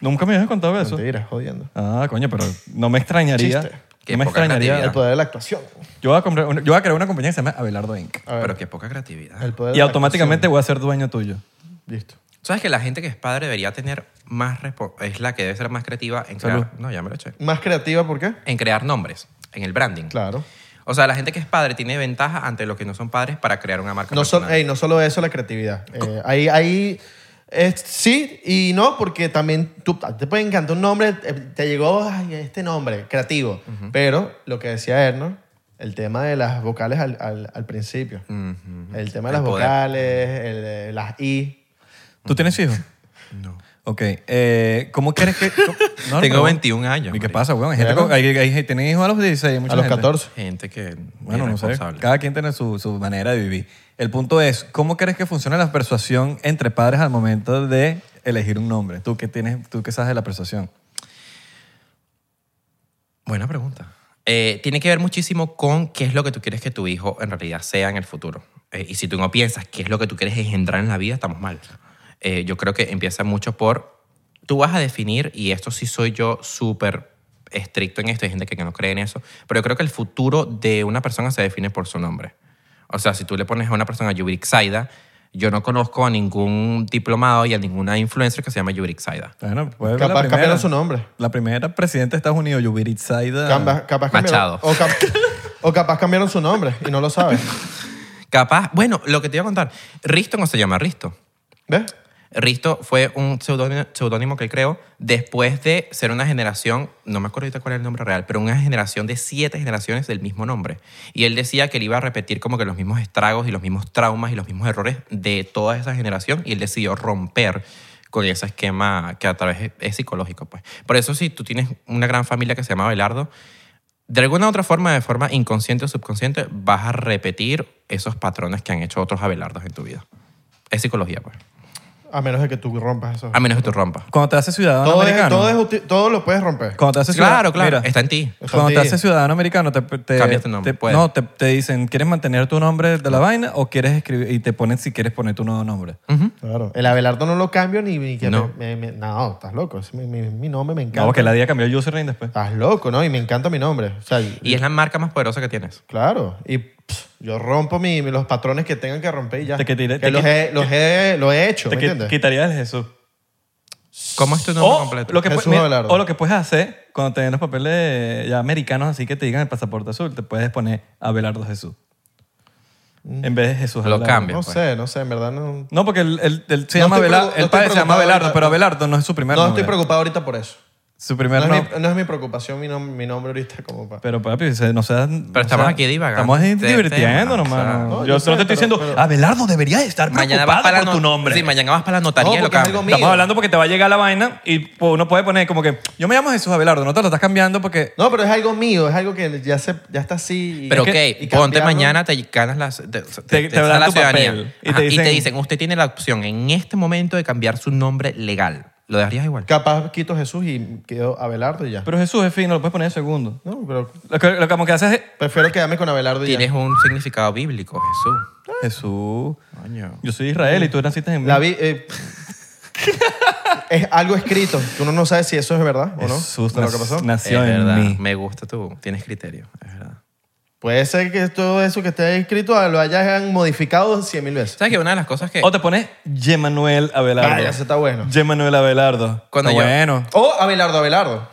Nunca me habías contado eso. Mentira, jodiendo. Ah, coño, pero no me extrañaría. Chiste. No Qué me poca extrañaría. creatividad. El poder de la actuación. Yo voy, a comprar una- yo voy a crear una compañía que se llama Abelardo Inc. A ver. Pero qué poca creatividad. El poder Y de la automáticamente voy a ser dueño tuyo. actuación. Listo. ¿Sabes que la gente que es padre debería tener más respo- es la que debe ser más creativa en crear, no, ya me lo eché. Más creativa, ¿por qué? En crear nombres, en el branding. Claro. O sea, la gente que es padre tiene ventaja ante los que no son padres para crear una marca No, sol- personal. ey, no solo eso, la creatividad. Eh, ahí ahí es, sí y no, porque también tú, te puede encantar un nombre, eh, te llegó ay, este nombre, creativo. Pero lo que decía Erno, el tema de las vocales al, al- al principio. El tema de El poder. las vocales, el de las I. ¿Tú tienes hijos? Mm. No. Ok. eh, ¿Cómo crees que.? co- no, Tengo no. 21 años, ¿Y qué marico. pasa, weón? Hay gente Claro. con- hay- hay- tienen hijos a los 16. mucha A los gente. 14. Gente que Bueno, no sé. irresponsable. Cada quien tiene su, su manera de vivir. El punto es, ¿cómo crees que funciona la persuasión entre padres al momento de elegir un nombre? Tú que tienes, tú que sabes de la persuasión. Buena pregunta. Eh, tiene que ver muchísimo con qué es lo que tú quieres que tu hijo en realidad sea en el futuro. Eh, y si tú no piensas qué es lo que tú quieres engendrar en la vida, estamos mal. Eh, yo creo que empieza mucho por, tú vas a definir, y esto sí soy yo súper estricto en esto, hay gente que que no cree en eso, pero yo creo que el futuro de una persona se define por su nombre. O sea, si tú le pones a una persona Yurik Saida, yo no conozco a ningún diplomado y a ninguna influencer que se llama Yurik Saida. Bueno, puede Capaz cambiaron su nombre. La primera presidenta de Estados Unidos, Yubiritsaida. Camba- capaz cambiaron- Machado. O, cap- o capaz cambiaron su nombre y no lo sabes. Capaz, bueno, lo que te iba a contar, Risto no se llama Risto. ¿Ves? Risto fue un pseudónimo- seudónimo que él creó después de ser una generación, no me acuerdo ahorita cuál es el nombre real, pero una generación de siete generaciones del mismo nombre. Y él decía que él iba a repetir como que los mismos estragos y los mismos traumas y los mismos errores de toda esa generación y él decidió romper con ese esquema que a través es, es psicológico. pues. Por eso si tú tienes una gran familia que se llama Belardo, de alguna u otra forma, de forma inconsciente o subconsciente, vas a repetir esos patrones que han hecho otros Abelardos en tu vida. Es psicología, pues. A menos de que tú rompas eso. A menos que tú rompas. Cuando te haces ciudadano Todo, es- americano. todo es uti- todo lo puedes romper. Cuando te haces Claro, ciudadano- claro. mira, Está en ti. Está Cuando en te ti. haces ciudadano americano, te, te- Cambias tu nombre, te- puedes. no, te, te dicen, ¿quieres mantener tu nombre de la vaina o quieres escribir? Y te ponen si quieres poner tu nuevo nombre. Claro. El Abelardo no lo cambio ni, ni que No. Me, me- me- no, estás loco. Es mi, mi- mi nombre me encanta. No, que la día cambió el username después. Estás loco, ¿no? Y me encanta mi nombre. O sea, Y es la marca más poderosa que tienes. claro. Y pff, yo rompo mi- mi- los patrones que tengan que romper y ya. Te quitaré- que te los, qui- he, los he- lo he hecho, Te ¿me qui- entiendes? quitarías el Jesús. ¿Cómo es tu nombre O completo? Oh, lo, que pu- Jesús mira, Abelardo. o lo que puedes hacer cuando te den los papeles ya americanos así que te digan el pasaporte azul, te puedes poner Abelardo Jesús. Mm. En vez de Jesús Lo Abelardo. cambia. no sé, no sé, en verdad no... No, porque él, él- él se No llama estoy Abela- preocup- no el estoy padre se llama preocupado Abelardo, ahorita. pero Abelardo no es su primer No nombre. estoy preocupado ahorita por eso. Su No, primer es, nombre. mi, no es mi preocupación mi, nom- mi nombre ahorita como para... Pero papi, se- no seas... Pero estamos aquí divagando. Estamos ahí Te- divirtiendo tema, nomás. o sea, no. no, yo yo sé, solo te estoy pero- diciendo, pero- Abelardo debería estar Mañana vas preocupado para la por tu no- nombre. Oh, Sí, mañana vas para la notaría No, y lo porque es algo cambias. mío. Estamos hablando porque te va a llegar la vaina y po- uno puede poner como que yo me llamo Jesús Abelardo, no te lo estás cambiando porque No, pero es algo mío, es algo que ya, se, ya está así. y- Pero y ok, ponte cambiarlo- mañana, te ganas las, te, te- te te dan da la tu ciudadanía. papel y Ajá, te y, te dicen- dicen, usted tiene la opción en este momento de cambiar su nombre legal. ¿Lo dejarías igual? Capaz quito Jesús y quedo Abelardo y ya. pero Jesús es fino, lo puedes poner en segundo. no, pero Lo que, lo que como que haces es prefiero quedarme con Abelardo y ya. Tienes un significado bíblico, Jesús. Jesús. Coño. Yo soy de Israel y tú naciste en La vi- eh, es algo escrito, que uno no sabe si eso es verdad o no. Jesús de lo que nac- pasó. Es nació en verdad. mí. Me gusta tú. Tienes criterio. Es verdad. Puede ser que todo eso que esté escrito lo hayan modificado 100 mil veces. ¿Sabes que una de las cosas que... O te pones Yemanuel Abelardo. Vaya, Ah, eso está bueno. Yemanuel Abelardo. Cuando Está yo- bueno. O Abelardo, Abelardo.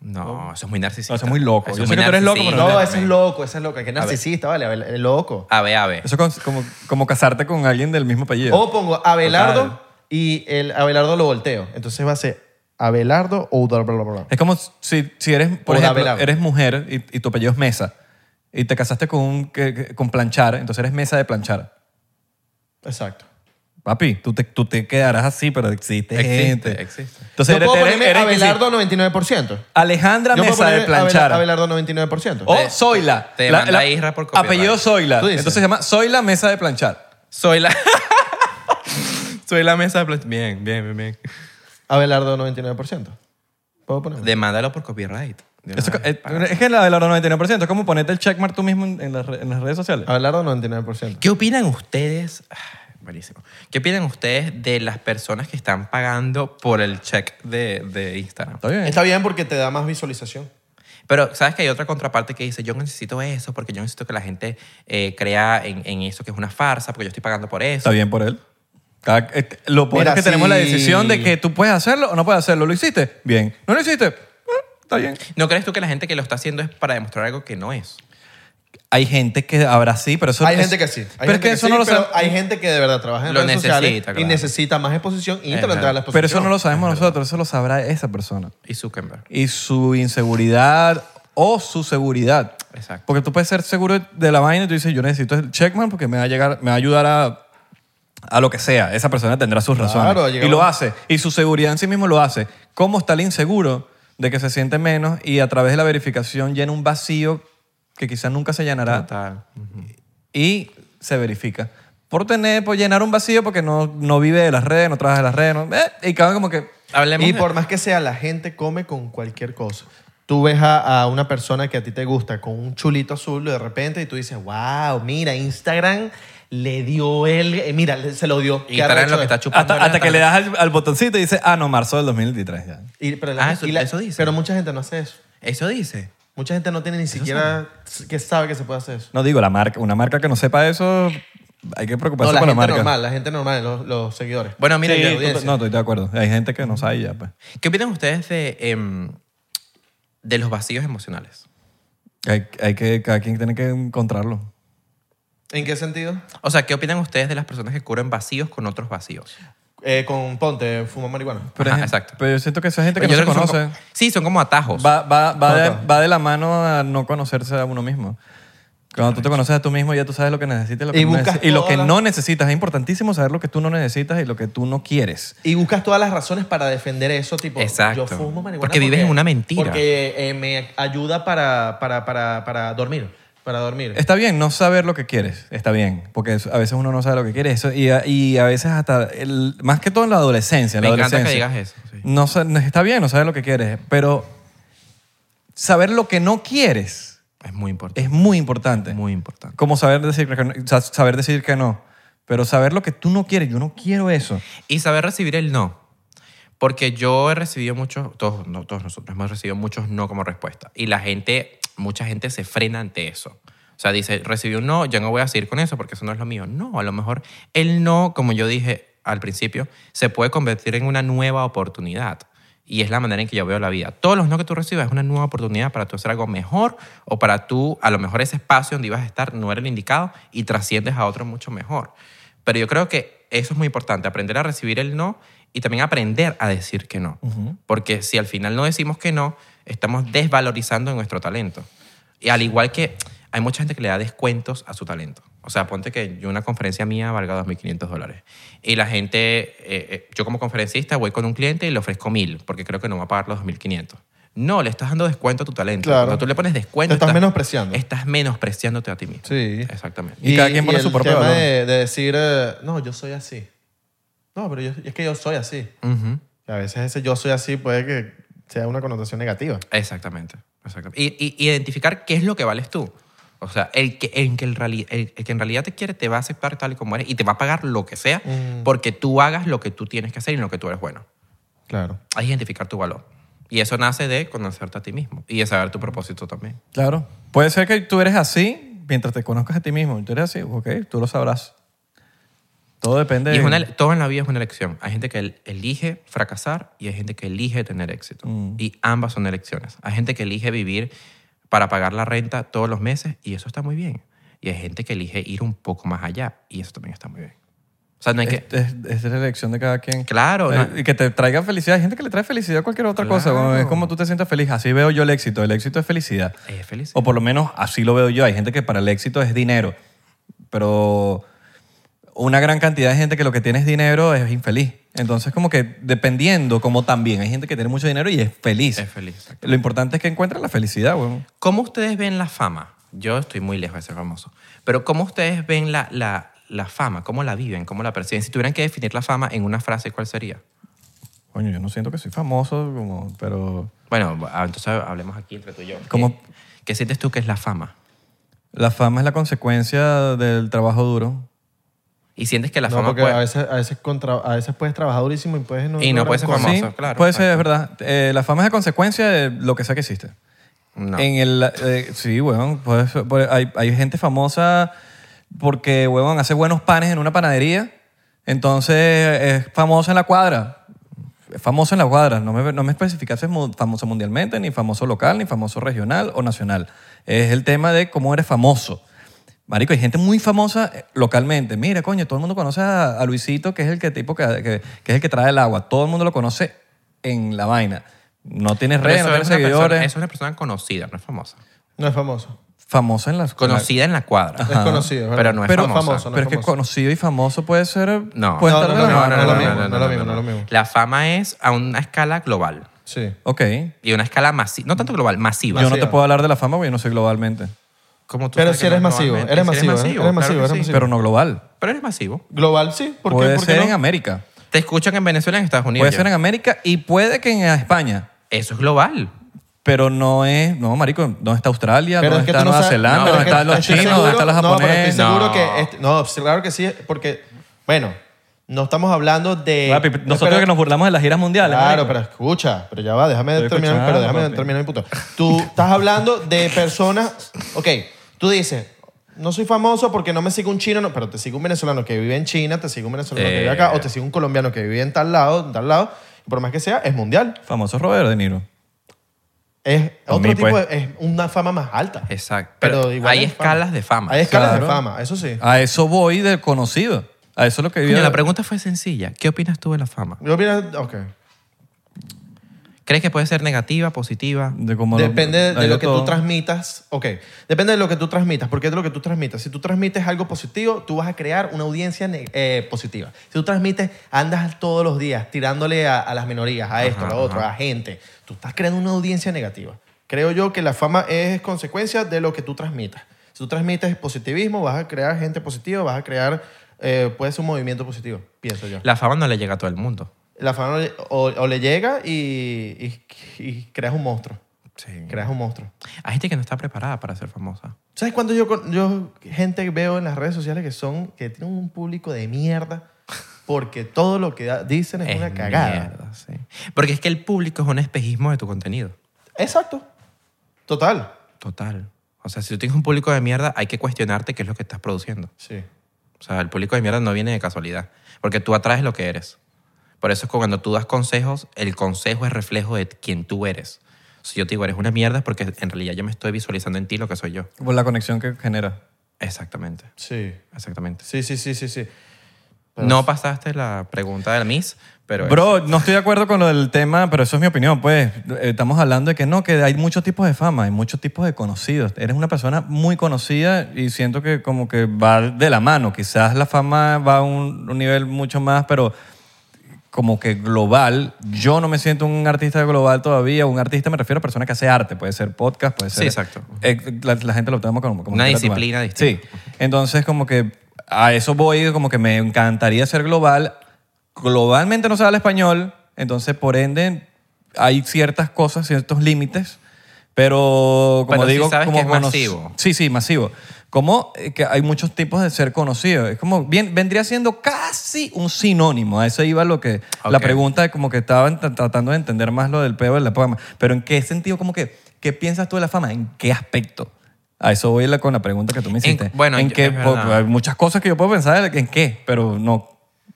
No, eso es muy narcisista. No, eso es muy loco. Yo es sé muy que tú eres loco, narcisista. pero No, ese es loco, ese es loco. Que narcisista, vale, Abel- el loco. Ave, ave. Eso es como, como casarte con alguien del mismo apellido. O pongo Abelardo Total. y el Abelardo lo volteo. Entonces va a ser Abelardo o bla, bla, bla, bla. Es como si, si eres, por O de ejemplo, Abelardo. eres mujer y, y tu apellido es Mesa y te casaste con, un, que- que- con planchar, entonces eres Mesa de planchar. Exacto. Papi, tú te, tú te quedarás así, pero existe, Existe, gente. existe. Entonces Yo eres, puedo eres- ponerme eres que sí, Abelardo 99%. Alejandra Yo puedo Mesa de ponerme planchar. Oh. Abel- Abelardo 99%. o Te- Zoila. te manda Isra por copyright. Apellido Zoila. Tú dices. Entonces se llama Zoila Mesa de planchar. Soy la... Soy la mesa de... plas- Bien, bien, bien, bien. Abelardo 99%. ¿Puedo ponerme? Demándalo por copyright. De una Eso- vez. eh, es que la Abelardo 99% es como ponerte el checkmark tú mismo en, en las re- en las redes sociales. Abelardo 99%. eh, ¿Qué opinan ustedes? Ah, Buenísimo. ¿Qué opinan ustedes de las personas que están pagando por el check de, de Instagram? Está bien. Está bien porque te da más visualización. Pero sabes que hay otra contraparte que dice, yo necesito eso porque yo necesito que la gente eh, crea en, en eso que es una farsa, porque yo estoy pagando por eso. Está bien por él. Cada- este, lo bueno Mira, es que tenemos la si- decisión de que tú puedes hacerlo o no puedes hacerlo. ¿Lo hiciste? Bien. ¿No lo hiciste? Ah, Está bien. ¿No crees tú que la gente que lo está haciendo es para demostrar algo que no es? Hay gente que habrá sí, pero eso Hay es- gente que sí. Hay pero es gente que eso sí, no lo pero sabemos. Hay gente que de verdad trabaja en Lo redes sociales necesita, y claro. necesita más exposición y te lo Ajá. entrega la exposición. Pero eso no lo sabemos nosotros, eso lo sabrá esa persona. Y Zuckerberg. Y su inseguridad o su seguridad. Exacto. Porque tú puedes ser seguro de la vaina y tú dices, yo necesito el checkman porque me va a, llegar, me va a ayudar a, a lo que sea. Esa persona tendrá sus Claro, razones. llega Y lo un- hace. Y su seguridad en sí mismo lo hace. ¿Cómo está el inseguro de que se siente menos y a través de la verificación llena un vacío que quizás nunca se llenará? Total. y se verifica. Por tener, por llenar un vacío porque no, no vive de las redes, no trabaja de las redes, no- eh, y cada como que... Hablemos Y de- por más que sea, la gente come con cualquier cosa. Tú ves a, a una persona que a ti te gusta con un chulito azul de repente y tú dices, wow, mira, Instagram le dio el... eh, Mira, le- se lo dio. Qué Instagram arrecho lo que es. está chupando. Hasta, ahora hasta que le está- das al, al botoncito y dice, ah, no, marzo del 2023 ya. Y- pero la- Ah, eso- y la- eso dice. Pero mucha gente no hace eso. Eso dice. Mucha gente no tiene ni siquiera que sabe que se puede hacer eso. No digo, la marca, una marca que no sepa eso, hay que No, preocuparse la por gente la marca. normal, la gente normal, los, los seguidores. Bueno, mira, Sí, yo- tú- audiencia. no, estoy de acuerdo. Hay gente que no sabe ya, pues. ¿qué opinan ustedes de, em, de los vacíos emocionales? Hay, hay que, cada quien tiene que encontrarlo. ¿En qué sentido? O sea, ¿qué opinan ustedes de las personas que cubren vacíos con otros vacíos? Eh, con Ponte, fuma marihuana. Pero, Ajá, hay gente- exacto. Pues pero yo siento que esa gente que Yo no se creo que son conoce... como- sí, son como atajos. Va, va, va, de, Total. va de la mano a no conocerse a uno mismo. Cuando tú te conoces a tú mismo, ya tú sabes lo que necesitas y lo que, Y no, buscas neces- y lo que todas las- no necesitas. Es importantísimo saber lo que tú no necesitas y lo que tú no quieres. Y buscas todas las razones para defender eso, tipo, Exacto. yo fumo marihuana. Porque vives en una mentira. Porque eh, me ayuda para, para, para, para dormir. para dormir. Está bien no saber lo que quieres, está bien, porque eso- a veces uno no sabe lo que quiere eso, y, a, y a veces hasta, el- más que todo en la adolescencia. en Me la encanta que adolescencia. digas eso, sí. No, sa- no- está bien no saber lo que quieres, pero saber lo que no quieres Es muy importante. es muy importante. muy importante. Como saber decir que no, sa- saber decir que no, pero saber lo que tú no quieres, yo no quiero eso. Y saber recibir el no. Porque yo he recibido muchos, todos, no, todos nosotros hemos recibido muchos no como respuesta. Y la gente, mucha gente se frena ante eso. O sea, dice, recibí un no, yo no voy a seguir con eso porque eso no es lo mío. No, a lo mejor el no, como yo dije al principio, se puede convertir en una nueva oportunidad. Y es la manera en que yo veo la vida. Todos los no que tú recibas es una nueva oportunidad para tú hacer algo mejor o para tú, a lo mejor ese espacio donde ibas a estar no era el indicado y trasciendes a otro mucho mejor. Pero yo creo que eso es muy importante, aprender a recibir el no y también aprender a decir que no. Porque si al final no decimos que no, estamos desvalorizando nuestro talento. Y al igual que hay mucha gente que le da descuentos a su talento. O sea, ponte que yo una conferencia mía valga 2.500 dólares. Y la gente, eh, eh, yo como conferencista voy con un cliente y le ofrezco 1.000 porque creo que no va a pagar los 2.500. No, le estás dando descuento a tu talento. Claro. Cuando tú le pones descuento. Te estás menospreciando. Estás menospreciándote a ti mismo. Sí. Exactamente. Y cada quien pone el su propio tema valor. de, de decir, eh, no, yo soy así. No, pero yo, es que yo soy así. Ujú. A veces ese yo soy así puede que sea una connotación negativa. Exactamente. exactamente. Y, y- identificar qué es lo que vales tú. O sea, el que, el, que en reali- el- el que en realidad te quiere te va a aceptar tal y como eres y te va a pagar lo que sea porque tú hagas lo que tú tienes que hacer y en lo que tú eres bueno. Claro. Hay identificar tu valor. Y eso nace de conocerte a ti mismo y de saber tu propósito también. Claro. Puede ser que tú eres así mientras te conozcas a ti mismo. Tú eres así, ok, tú lo sabrás. Todo depende Y es de... una ele- todo en la vida es una elección. Hay gente que el- elige fracasar y hay gente que elige tener éxito. Mm. Y ambas son elecciones. Hay gente que elige vivir para pagar la renta todos los meses y eso está muy bien. Y hay gente que elige ir un poco más allá y eso también está muy bien. O sea, no hay es, que... es- es la elección de cada quien. Claro, Eh, no- Y que te traiga felicidad. Hay gente que le trae felicidad a cualquier otra cosa. Claro. Bueno, es como tú te sientas feliz. Así veo yo el éxito. El éxito es felicidad. Es feliz. O por lo menos así lo veo yo. Hay gente que para el éxito es dinero. Pero una gran cantidad de gente que lo que tiene es dinero es infeliz. Entonces, como que dependiendo, como también hay gente que tiene mucho dinero y es feliz. Es feliz, exacto. Lo importante es que encuentren la felicidad, weón. ¿Cómo ustedes ven la fama? Yo estoy muy lejos de ser famoso. Pero ¿cómo ustedes ven la, la, la fama? ¿Cómo la viven? ¿Cómo la perciben? Si tuvieran que definir la fama en una frase, ¿cuál sería? Coño, yo no siento que soy famoso, como, pero Bueno, ah, entonces hablemos aquí entre tú y yo. ¿Cómo? ¿Qué, qué sientes tú que es la fama? la fama es la consecuencia del trabajo duro. Y sientes que la no, fama porque puede... a, veces, a, veces contra, a veces puedes trabajar durísimo y puedes no. Y no lograr puedes ser cosas. famoso, Sí, claro. Puede ser, es verdad. Eh, la fama es la consecuencia de lo que sea que hiciste. No. En el, eh, sí, huevón. pues, pues, hay, hay gente famosa porque, huevón, hace buenos panes en una panadería. Entonces es famosa en la cuadra. Es famoso en la cuadra. No me, no me especificas si es mu- famoso mundialmente, ni famoso local, ni famoso regional o nacional. Es el tema de cómo eres famoso. Marico, hay gente muy famosa eh, localmente. Mira, coño, todo el mundo conoce a, a Luisito, que es el que tipo que, que- que es el que trae el agua. Todo el mundo lo conoce en la vaina. No tienes Pero redes, eso no tienes es una seguidores. persona, eso es una persona conocida, no es famosa. No es famoso. Famoso en las Conocida en la cuadra. Es conocido. ¿verdad? Pero no es Pero famosa. famoso, no pero es que famoso. conocido y famoso puede ser. No. puede No, estar no, de la no, mano, no, no, ¿verdad? no, no, no, lo mismo, no lo mismo. La fama es a una escala global. Sí. Ok. Y una escala masiva. No tanto global, masiva. Yo no te Masiva. puedo hablar de la fama porque yo no soy globalmente. Como tú Pero sabes si que eres no es masivo, globalmente. eres Si masivo, ¿eh? Eres masivo, claro que eres sí. Pero no global. Pero eres masivo. Global sí. ¿Por qué- Puede por qué ser no? en América. Te escuchan en Venezuela y en Estados Unidos. Puede ser en América y puede que en España. Eso es global. Pero no es. No, marico, ¿dónde está Australia? Pero ¿Dónde es que está tú no Nueva sabes- Zelanda? no, ¿Dónde es que están los Estoy chinos? ¿Dónde están los no, pero estoy japoneses? No. seguro que... este- no, sí, claro que sí, porque... Bueno, no estamos hablando de... Papi, Nosotros pero- que nos burlamos de las giras mundiales. Claro, marico. pero escucha, pero ya va, déjame Estoy terminar, pero escuchando, déjame papi. terminar mi punto. Tú estás hablando de personas, ok, tú dices, no soy famoso porque no me sigue un chino, no, pero te sigue un venezolano que vive en China, te sigue un venezolano que vive acá, Eh. o te sigue un colombiano que vive en tal lado, en tal lado, y por más que sea, es mundial. Famoso Robert De Niro. Es A otro mí, tipo, pues. de- es una fama más alta. Exacto. Pero, Pero igual hay es escalas de fama. Ah. Hay escalas Claro. de fama, eso sí. A eso voy del conocido. A eso es lo que Coño, vive. la pregunta fue sencilla. ¿Qué opinas tú de la fama? Yo mira, ok. ¿Crees que puede ser negativa, positiva? de cómo lo- Depende de hay lo que tú todo. transmitas. Ok. Depende de lo que tú transmitas. Porque es de lo que tú transmitas. Si tú transmites algo positivo, tú vas a crear una audiencia ne- eh, positiva. Si tú transmites, andas todos los días tirándole a, a las minorías, a esto, a lo otro, a gente. Tú estás creando una audiencia negativa. Creo yo que la fama es consecuencia de lo que tú transmitas. Si Si tú transmites positivismo, vas a crear gente positiva, vas a crear, eh, puede ser un movimiento positivo, pienso yo. La fama no le llega a todo el mundo. La fama no le- o, o le llega y, y- y creas un monstruo. Sí. Creas un monstruo. Hay gente que no está preparada para ser famosa. ¿Sabes cuánto yo, con- yo gente veo en las redes sociales que son, que tienen un público de mierda porque todo lo que da- dicen es, una cagada? mierda, sí. Porque es que el público es un espejismo de tu contenido. Exacto. Total. Total. O sea, si tú tienes un público de mierda, hay que cuestionarte qué es lo que estás produciendo. Sí. O sea, el público de mierda no viene de casualidad, porque tú atraes lo que eres. Por eso es que cuando tú das consejos, el consejo es reflejo de quién tú eres. Si yo te digo, eres una mierda, es porque en realidad yo me estoy visualizando en ti lo que soy yo. Por la conexión que genera. Exactamente, Sí. exactamente. Sí, sí, sí, sí, sí. No pasaste la pregunta de la Miss, pero... es- Bro, no estoy de acuerdo con lo del tema, pero eso es mi opinión, pues. Eh, Estamos hablando de que no, que hay muchos tipos de fama, hay muchos tipos de conocidos. Eres una persona muy conocida y siento que como que va de la mano. Quizás la fama va a un, un nivel mucho más, pero como que global. Yo no me siento un artista global todavía. Un artista me refiero a persona que hace arte. Puede ser podcast, puede ser... Sí, exacto. Eh, la, la gente lo toma como... como Una quiera tomar. disciplina distinta. Sí. Entonces, como que a eso voy, como que me encantaría ser global. Globalmente no se habla español, entonces, por ende, hay ciertas cosas, ciertos límites, pero como Pero sí digo, sabes como que es cono- masivo. Sí, sí, masivo. Como eh, que hay muchos tipos de ser conocido. Es como, bien, vendría siendo casi un sinónimo. A eso iba lo que, la Ok. pregunta de como que estaban tra- tratando de entender más lo del pedo de la fama. Pero ¿en qué sentido? Como que, ¿qué piensas tú de la fama? ¿En qué aspecto? A eso voy la- con la pregunta que tú me hiciste. En- bueno, ¿En yo- qué? es verdad. Porque hay muchas cosas que yo puedo pensar en qué, pero no.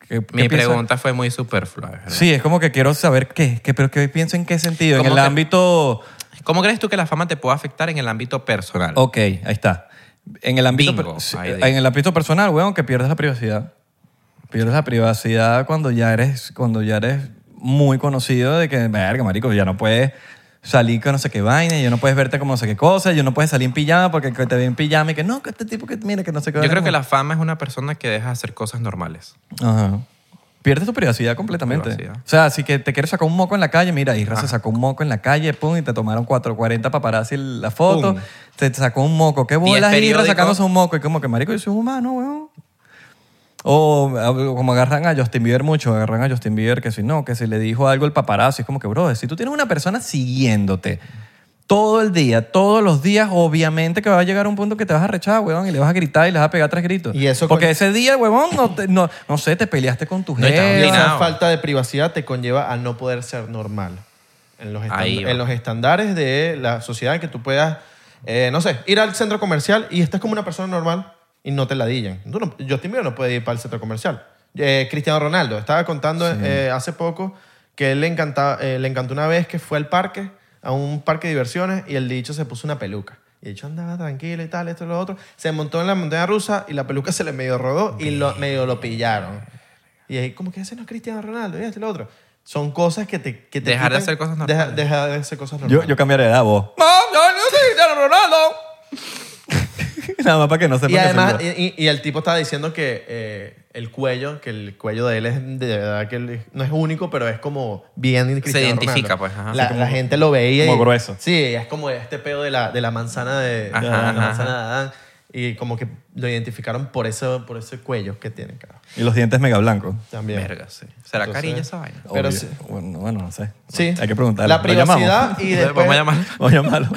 ¿Qué- qué Mi piensas? pregunta fue muy superflua. ¿verdad? Sí, es como que quiero saber qué, qué pero qué pienso en qué sentido, en ¿Cómo el que- ámbito... ¿Cómo crees tú que la fama te puede afectar en el ámbito personal? Ok, ahí está. En el ámbito, Bingo, per- sí, ahí digo. en el ámbito personal, weón, que pierdes la privacidad. Pierdes la privacidad cuando ya eres, cuando ya eres muy conocido de que, verga, marico, ya no puedes salir con no sé qué vaina, ya no puedes verte como no sé qué cosa, ya no puedes salir en pijama porque que te ve en pijama y que no, que este tipo que mira que no sé qué Yo vaina". creo que la fama es una persona que deja de hacer cosas normales. Ajá. Pierdes tu privacidad completamente. Privacidad. O sea, si que te quieres sacar un moco en la calle, mira, Isra se sacó un moco en la calle, pum, y te tomaron 440 paparazzi la foto, Pum. te sacó un moco. ¿Qué bolas Isra periódico. sacándose un moco? Y como que, marico, yo soy humano, weón. O ah, como agarran a Justin Bieber mucho, agarran a Justin Bieber que si no, que si le dijo algo el paparazzi, es como que, bro, si tú tienes una persona siguiéndote todo el día, todos los días, obviamente que va a llegar un punto que te vas a rechazar, weón, y le vas a gritar y le vas a pegar tres gritos. Y eso Porque con- ese día, huevón, no, te- no, no sé, te peleaste con tu No, y jefe. Y también- esa Obstinado. falta de privacidad te conlleva a no poder ser normal en los, estan- Ahí va. en los estándares de la sociedad que tú puedas, eh, no sé, ir al centro comercial y estás como una persona normal y no te ladillan. Tú no, Justin Bieber no puede ir para el centro comercial. Eh, Cristiano Ronaldo, estaba contando eh, hace poco que él le, encanta, eh, le encantó una vez que fue al parque, a un parque de diversiones, y el dicho se puso una peluca. Y el dicho andaba tranquilo y tal, esto y lo otro. Se montó en la montaña rusa y la peluca se le medio rodó y lo, medio lo pillaron. Y ahí, como que ese no es Cristiano Ronaldo, y este lo otro. Son cosas que te. Que te Dejar de quitan- hacer cosas deja- normales. Dejar de hacer cosas Yo, normales. yo cambiaré de edad, vos. No, yo no soy Cristiano Ronaldo. Nada más para que no sepa y que además, soy y, yo. y- y el tipo estaba diciendo que eh, el cuello, que el cuello de él es de verdad que él no es único, pero es como bien Cristiano identifica, Ronaldo. pues, ajá. La, Sí, la gente lo veía. y- como grueso. Sí, es como este pedo de la, de la manzana de, Ajá, de la ajá, manzana ajá. de Adán. Y como que lo identificaron por, eso, por ese cuello que tiene, cara. Y los dientes mega blancos. También. Verga, sí. ¿Será Entonces- carilla esa vaina? Pero Obvio. sí. Bueno, bueno, no sé. Sí. Hay que preguntarle. La ¿Lo llamamos? privacidad y después. Vamos a llamar. Voy a llamarlo.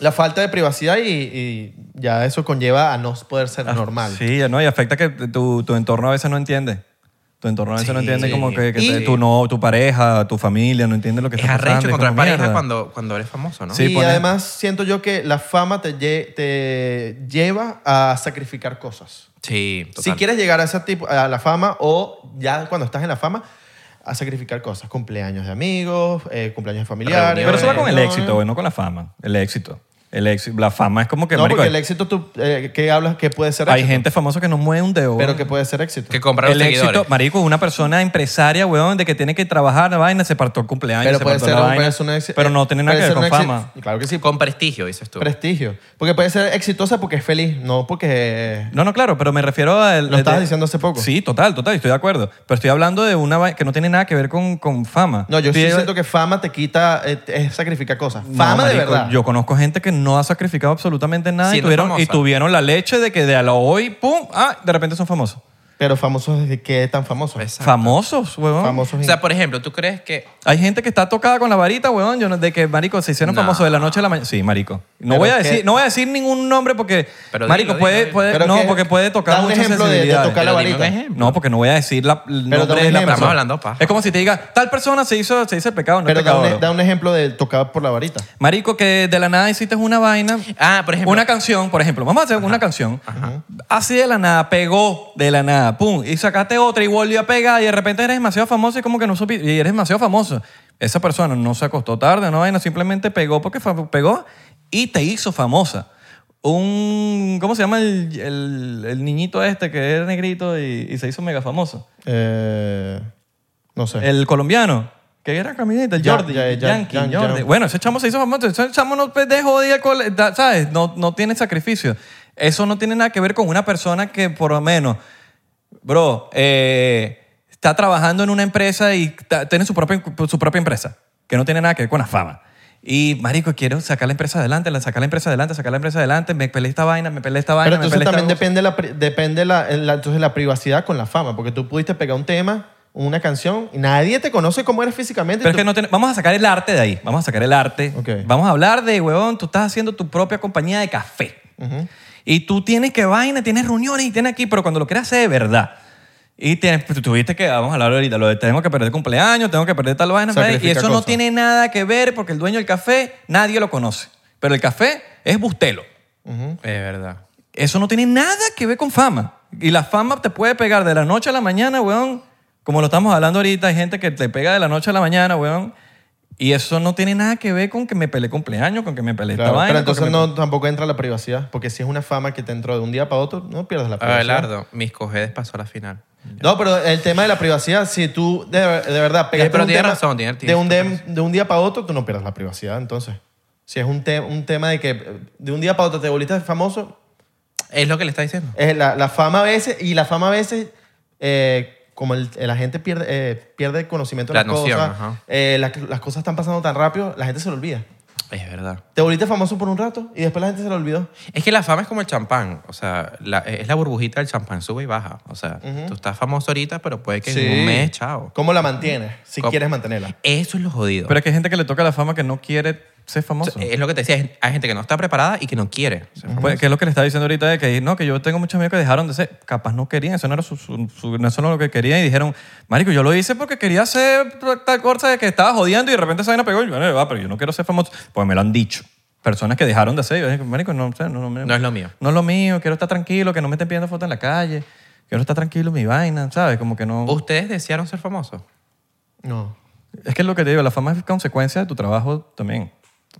La falta de privacidad y, y ya eso conlleva a no poder ser normal. Ah, Sí, no, y afecta que tu, tu entorno a veces no entiende. Tu entorno a veces no Sí. entiende como que, que Y- te- tu, no, tu pareja, tu familia, no entiende lo que Es está pasando. arrecho es contra como, pareja mierda. cuando, cuando eres famoso, ¿no? Sí. y poner- además siento yo que la fama te, lle- te lleva a sacrificar cosas. Sí, total. Si quieres llegar a ese tipo, a la fama o ya cuando estás en la fama, a sacrificar cosas. Cumpleaños de amigos, eh, cumpleaños familiares. Pero eso va con el reuniones. éxito, güey, no con la fama. El éxito. El éxito. La fama es como que, No, marico, porque el éxito, tú, eh, ¿qué hablas? Que puede ser hay éxito. gente famosa que no mueve un dedo. Pero güey. que puede ser éxito. Que comprar el los éxito, seguidores. marico, una persona empresaria, weón, de que tiene que trabajar la vaina, se partió el cumpleaños, pero se puede partió ser la un- vaina, puede ser un éxito. pero no tiene nada que puede ver con ser un fama. éxito- Claro que sí. Con prestigio, dices tú. Prestigio. Porque puede ser exitosa porque es feliz, no porque eh, No, no, claro, pero me refiero a... el- eh, Lo estabas de- diciendo hace poco. Sí, total, total, estoy de acuerdo. Pero estoy hablando de una vaina que no tiene nada que ver con, con fama. No, yo sí Estoy- siento que fama te quita, eh, es sacrificar cosas. No, Fama de marico, verdad. Yo conozco gente que no ha sacrificado absolutamente nada y, Siendo tuvieron, famosa. y tuvieron la leche de que de a la hoy, pum, ah, de repente son famosos. Pero famosos, ¿desde qué tan famosos? Pues, Exacto. Famosos, huevón. Famosos. O sea, por ejemplo, ¿tú crees que Hay gente que está tocada con la varita, huevón, yo no- de que, marico, se hicieron No. famosos de la noche a la mañana. Sí, marico. No Pero voy, a que- decir, no voy a decir ningún nombre porque, Pero marico, dilo, puede, dilo, dilo. puede- Pero no, que- porque puede tocar da un muchas ejemplo de- de sensibilidades. tocar la Pero dime un varita. ejemplo. No, porque no voy a decir la, el Pero da nombre de un la ejemplo. persona. Estamos hablando paja. Es como si te diga, tal persona se hizo, se dice pecado, no es Pero da pecado. un, e- da un ejemplo de tocado por la varita. Marico, que de la nada hiciste una vaina. Ah, por ejemplo. Una canción, por ejemplo. Vamos a hacer una canción. Así de la nada, pegó de la nada, pum. Y sacaste otra y volvió a pegar y de repente eres demasiado famoso y como que no supiste. Y eres demasiado famoso. Esa persona no se acostó tarde, no vaina, simplemente pegó porque fa- pegó y te hizo famosa. Un. ¿Cómo se llama el, el- el niñito este que era negrito y, y se hizo mega famoso? Eh, no sé. El colombiano. Que era caminita, el Ya- Jordi, ya- el ya- Yankee, ya- ya- Jordi. Bueno, ese chamo se hizo famoso. Ese chamo no es de jodida, cole- da- ¿sabes? No, no tiene sacrificio. Eso no tiene nada que ver con una persona que, por lo menos, bro, eh, está trabajando en una empresa y ta- tiene su propia, su propia empresa, que no tiene nada que ver con la fama. Y, marico, quiero sacar la empresa adelante, la- sacar la empresa adelante, sacar la empresa adelante, me peleé esta vaina, me peleé esta vaina, Pero me entonces peleé esta también depende, la, pri- depende la, la- entonces la privacidad con la fama, porque tú pudiste pegar un tema, una canción, y nadie te conoce cómo eres físicamente. Pero es tú- que no ten- vamos a sacar el arte de ahí. Vamos a sacar el arte. Ok. Vamos a hablar de, huevón, tú estás haciendo tu propia compañía de café. Y tú tienes que vaina, tienes reuniones y tienes aquí, pero cuando lo quieras hacer de verdad. Y tienes, pues, tú tuviste que, vamos a hablar ahorita, lo de tengo que perder cumpleaños, tengo que perder tal vaina. ¿verdad? Y Sacrifica eso no cosas. tiene nada que ver porque el dueño del café nadie lo conoce. Pero el café es bustelo. es verdad? Eso no tiene nada que ver con fama. Y la fama te puede pegar de la noche a la mañana, weón. Como lo estamos hablando ahorita, hay gente que te pega de la noche a la mañana, weón. Y eso no tiene nada que ver con que me peleé cumpleaños, con que me peleé Claro, esta pero vaina. con que entonces me- no, tampoco entra la privacidad, porque si es una fama que te entró de un día para otro, no pierdes la privacidad. Abelardo, mis cojedes pasó a la final. No, pero el tema de la privacidad, si tú de, de verdad pegaste pero un tiene tema razón, tiene- de, tiene un razón. de, de un día para otro, tú no pierdes la privacidad, entonces. Si es un, te- un tema de que eh, de un día para otro te volviste famoso, Es lo que le está diciendo. es la, la fama a veces, y la fama a veces, eh, como el- la gente pierde, eh, pierde el conocimiento de La las noción, cosas, ajá. eh, las- las cosas están pasando tan rápido, la gente se lo olvida. Es verdad. Te volviste famoso por un rato y después la gente se lo olvidó. Es que la fama es como el champán, o sea, la- es la burbujita del champán, sube y baja. O sea, tú estás famoso ahorita, pero puede que en un mes, chao. ¿Cómo la mantienes? Si ¿Cómo? quieres mantenerla. Eso es lo jodido. Pero es que hay gente que le toca la fama que no quiere ser O famoso. sea, es lo que te decía, hay gente que no está preparada y que no quiere. O sea, Pues, que es lo que le estaba diciendo ahorita de que no, que yo tengo muchos amigos que dejaron de ser, capaz no querían, eso no era, su, su- su- no, eso no era lo que querían y dijeron, marico, yo lo hice porque quería hacer tal cosa de que estaba jodiendo y de repente esa vaina pegó y yo, "No, va, pero yo no quiero ser famoso, pues me lo han dicho. Personas que dejaron de hacer, yo dije, marico, no, sé, no, no, me- No es lo mío. No es lo mío, quiero estar tranquilo, que no me estén pidiendo fotos en la calle, quiero estar tranquilo en mi vaina, ¿sabes? Como que no... ¿Ustedes desearon ser famosos? No. Es que es lo que te digo, la fama es consecuencia de tu trabajo también.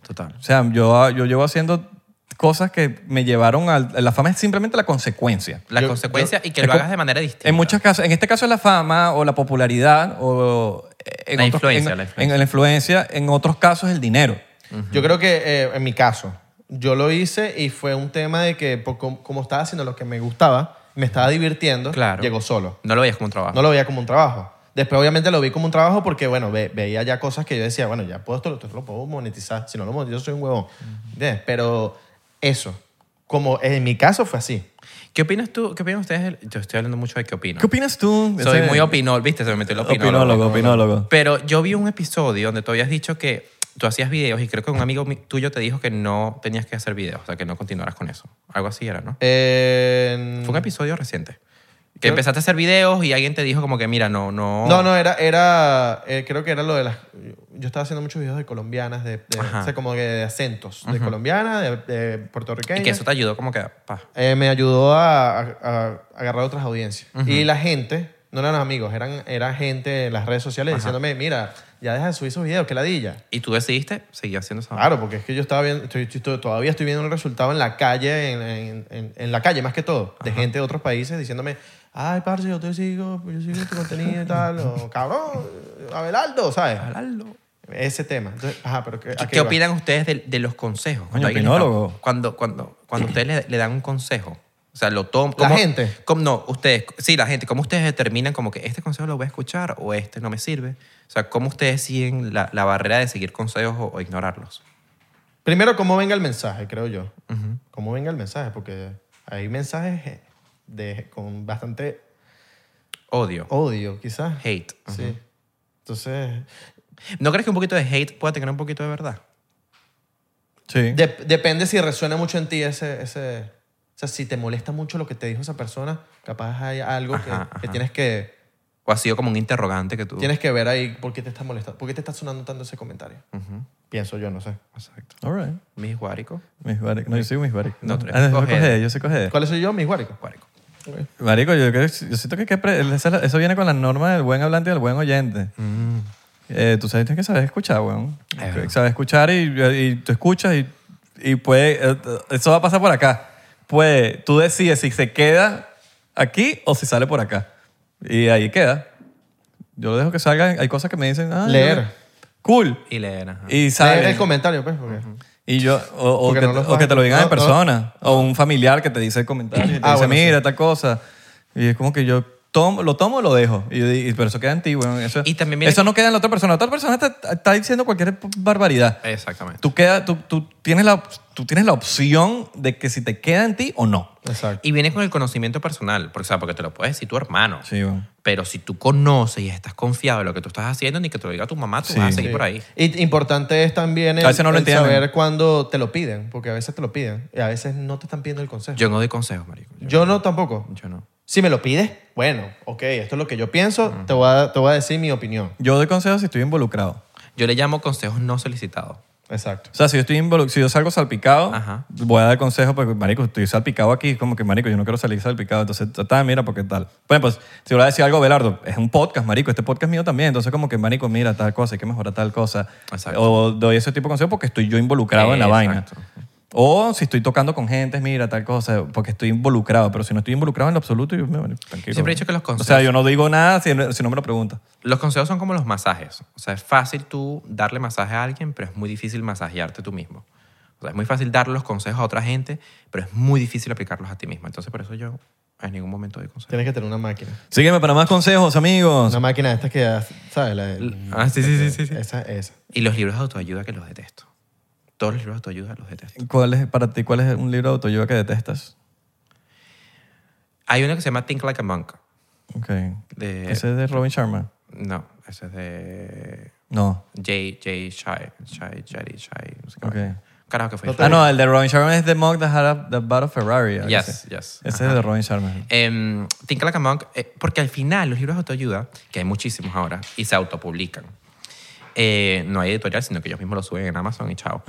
Total. O sea, yo, yo llevo haciendo cosas que me llevaron a... La fama es simplemente la consecuencia. La Yo- consecuencia y que es lo como- hagas de manera distinta. En muchos casos, en este caso es la fama o la popularidad o eh, en La otros- influencia, en- la influencia. En la influencia, en otros casos el dinero. Yo creo que eh, en mi caso, yo lo hice y fue un tema de que por com- como estaba haciendo lo que me gustaba, me estaba divirtiendo, Claro. llegó solo. No lo veías como un trabajo. No lo veía como un trabajo. Después obviamente lo vi como un trabajo porque, bueno, ve- veía ya cosas que yo decía, bueno, ya puedo, esto, esto lo puedo monetizar. Si no lo monetizo, soy un huevón. ¿Entiendes? Pero eso, como en mi caso fue así. ¿Qué opinas tú? ¿Qué opinan ustedes? del- Yo estoy hablando mucho de qué opino. ¿Qué opinas tú? Soy Ese- muy opinol, ¿viste? Se me metió el opinólogo. Opinólogo, opinólogo. Pero yo vi un episodio donde tú habías dicho que tú hacías videos y creo que un amigo mi- tuyo te dijo que no tenías que hacer videos, o sea, que no continuaras con eso. Algo así era, ¿no? Eh, Fue un episodio reciente. Que Creo- empezaste a hacer videos y alguien te dijo como que, mira, no, no. No, no, era, era eh, creo que era lo de las... Yo estaba haciendo muchos videos de colombianas, de, de- Ajá. o sea, como que de acentos, de colombiana, de, de puertorriqueña. Y que eso te ayudó como que, pa. Eh, me ayudó a, a- a agarrar otras audiencias. Y la gente, no eran amigos, eran, era gente en las redes sociales diciéndome, milla ya deja de subir esos videos, que ladilla. Y tú decidiste seguir haciendo esa Claro, porque es que yo estaba viendo, estoy- estoy- todavía estoy viendo un resultado en la calle, en, en- en- en la calle más que todo, de gente de otros países diciéndome, ay, parce, yo te sigo, yo sigo tu contenido y tal, o cabrón, Abelardo, ¿sabes? Hablarlo. Ese tema. Entonces, ajá, pero ¿qué, a ¿Qué, iba? opinan ustedes de, de los consejos? Coño, alguien les da- opinólogo. cuando, cuando, cuando ustedes le, le dan un consejo. O sea, lo toman. ¿La gente? cómo- no, ustedes. Sí, la gente. ¿Cómo ustedes determinan como que este consejo lo voy a escuchar o este no me sirve? O sea, ¿cómo ustedes siguen la, la barrera de seguir consejos o, o ignorarlos? Primero, cómo venga el mensaje, creo yo. Cómo venga el mensaje, porque hay mensajes de, con bastante Odio. odio, quizás. Hate. Sí. Entonces, ¿No crees que un poquito de hate pueda tener un poquito de verdad? Sí. dep- depende si resuena mucho en ti ese, ese... O sea, si te molesta mucho lo que te dijo esa persona, capaz hay algo que, Ajá, que ajá. tienes que... ¿O ha sido como un interrogante que tú... Tienes que ver ahí por qué te está molestando, por qué te está sonando tanto ese comentario. Pienso yo, no sé. Exacto. All right. Mis guáricos. Mis baricos. No, yo soy mis baricos. No, tú eres ah, yo soy cojede. cojede, yo soy cojede. ¿Cuáles soy yo? Mis guáricos. Guárico. Marico, yo, creo- yo siento que, que pre- esa- eso viene con la norma del buen hablante y del buen oyente. Eh, tú sabes, tienes que saber escuchar, weón. Mm. Es verdad. Sabes escuchar y, y tú escuchas y, y puede... eh, Eso va a pasar por acá. Puede, tú decides si se queda aquí o si sale por acá. Y ahí queda. Yo lo dejo que salga. Hay cosas que me dicen... ah, Leer. yo- Cool. Y leer, ajá. Y Leer sale. el comentario, pues. porque- Y yo, o, o Porque que, no te- los o vas- que te lo digan no, en no. persona, o un familiar que te dice el comentario, y te Ah, dice, bueno, mira, tal cosa. Y es como que yo tomo, lo tomo o lo dejo. Y, yo di- y- pero eso queda en ti, weón. Eso, Y también mira eso que- no queda en la otra persona. La otra persona está, está diciendo cualquier barbaridad. Exactamente. Tú, queda, tú, tú, tienes la, tú tienes la opción de que si te queda en ti o no. Exacto. Y viene con el conocimiento personal, porque, o sea, porque te lo puede decir tu hermano. Sí, weón. Pero si tú conoces y estás confiado en lo que tú estás haciendo, ni que te lo diga tu mamá, tú Sí. vas a seguir Sí. por ahí. Y importante es también el, A veces no lo el entienden. saber cuándo te lo piden, porque a veces te lo piden y a veces no te están pidiendo el consejo. Yo no doy consejos, marico. Yo, Yo no tampoco. yo no. Si me lo pides, bueno, ok, esto es lo que yo pienso, te, voy a, te voy a decir mi opinión. Yo doy consejos si estoy involucrado. Yo le llamo consejos no solicitados. Exacto. O sea, si yo, estoy involu- si yo salgo salpicado, Ajá. voy a dar consejos porque, marico, estoy salpicado aquí, como que, marico, yo no quiero salir salpicado, entonces, está, mira, porque tal. Bueno, pues, si voy a decir algo, Belardo, es un podcast, marico, este podcast es mío también, entonces como que, marico, mira, tal cosa, hay que mejorar tal cosa. Exacto. O doy ese tipo de consejos porque estoy yo involucrado en la vaina. Exacto. O si estoy tocando con gente, mira, tal cosa, porque estoy involucrado, pero si no estoy involucrado en lo absoluto, yo, marico, tranquilo. Siempre he dicho que los consejos- O sea, yo no digo nada si no, si no me lo preguntas. Los consejos son como los masajes. O sea, es fácil tú darle masaje a alguien, pero es muy difícil masajearte tú mismo. O sea, es muy fácil dar los consejos a otra gente, pero es muy difícil aplicarlos a ti mismo. Entonces, por eso yo en ningún momento doy consejos. Tienes que tener una máquina. Sígueme para más consejos, amigos. Una máquina de estas que, ya, ¿sabes? La de- Ah, sí, sí, sí, sí, sí. Esa, esa. Y los libros de autoayuda que los detesto. Todos los libros de autoayuda los detesto. ¿Cuál es, para ti, cuál es un libro de autoayuda que detestas? Hay uno que se llama Think Like a Monk. Ok. De- ¿Ese es de Robin Sharma? No, ese es de No. J. J. Shai. Shai, Jari, Shai. No sé qué. Ok. vaina. Carajo que fue. Ah, no, el de Robin Sharma es The Monk That Had a, the Battle Ferrari. algo Yes, así. yes. Ese es de Robin Sharma. Em, Think Like a Monk, eh, porque al final los libros de autoayuda, que hay muchísimos ahora, y se autopublican. eh, no hay editorial, sino que ellos mismos lo suben en Amazon y chao.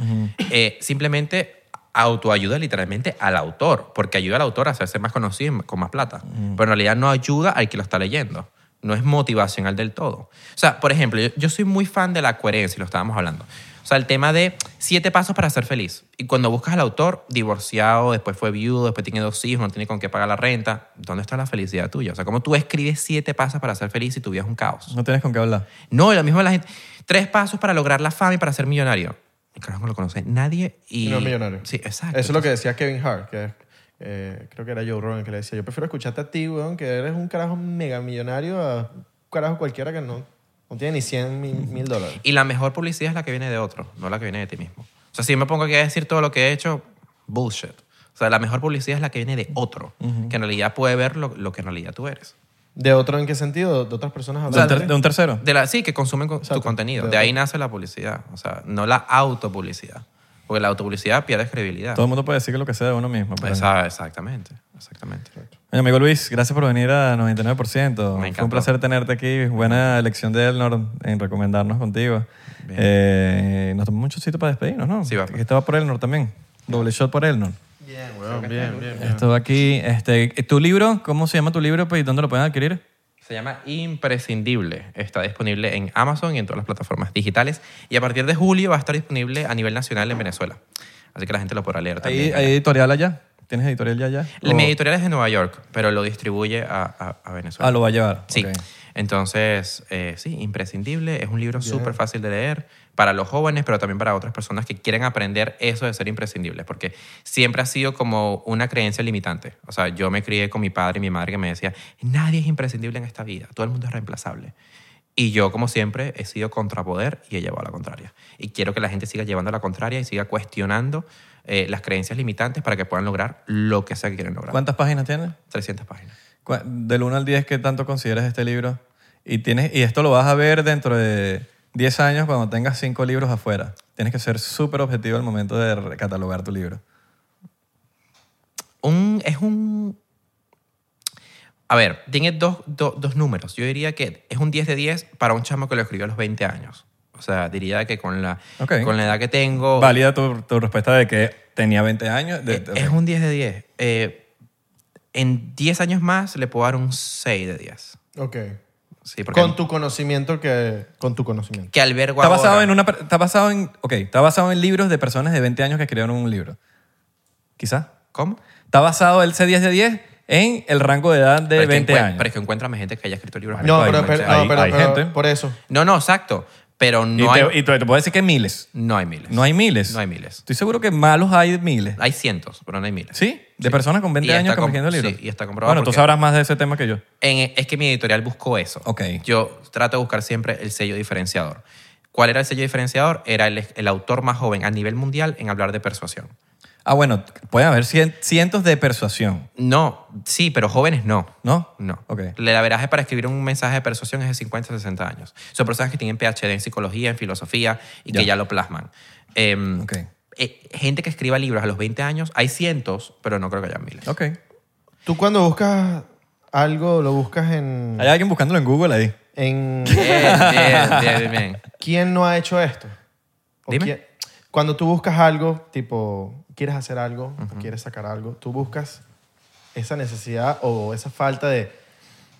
Eh, simplemente autoayuda literalmente al autor, porque ayuda al autor a hacerse más conocido y con más plata. Pero en realidad no ayuda al que lo está leyendo. No es motivacional del todo. O sea, por ejemplo, yo, yo soy muy fan de la coherencia, y lo estábamos hablando. O sea, el tema de siete pasos para ser feliz. Y cuando buscas al autor, divorciado, después fue viudo, después tiene dos hijos, no tiene con qué pagar la renta, ¿dónde está la felicidad tuya? O sea, ¿cómo tú escribes siete pasos para ser feliz si tu vida es un caos? No tienes con qué hablar. No, y lo mismo la gente. Tres pasos para lograr la fama y para ser millonario. El carajo no lo conoce nadie y... Y no es millonario. Sí, exacto. Eso es lo que decía Kevin Hart, que eh, creo que era Joe Rogan que le decía, yo prefiero escucharte a ti, weón, que eres un carajo mega millonario a un carajo cualquiera que no, no tiene ni 100 mil, mil dólares. Y la mejor publicidad es la que viene de otro, no la que viene de ti mismo. O sea, si yo me pongo aquí a decir todo lo que he hecho, bullshit. O sea, la mejor publicidad es la que viene de otro, que en realidad puede ver lo, lo que en realidad tú eres. ¿De otro en qué sentido? ¿De otras personas De un hablando? ter- ¿De un tercero? De la, sí, que consumen con- Exacto. tu contenido. De De ahí nace la publicidad. O sea, no la autopublicidad. Porque la autopublicidad pierde credibilidad. Todo el mundo puede decir lo que sea de uno mismo. pero- Esa- exactamente, exactamente. Mi amigo Luis, gracias por venir a 99%. Me Fue un encantó. placer tenerte aquí. Buena elección de Elnor en recomendarnos contigo. Eh, nos tomamos mucho sitio para despedirnos, ¿no? Sí, va. pues. Que estaba por Elnor también. Doble shot por Elnor. bien, bien. Esto va aquí. Este, ¿Tu libro? ¿Cómo se llama tu libro? Pues, ¿Y dónde lo pueden adquirir? Se llama Imprescindible. Está disponible en Amazon y en todas las plataformas digitales. Y a partir de julio va a estar disponible a nivel nacional en Venezuela. Así que la gente lo podrá leer ¿Hay, también. hay editorial allá? ¿Tienes editorial ya allá? La- ¿O- Mi editorial es de Nueva York, pero lo distribuye a, a- a Venezuela. Ah, lo va a llevar. Sí. Ok. Entonces, eh, sí, imprescindible. Es un libro súper fácil de leer para los jóvenes, pero también para otras personas que quieren aprender eso de ser imprescindibles, porque siempre ha sido como una creencia limitante. O sea, yo me crié con mi padre y mi madre que me decía, nadie es imprescindible en esta vida, todo el mundo es reemplazable. Y yo, como siempre, he sido contrapoder y he llevado la contraria. Y quiero que la gente siga llevando la contraria y siga cuestionando eh, las creencias limitantes para que puedan lograr lo que sea que quieren lograr. ¿Cuántas páginas tienes? 300 páginas. Cu- Del 1 al 10, ¿qué tanto consideras este libro? Y, tienes, y esto lo vas a ver dentro de 10 años cuando tengas 5 libros afuera. Tienes que ser súper objetivo al momento de re- catalogar tu libro. Un, es un... A ver, tiene dos, do- dos números. Yo diría que es un 10 de 10 para un chamo que lo escribió a los 20 años. O sea, diría que con la, Ok. con la edad que tengo... Válida tu, tu respuesta de que tenía 20 años. de- Oh. Eh, de- es un 10 de 10. Eh, en 10 años más le puedo dar un 6 de 10. Ok. Sí, porque Con tu conocimiento que... Con tu conocimiento. que albergo Está basado ahora- en una per- está basado en ok, está basado en libros de personas de 20 años que escribieron un libro. Quizás. ¿Cómo? Está basado el C10 de 10 en el rango de edad de Pero es que 20 encue- años. Pero es que encuéntrame gente que haya escrito libros. No, hay- pero, no, pero- hay- no, pero- hay pero- gente. por eso. no, no, exacto. Pero y, no te, hay, y te- te puedo decir que miles. no hay miles. No hay miles. No hay miles. Estoy seguro que malos hay miles. Hay cientos, pero no hay miles. ¿Sí? De personas con 20 Y está años com- escribiendo libros. sí, y está comprobado Bueno, tú porque- sabrás más de ese tema que yo. En- es que mi editorial buscó eso. Ok. Yo trato de buscar siempre el sello diferenciador. ¿Cuál era el sello diferenciador? Era el, el autor más joven a nivel mundial en hablar de persuasión. Ah, bueno, pueden haber cien- cientos de persuasión, No, sí, pero jóvenes no. ¿no? No. Ok. El averaje para escribir un mensaje de persuasión es de 50 a 60 años. Son personas que tienen PhD en psicología, en filosofía y Ya. que ya lo plasman. Em, Ok. eh, gente que escriba libros a los 20 años, hay cientos, pero no creo que haya miles. Ok. Tú cuando buscas algo, lo buscas en... Hay alguien buscándolo en Google ahí. en Bien, bien, bien, bien. ¿Quién no ha hecho esto? ¿O Dime. quién- cuando tú buscas algo, tipo, quieres hacer algo, o quieres sacar algo, tú buscas esa necesidad o esa falta de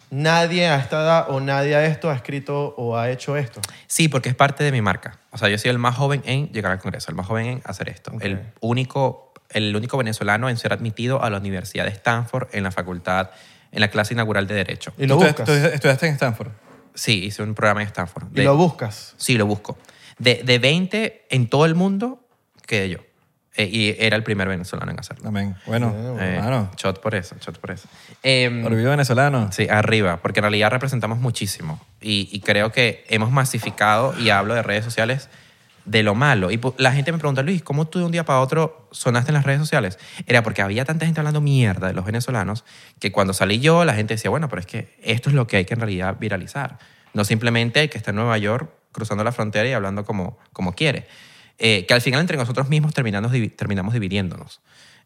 nadie a esta edad o nadie a esto ha escrito o ha hecho esto. Sí, porque es parte de mi marca. O sea, yo soy el más joven en llegar al Congreso, el más joven en hacer esto. El, único, el único venezolano en ser admitido a la Universidad de Stanford en la facultad, en la clase inaugural de Derecho. Y lo Tú buscas. estu- Estudiaste en Stanford. Sí, hice un programa en Stanford. Y De- lo buscas. Sí, lo busco. De, de 20 en todo el mundo quedé yo. Eh, y era el primer venezolano en hacerlo. Amén. Bueno, Eh, hermano. Shot por eso, shot por eso. Em, Orgullo venezolano. sí, arriba, porque en realidad representamos muchísimo. Y, y creo que hemos masificado, y hablo de redes sociales, de lo malo. Y pu- la gente me pregunta, Luis, ¿cómo tú de un día para otro sonaste en las redes sociales? Era porque había tanta gente hablando mierda de los venezolanos que cuando salí yo, la gente decía, bueno, pero es que esto es lo que hay que en realidad viralizar. No simplemente el que está en Nueva York cruzando la frontera y hablando como, como quiere. Eh, que al final entre nosotros mismos terminamos, divi- terminamos dividiéndonos.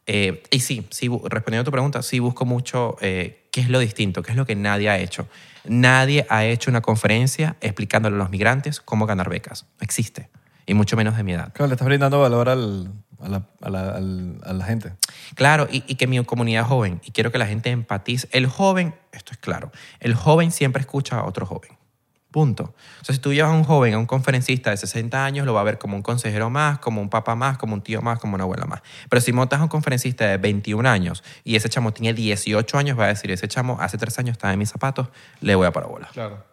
Eh, y sí, sí, bu- respondiendo a tu pregunta, sí busco mucho eh, qué es lo distinto, qué es lo que nadie ha hecho. Nadie ha hecho una conferencia explicándole a los migrantes cómo ganar becas. No existe. Y mucho menos de mi edad. Claro, le estás brindando valor al- a, la, a la- al- a la gente. Claro, y, y que mi comunidad joven, y quiero que la gente empatice. El joven, esto es claro, el joven siempre escucha a otro joven. Punto. O sea, si tú llevas a un joven, a un conferencista de 60 años, lo va a ver como un consejero más, como un papá más, como un tío más, como una abuela más. Pero si montas a un conferencista de 21 años y ese chamo tiene 18 años, va a decir, ese chamo hace 3 años estaba en mis zapatos, le voy a parabola. Claro.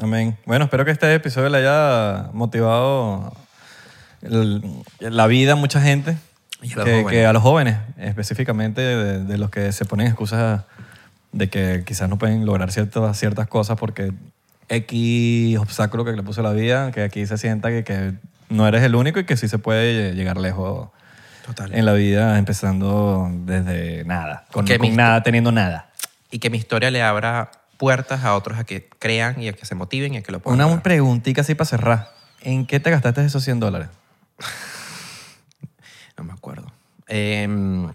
Amén. Bueno, espero que este episodio le haya motivado el- la vida a mucha gente. Y a los que, jóvenes. que a los jóvenes, específicamente de, de los que se ponen excusas de que quizás no pueden lograr ciertas, ciertas cosas porque X obstáculo que le puso la vida, que aquí se sienta que, que no eres el único y que sí se puede lle- llegar lejos Total. en la vida empezando desde nada, con, Que con mi- nada, teniendo nada. Y que mi historia le abra puertas a otros a que crean y a que se motiven y a que lo puedan. Una lograr. preguntita así para cerrar. ¿En qué te gastaste esos 100 dólares? No me acuerdo. Em,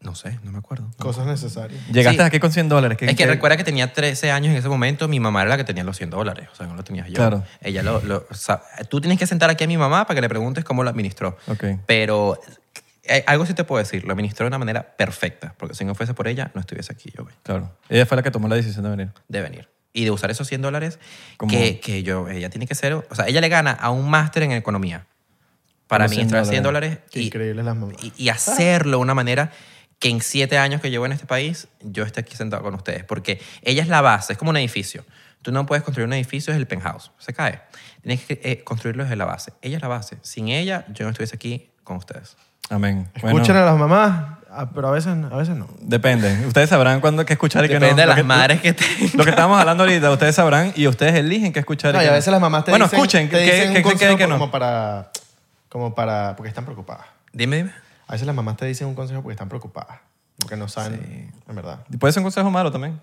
no sé, no me acuerdo. No Cosas necesarias. Llegaste Sí. aquí con 100 dólares. ¿qué- Es que qué- recuerda que tenía 13 años en ese momento, mi mamá era la que tenía los 100 dólares, o sea, no lo tenías yo. Claro. Ella lo, lo- o sea, tú tienes que sentar aquí a mi mamá para que le preguntes cómo lo administró. Ok. Pero eh, algo sí te puedo decir, lo administró de una manera perfecta, porque si no fuese por ella, no estuviese aquí yo, güey, Claro. Ella fue la que tomó la decisión de venir. de venir. Y de usar esos 100 dólares Como- que, que yo, ella tiene que ser, o sea, ella le gana a un máster en economía para Como 100 administrar 100 dólares Qué y, increíble las mamás. y, y hacerlo de una manera que en siete años que llevo en este país, yo esté aquí sentado con ustedes. Porque ella es la base, es como un edificio. Tú no puedes construir un edificio, es el penthouse, se cae. Tienes que eh, construirlo desde la base. Ella es la base. Sin ella, yo no estuviese aquí con ustedes. Amén. Bueno, Escuchen a las mamás, Ah, pero a veces, a veces no. Depende. Ustedes sabrán cuándo qué escuchar y qué no. Depende de Lo las madres que Lo, tengan. que estamos hablando ahorita, ustedes sabrán y ustedes eligen qué escuchar. No, y y qué a no. veces las mamás te bueno, dicen, escuchen, te qué- dicen qué- un qué- qué- consejo qué no. como para, como para, porque están preocupadas. Dime, dime. A veces las mamás te dicen un consejo porque están preocupadas, porque no saben, en verdad. Puede ser un consejo malo también.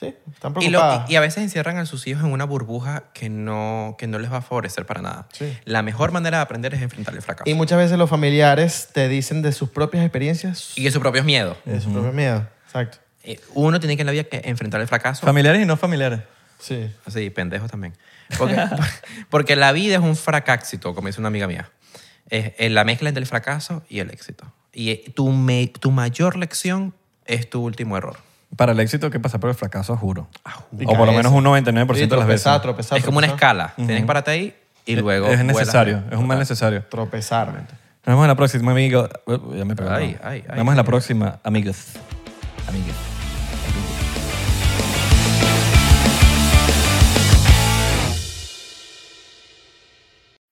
Sí, están Y, lo- preocupadas. y a veces encierran a sus hijos en una burbuja que no, que no les va a favorecer para nada. Sí. La mejor manera de aprender es enfrentar el fracaso. Y muchas veces los familiares te dicen de sus propias experiencias, Y de sus propios miedos. de sus propios miedos. Exacto. Eh, Uno tiene que en la vida que enfrentar el fracaso. Familiares y no familiares. Sí. Sí, pendejos también. Porque, porque la vida es un fracáxito, como dice una amiga mía. Es, es la mezcla entre el fracaso y el éxito. Y eh, tu, me- tu mayor lección es tu último error. Para el éxito hay que pasar por el fracaso, juro. Y O por lo caerse. menos un 99% Sí, de las veces. Tropezar, tropezar. es como una tropezar. escala. Tienes que pararte ahí y luego... es vuelas. necesario, es un mal necesario. Tropezar. Nos vemos en la próxima, amigos. Uh, Ya me pegó. Ay, ¿no? ay, ay. Nos vemos en la próxima, amigos. Amigos.